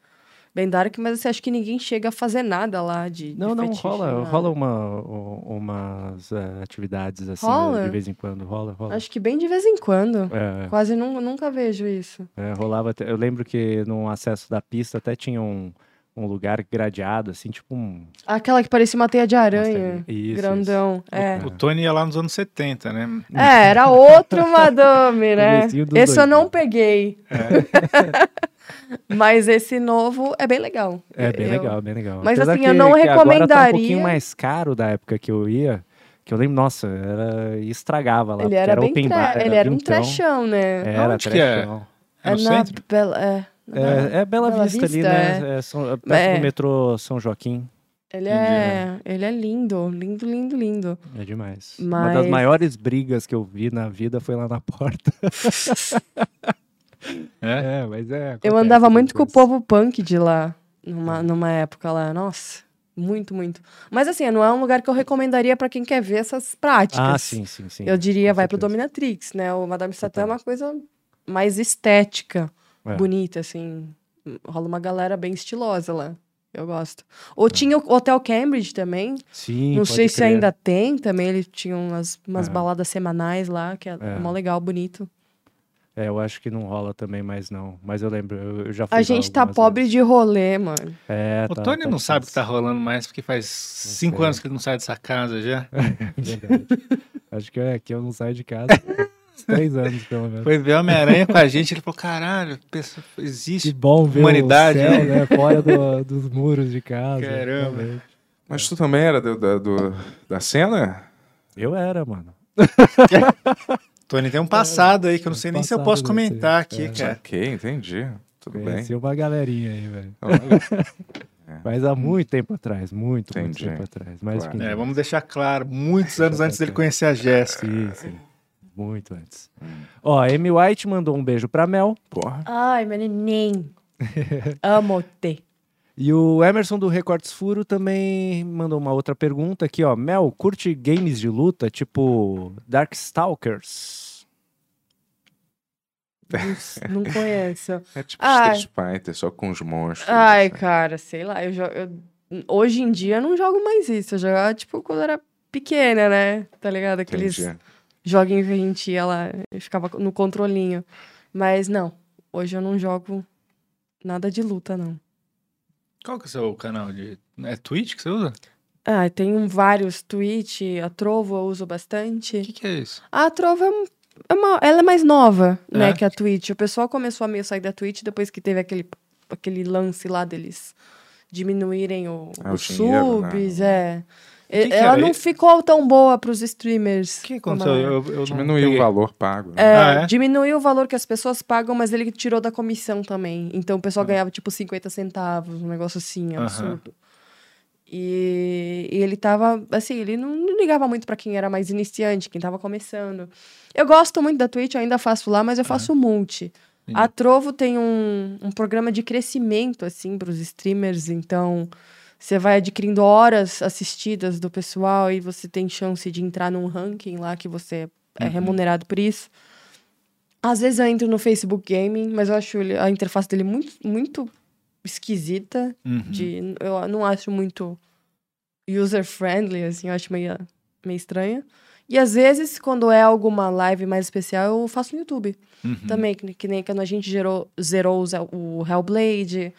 S5: bem dark, mas assim, acho que ninguém chega a fazer nada lá de. de
S4: Não, não,
S5: fetiche,
S4: rola,
S5: nada.
S4: rola um- uma, u- umas eh, atividades assim,
S5: Rola?
S4: de vez em quando, rola, rola.
S5: Acho que bem de vez em quando.
S4: É,
S5: Quase nun- nunca vejo isso.
S4: é, rolava, até- eu lembro que no acesso da pista até tinha um, um lugar gradeado, assim, tipo um...
S5: Aquela que parecia uma teia de aranha.
S4: Isso, isso.
S5: grandão. É.
S3: O Tony ia lá nos anos 70, né?
S5: É, era outro madame, né?
S4: Comecinho dos
S5: Esse eu não
S4: 2000.
S5: peguei. Mas esse novo é bem legal.
S4: É bem
S5: Eu-
S4: legal, bem legal.
S5: Mas,
S4: Apesar
S5: assim,
S4: que,
S5: eu não
S4: que Agora tá um
S5: recomendaria-
S4: pouquinho mais caro da época que eu ia, que eu lembro, nossa, era, estragava lá.
S5: Ele
S4: porque
S5: era, bem
S4: open
S5: tra-
S4: bar,
S5: ele era um
S4: vintão,
S5: trechão, né?
S4: Era
S3: Aonde que é?
S4: trechão.
S3: É no
S5: na
S3: centro?
S5: Bela- é.
S4: É, é Bela,
S5: Bela
S4: Vista, ali,
S5: Vista,
S4: né? É São, perto
S5: É.
S4: do metrô São Joaquim.
S5: Ele é, ele é lindo, lindo, lindo, lindo.
S4: É demais. Uma das
S5: Mas-
S4: maiores brigas que eu vi na vida foi lá na porta.
S3: É.
S4: É, mas é.
S5: Eu
S4: acontece É.
S5: andava
S4: essas
S5: muito com o
S4: coisas.
S5: povo punk de lá, numa, numa época lá. Nossa, muito, muito. Mas assim, não é um lugar que eu recomendaria pra quem quer ver essas práticas.
S4: Ah, sim, sim, sim.
S5: Eu diria,
S4: com
S5: vai pro
S4: certeza.
S5: Dominatrix, né? O Madame Satã é
S4: Total.
S5: uma coisa mais estética,
S4: É.
S5: bonita, assim. Rola uma galera bem estilosa lá. Eu gosto. Ou tinha o Hotel Cambridge também.
S4: É. Sim,
S5: não
S4: pode
S5: sei se
S4: crer.
S5: ainda tem também. Ele tinha umas, umas
S4: É.
S5: baladas semanais lá, que é,
S4: É.
S5: mó legal, bonito.
S4: É, eu acho que não rola também mais, não. Mas eu lembro, eu, eu já fui.
S5: A
S4: lá
S5: gente tá
S4: algumas
S5: pobre
S4: vezes.
S5: de rolê, mano.
S4: É,
S3: O
S4: tá-
S3: Tony
S4: tá
S3: não sabe o que tá
S4: difícil.
S3: rolando mais, porque faz cinco
S4: sei.
S3: anos que ele não sai dessa casa já.
S4: é Verdade. Acho que é que eu não saio de casa. Uns três anos, pelo menos.
S3: Foi ver Homem-Aranha com a gente, ele falou, caralho, pessoa-
S4: Que
S3: existe.
S4: bom ver
S3: Humanidade,
S4: o céu, né? Fora do- dos muros de casa.
S3: Caramba.
S4: realmente.
S2: Mas tu também era do, da- do- da cena?
S4: Eu era, mano.
S3: Tony tem um passado aí que eu não sei nem se eu
S4: Passado
S3: posso
S4: desse-
S3: comentar aqui,
S4: é.
S3: cara.
S2: Ok, entendi. Tudo bem.
S4: Conheci uma galerinha aí, velho.
S2: É.
S4: Mas há muito tempo atrás, muito,
S2: Entendi.
S4: muito tempo atrás. Mas
S2: Claro.
S4: enfim,
S3: É, vamos deixar claro, muitos anos antes dele conhecer a Jéssica.
S4: Sim, sim. Muito antes. Ó, a Amy White mandou um beijo pra Mel.
S2: Porra.
S5: Ai, meu neném. Amo-te.
S4: E o Emerson do Recortes Furo também mandou uma outra pergunta aqui, ó. Mel, curte games de luta tipo Darkstalkers?
S5: Não conheço.
S2: É tipo
S5: Ai.
S2: Street Fighter, só com os monstros.
S5: Ai,
S2: assim.
S5: cara, sei lá. Eu, jo- eu- hoje em dia eu não jogo mais isso. Eu jogava, tipo, quando era pequena, né? Tá ligado? Aqueles
S2: Entendi.
S5: joguinhos que a gente ia lá e ficava no controlinho. Mas não, hoje eu não jogo nada de luta, não.
S3: Qual que é o seu canal de... É Twitch que você usa?
S5: Ah, tem um- vários Twitch, a Trovo eu uso
S3: O
S5: bastante.
S3: que, que é isso?
S5: A Trovo é, um- é uma, ela é mais nova, né,
S3: É.
S5: que a Twitch. O pessoal começou a meio sair da Twitch depois que teve aquele, aquele lance lá deles diminuírem o,
S2: Ah, o
S5: os
S2: dinheiro, né?
S5: subs, é.
S3: que que
S5: ela
S3: era
S5: não
S3: isso?
S5: ficou tão boa pros
S3: O
S5: streamers.
S3: que
S5: como
S3: aconteceu?
S5: ela é. era.
S3: Eu, eu não
S2: Diminuiu o
S3: peguei.
S2: valor pago. né?
S5: É,
S3: Ah, é?
S5: diminuiu o valor que as pessoas pagam, mas ele tirou da comissão também. Então o pessoal ganhava tipo 50 centavos, um negócio assim,
S3: Uhum. Aham.
S5: absurdo. E, e ele tava, assim, ele não, não ligava muito pra quem era mais iniciante, quem tava começando. Eu gosto muito da Twitch, eu ainda faço lá, mas eu faço multi.
S3: Entendi.
S5: A Trovo tem um, um programa de crescimento, assim, pros streamers, então. Você vai adquirindo horas assistidas do pessoal e você tem chance de entrar num ranking lá que você
S3: Uhum.
S5: é remunerado por isso. Às vezes eu entro no Facebook Gaming, mas eu acho ele- a interface dele muito, muito esquisita.
S3: Uhum.
S5: De, eu não acho muito user-friendly, assim, eu acho meio, meio estranha. E às vezes, quando é alguma live mais especial, eu faço no YouTube
S3: Uhum.
S5: também, que, que nem quando a gente gerou, zerou o Zel- o Hellblade,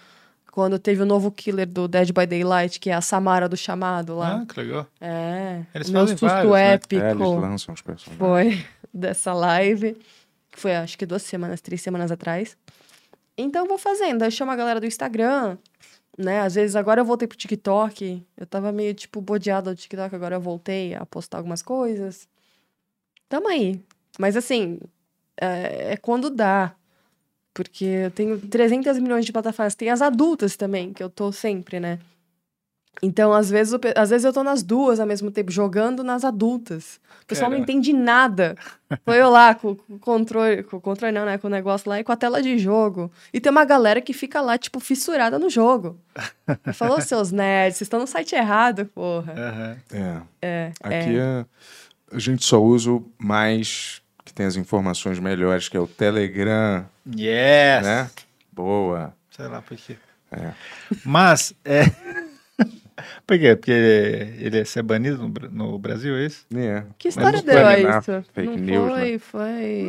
S5: quando teve o novo killer do Dead by Daylight, que é a Samara do Chamado lá.
S3: Ah, que legal.
S5: É,
S3: Eles
S5: o meu
S3: fazem
S5: susto
S3: vários, né? É,
S5: épico
S2: É, eles lançam os personagens.
S5: foi dessa live, que foi acho que duas semanas, três semanas atrás. Então eu vou fazendo, eu chamo a galera do Instagram, né? Às vezes agora eu voltei pro TikTok, eu tava meio tipo bodeada do TikTok, agora eu voltei a postar algumas coisas. Tamo aí. Mas assim, é, é quando dá. Porque eu tenho 300 milhões de plataformas. Tem as adultas também, que eu tô sempre, né? Então, às vezes, eu, pe- às vezes eu tô nas duas ao mesmo tempo, jogando nas adultas. O pessoal não
S3: Caramba.
S5: entende nada. Foi eu lá com com o controle, com o controle não, né? Com o negócio lá e com a tela de jogo. E tem uma galera que fica lá, tipo, fissurada no jogo. Falou, seus nerds, vocês estão no site errado, porra.
S3: Aham.
S2: É. Aqui é- a gente só usa o mais que tem as informações melhores, que é o Telegram,
S3: Yes!
S2: né? Boa.
S3: Sei lá por quê.
S2: É.
S3: Mas, é... por quê? Porque ele ia ser banido no, Bra- no Brasil, é isso?
S2: É.
S5: Que
S2: Mas
S5: história
S2: não
S5: deu a
S2: foi, né?
S5: isso?
S2: Fake
S5: não
S2: news, né?
S5: foi, foi.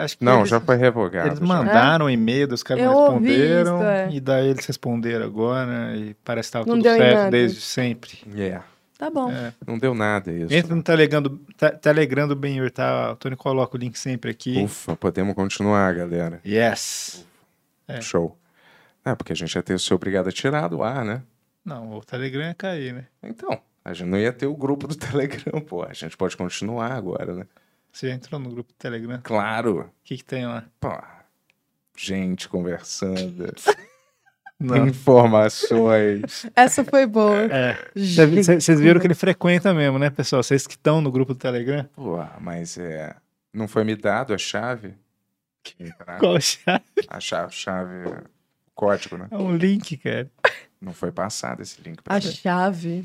S3: acho
S2: Não,
S3: eles-
S2: já foi revogado.
S3: Eles
S2: já.
S3: mandaram um e-mail, os caras não
S5: Eu ouvi
S3: responderam.
S5: isso, é.
S3: E daí eles responderam agora. E parece que tava
S5: Não
S3: tudo
S5: deu em
S3: certo
S5: nada.
S3: desde sempre.
S2: É.
S5: Tá bom.
S3: É.
S2: Não deu nada isso.
S3: Entra no Telegram do, Te- Telegram do Benhur, tá? O Tony coloca o link sempre aqui.
S2: Ufa, podemos continuar, galera.
S3: Yes! É.
S2: Show. É, porque a gente ia ter o seu obrigado a tirar do ar, né?
S3: Não, o Telegram ia cair, né?
S2: Então, a gente não ia ter o grupo do Telegram, pô. A gente pode continuar agora, né?
S3: Você já entrou no grupo do Telegram? O
S2: Claro.
S3: que, que tem lá?
S2: Pô, gente conversando,
S3: Não.
S2: informações.
S5: Essa foi boa.
S3: É,
S5: Gente,
S3: vocês viram que ele frequenta mesmo, né, pessoal? Vocês que estão no grupo do Telegram?
S2: Pô, mas é. Não foi me dado a chave? Que-
S3: Qual já?
S2: A chave, chave, código, né?
S3: É um link, cara.
S2: Não foi passado esse link pra
S5: A
S2: mim.
S5: chave.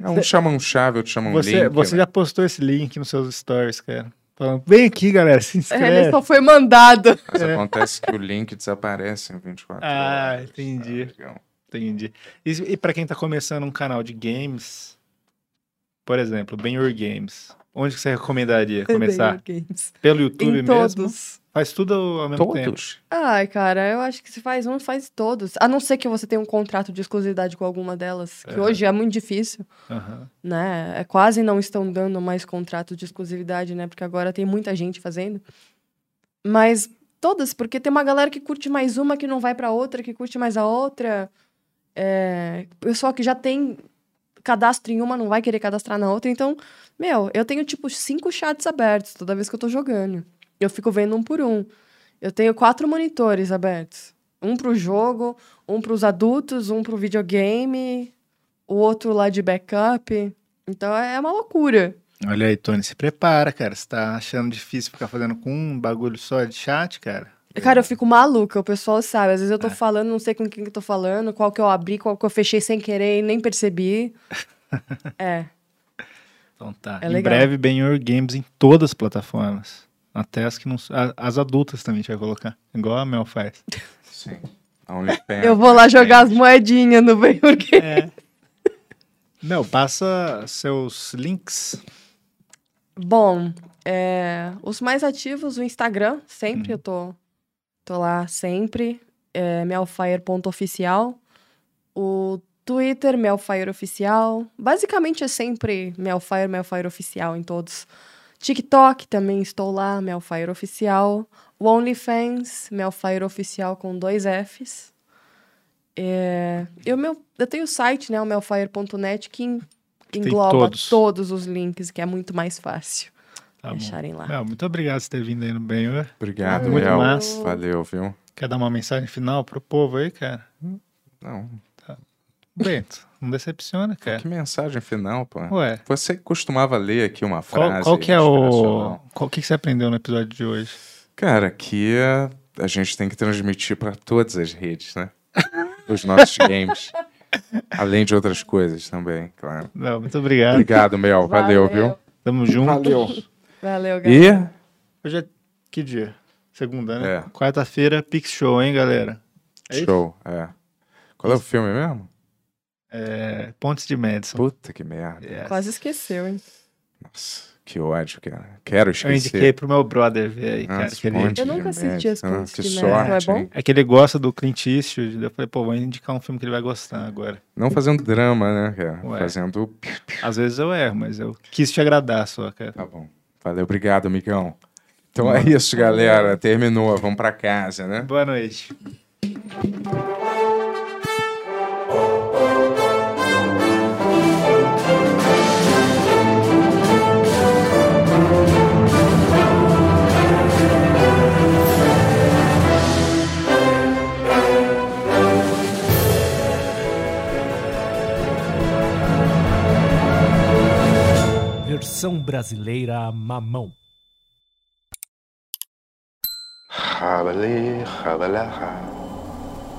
S2: É, Um chama um chave, outro chama um
S3: Você,
S2: link.
S3: você
S2: né?
S3: já postou esse link nos seus stories, cara. Falando, vem aqui, galera,
S5: É,
S3: se
S5: Ele
S3: inscreve.
S5: só foi mandado.
S2: Mas acontece que o link desaparece em 24
S3: é. Ah,
S2: horas.
S3: entendi.
S2: tá ligado?
S3: Entendi. E, e pra quem tá começando um canal de games, por exemplo, Ben Your Games, onde que você recomendaria começar?
S5: Games.
S3: Pelo YouTube
S5: Em
S3: mesmo?
S5: todos.
S3: Faz tudo ao mesmo tempo.
S2: Todos?
S5: Ai, cara, eu acho que se faz um, faz todos. A não ser que você tenha um contrato de exclusividade com alguma delas, que
S3: Aham.
S5: hoje é muito difícil,
S3: Aham.
S5: né? É, quase não estão dando mais contrato de exclusividade, né? Porque agora tem muita gente fazendo. Mas todas, porque tem uma galera que curte mais uma, que não vai pra outra, que curte mais a outra. É, pessoal que já tem cadastro em uma, não vai querer cadastrar na outra. Então, meu, eu tenho tipo cinco chats abertos toda vez que eu tô jogando. Eu fico vendo um por um. Eu tenho quatro monitores abertos. Um pro jogo, um pros adultos, um pro videogame, o outro lá de backup. Então é uma loucura.
S3: Olha aí, Tony, se prepara, cara. Você tá achando difícil ficar fazendo com um bagulho só de chat, cara?
S5: Cara, eu fico maluca, o pessoal sabe. Às vezes eu tô falando, não sei com quem que eu tô falando, qual que eu abri, qual que eu fechei sem querer e nem percebi. é.
S3: Então tá.
S5: É
S3: em
S5: legal.
S3: breve, Ben Your Games em todas as plataformas. Até as que não. a- As adultas também a gente vai colocar. Igual a Mel faz.
S2: Sim. Então, A OnlyFans.
S5: Eu vou lá jogar as moedinhas no banho.
S3: Mel, passa seus links.
S5: Bom, é, os mais ativos, o Instagram, sempre
S3: Uhum.
S5: eu tô, tô lá, sempre. É, melfire.oficial. O Twitter, Melfire Oficial. Basicamente é sempre Melfire, Melfire Oficial em todos. TikTok também estou lá, Melfire Oficial. O OnlyFans, Melfire Oficial com dois Fs. É, eu, meu, eu tenho o site, né, o melfire.net, que en-
S3: tem
S5: engloba
S3: todos.
S5: todos os links, que é muito mais fácil
S3: Tá bom.
S5: deixarem lá.
S3: Mel, muito obrigado por ter vindo aí no Ben Your.
S2: Obrigado,
S3: Muito
S2: Léo.
S3: massa.
S2: Valeu, viu?
S3: Quer dar uma mensagem final pro povo aí, cara?
S2: Não,
S3: Bento, não decepciona, cara.
S2: que mensagem final, pô.
S3: É. Ué,
S2: Você costumava ler aqui uma
S3: qual,
S2: frase.
S3: qual que é o.
S2: inspiracional?
S3: Qual que que você aprendeu no episódio de hoje?
S2: Cara, que eh, a gente tem que transmitir para todas as redes, né? Os nossos games. Além de outras coisas também, claro.
S3: Não, muito obrigado.
S2: Obrigado, Mel. Valeu,
S5: Valeu.
S2: viu?
S3: Tamo junto.
S5: Valeu, galera.
S2: E
S3: Hoje é que dia? Segunda, né?
S2: É.
S3: Quarta-feira, Pix Show, hein, galera? É isso?
S2: show, é. Qual é o filme mesmo?
S3: É, Pontes de Madison.
S2: Puta que merda.
S3: Yes.
S5: Quase esqueceu, hein?
S2: Nossa, que ódio, cara.
S3: Eu
S2: Quero
S3: indiquei
S2: esquecer.
S3: pro meu brother ver aí, cara.
S2: Nossa,
S3: que ele-
S2: Ponte
S5: Eu nunca
S2: de
S5: assisti as
S2: Madison,
S5: Pontes
S2: Que
S5: de Madison,
S2: sorte,
S5: é bom?
S2: hein?
S3: É que ele gosta do Clint Eastwood. Eu falei, pô, vou indicar um filme que ele vai gostar agora.
S2: Não fazendo drama, né, cara?
S3: Ué.
S2: Fazendo.
S3: Às vezes eu erro, mas eu quis te agradar só, cara.
S2: Tá bom. Valeu, obrigado, amigão. Então é isso, galera. Terminou. Vamos pra casa, né?
S3: Boa noite.
S6: Versão brasileira Mamão.
S7: Rabalê, rabalá,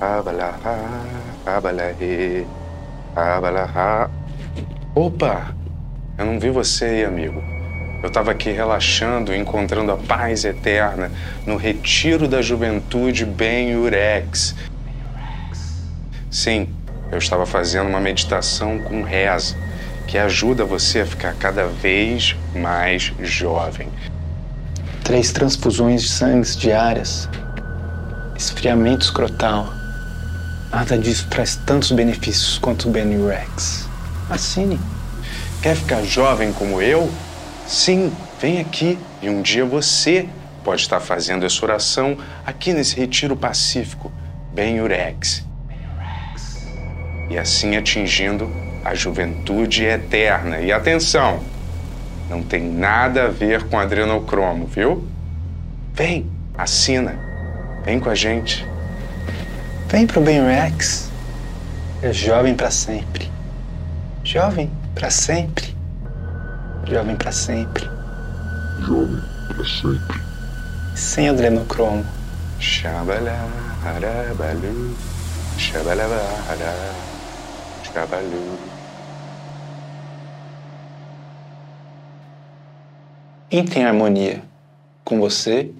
S7: rabalá, rabalá, rabalá. Opa! Eu não vi você aí, amigo. Eu tava aqui relaxando, encontrando a paz eterna no retiro da juventude Ben Urex. Sim, eu estava fazendo uma meditação com reza, que ajuda você a ficar cada vez mais jovem.
S8: Três transfusões de sangue diárias. Esfriamento escrotal. Nada disso traz tantos benefícios quanto o Ben Rex. Assine.
S7: Quer ficar jovem como eu? Sim, vem aqui e um dia você pode estar fazendo essa oração aqui nesse retiro pacífico, Ben Urex. E assim atingindo a juventude eterna. E atenção, não tem nada a ver com adrenocromo, viu? Vem, assina. Vem com a gente.
S8: Vem pro Ben Rex. É jovem pra sempre. Jovem pra sempre. Jovem pra sempre.
S1: Jovem para sempre.
S8: Sem adrenocromo.
S7: Xabalá, arabalu, xabalabará, xabalu.
S8: Entre em harmonia com você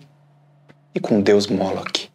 S8: e com Deus Moloch.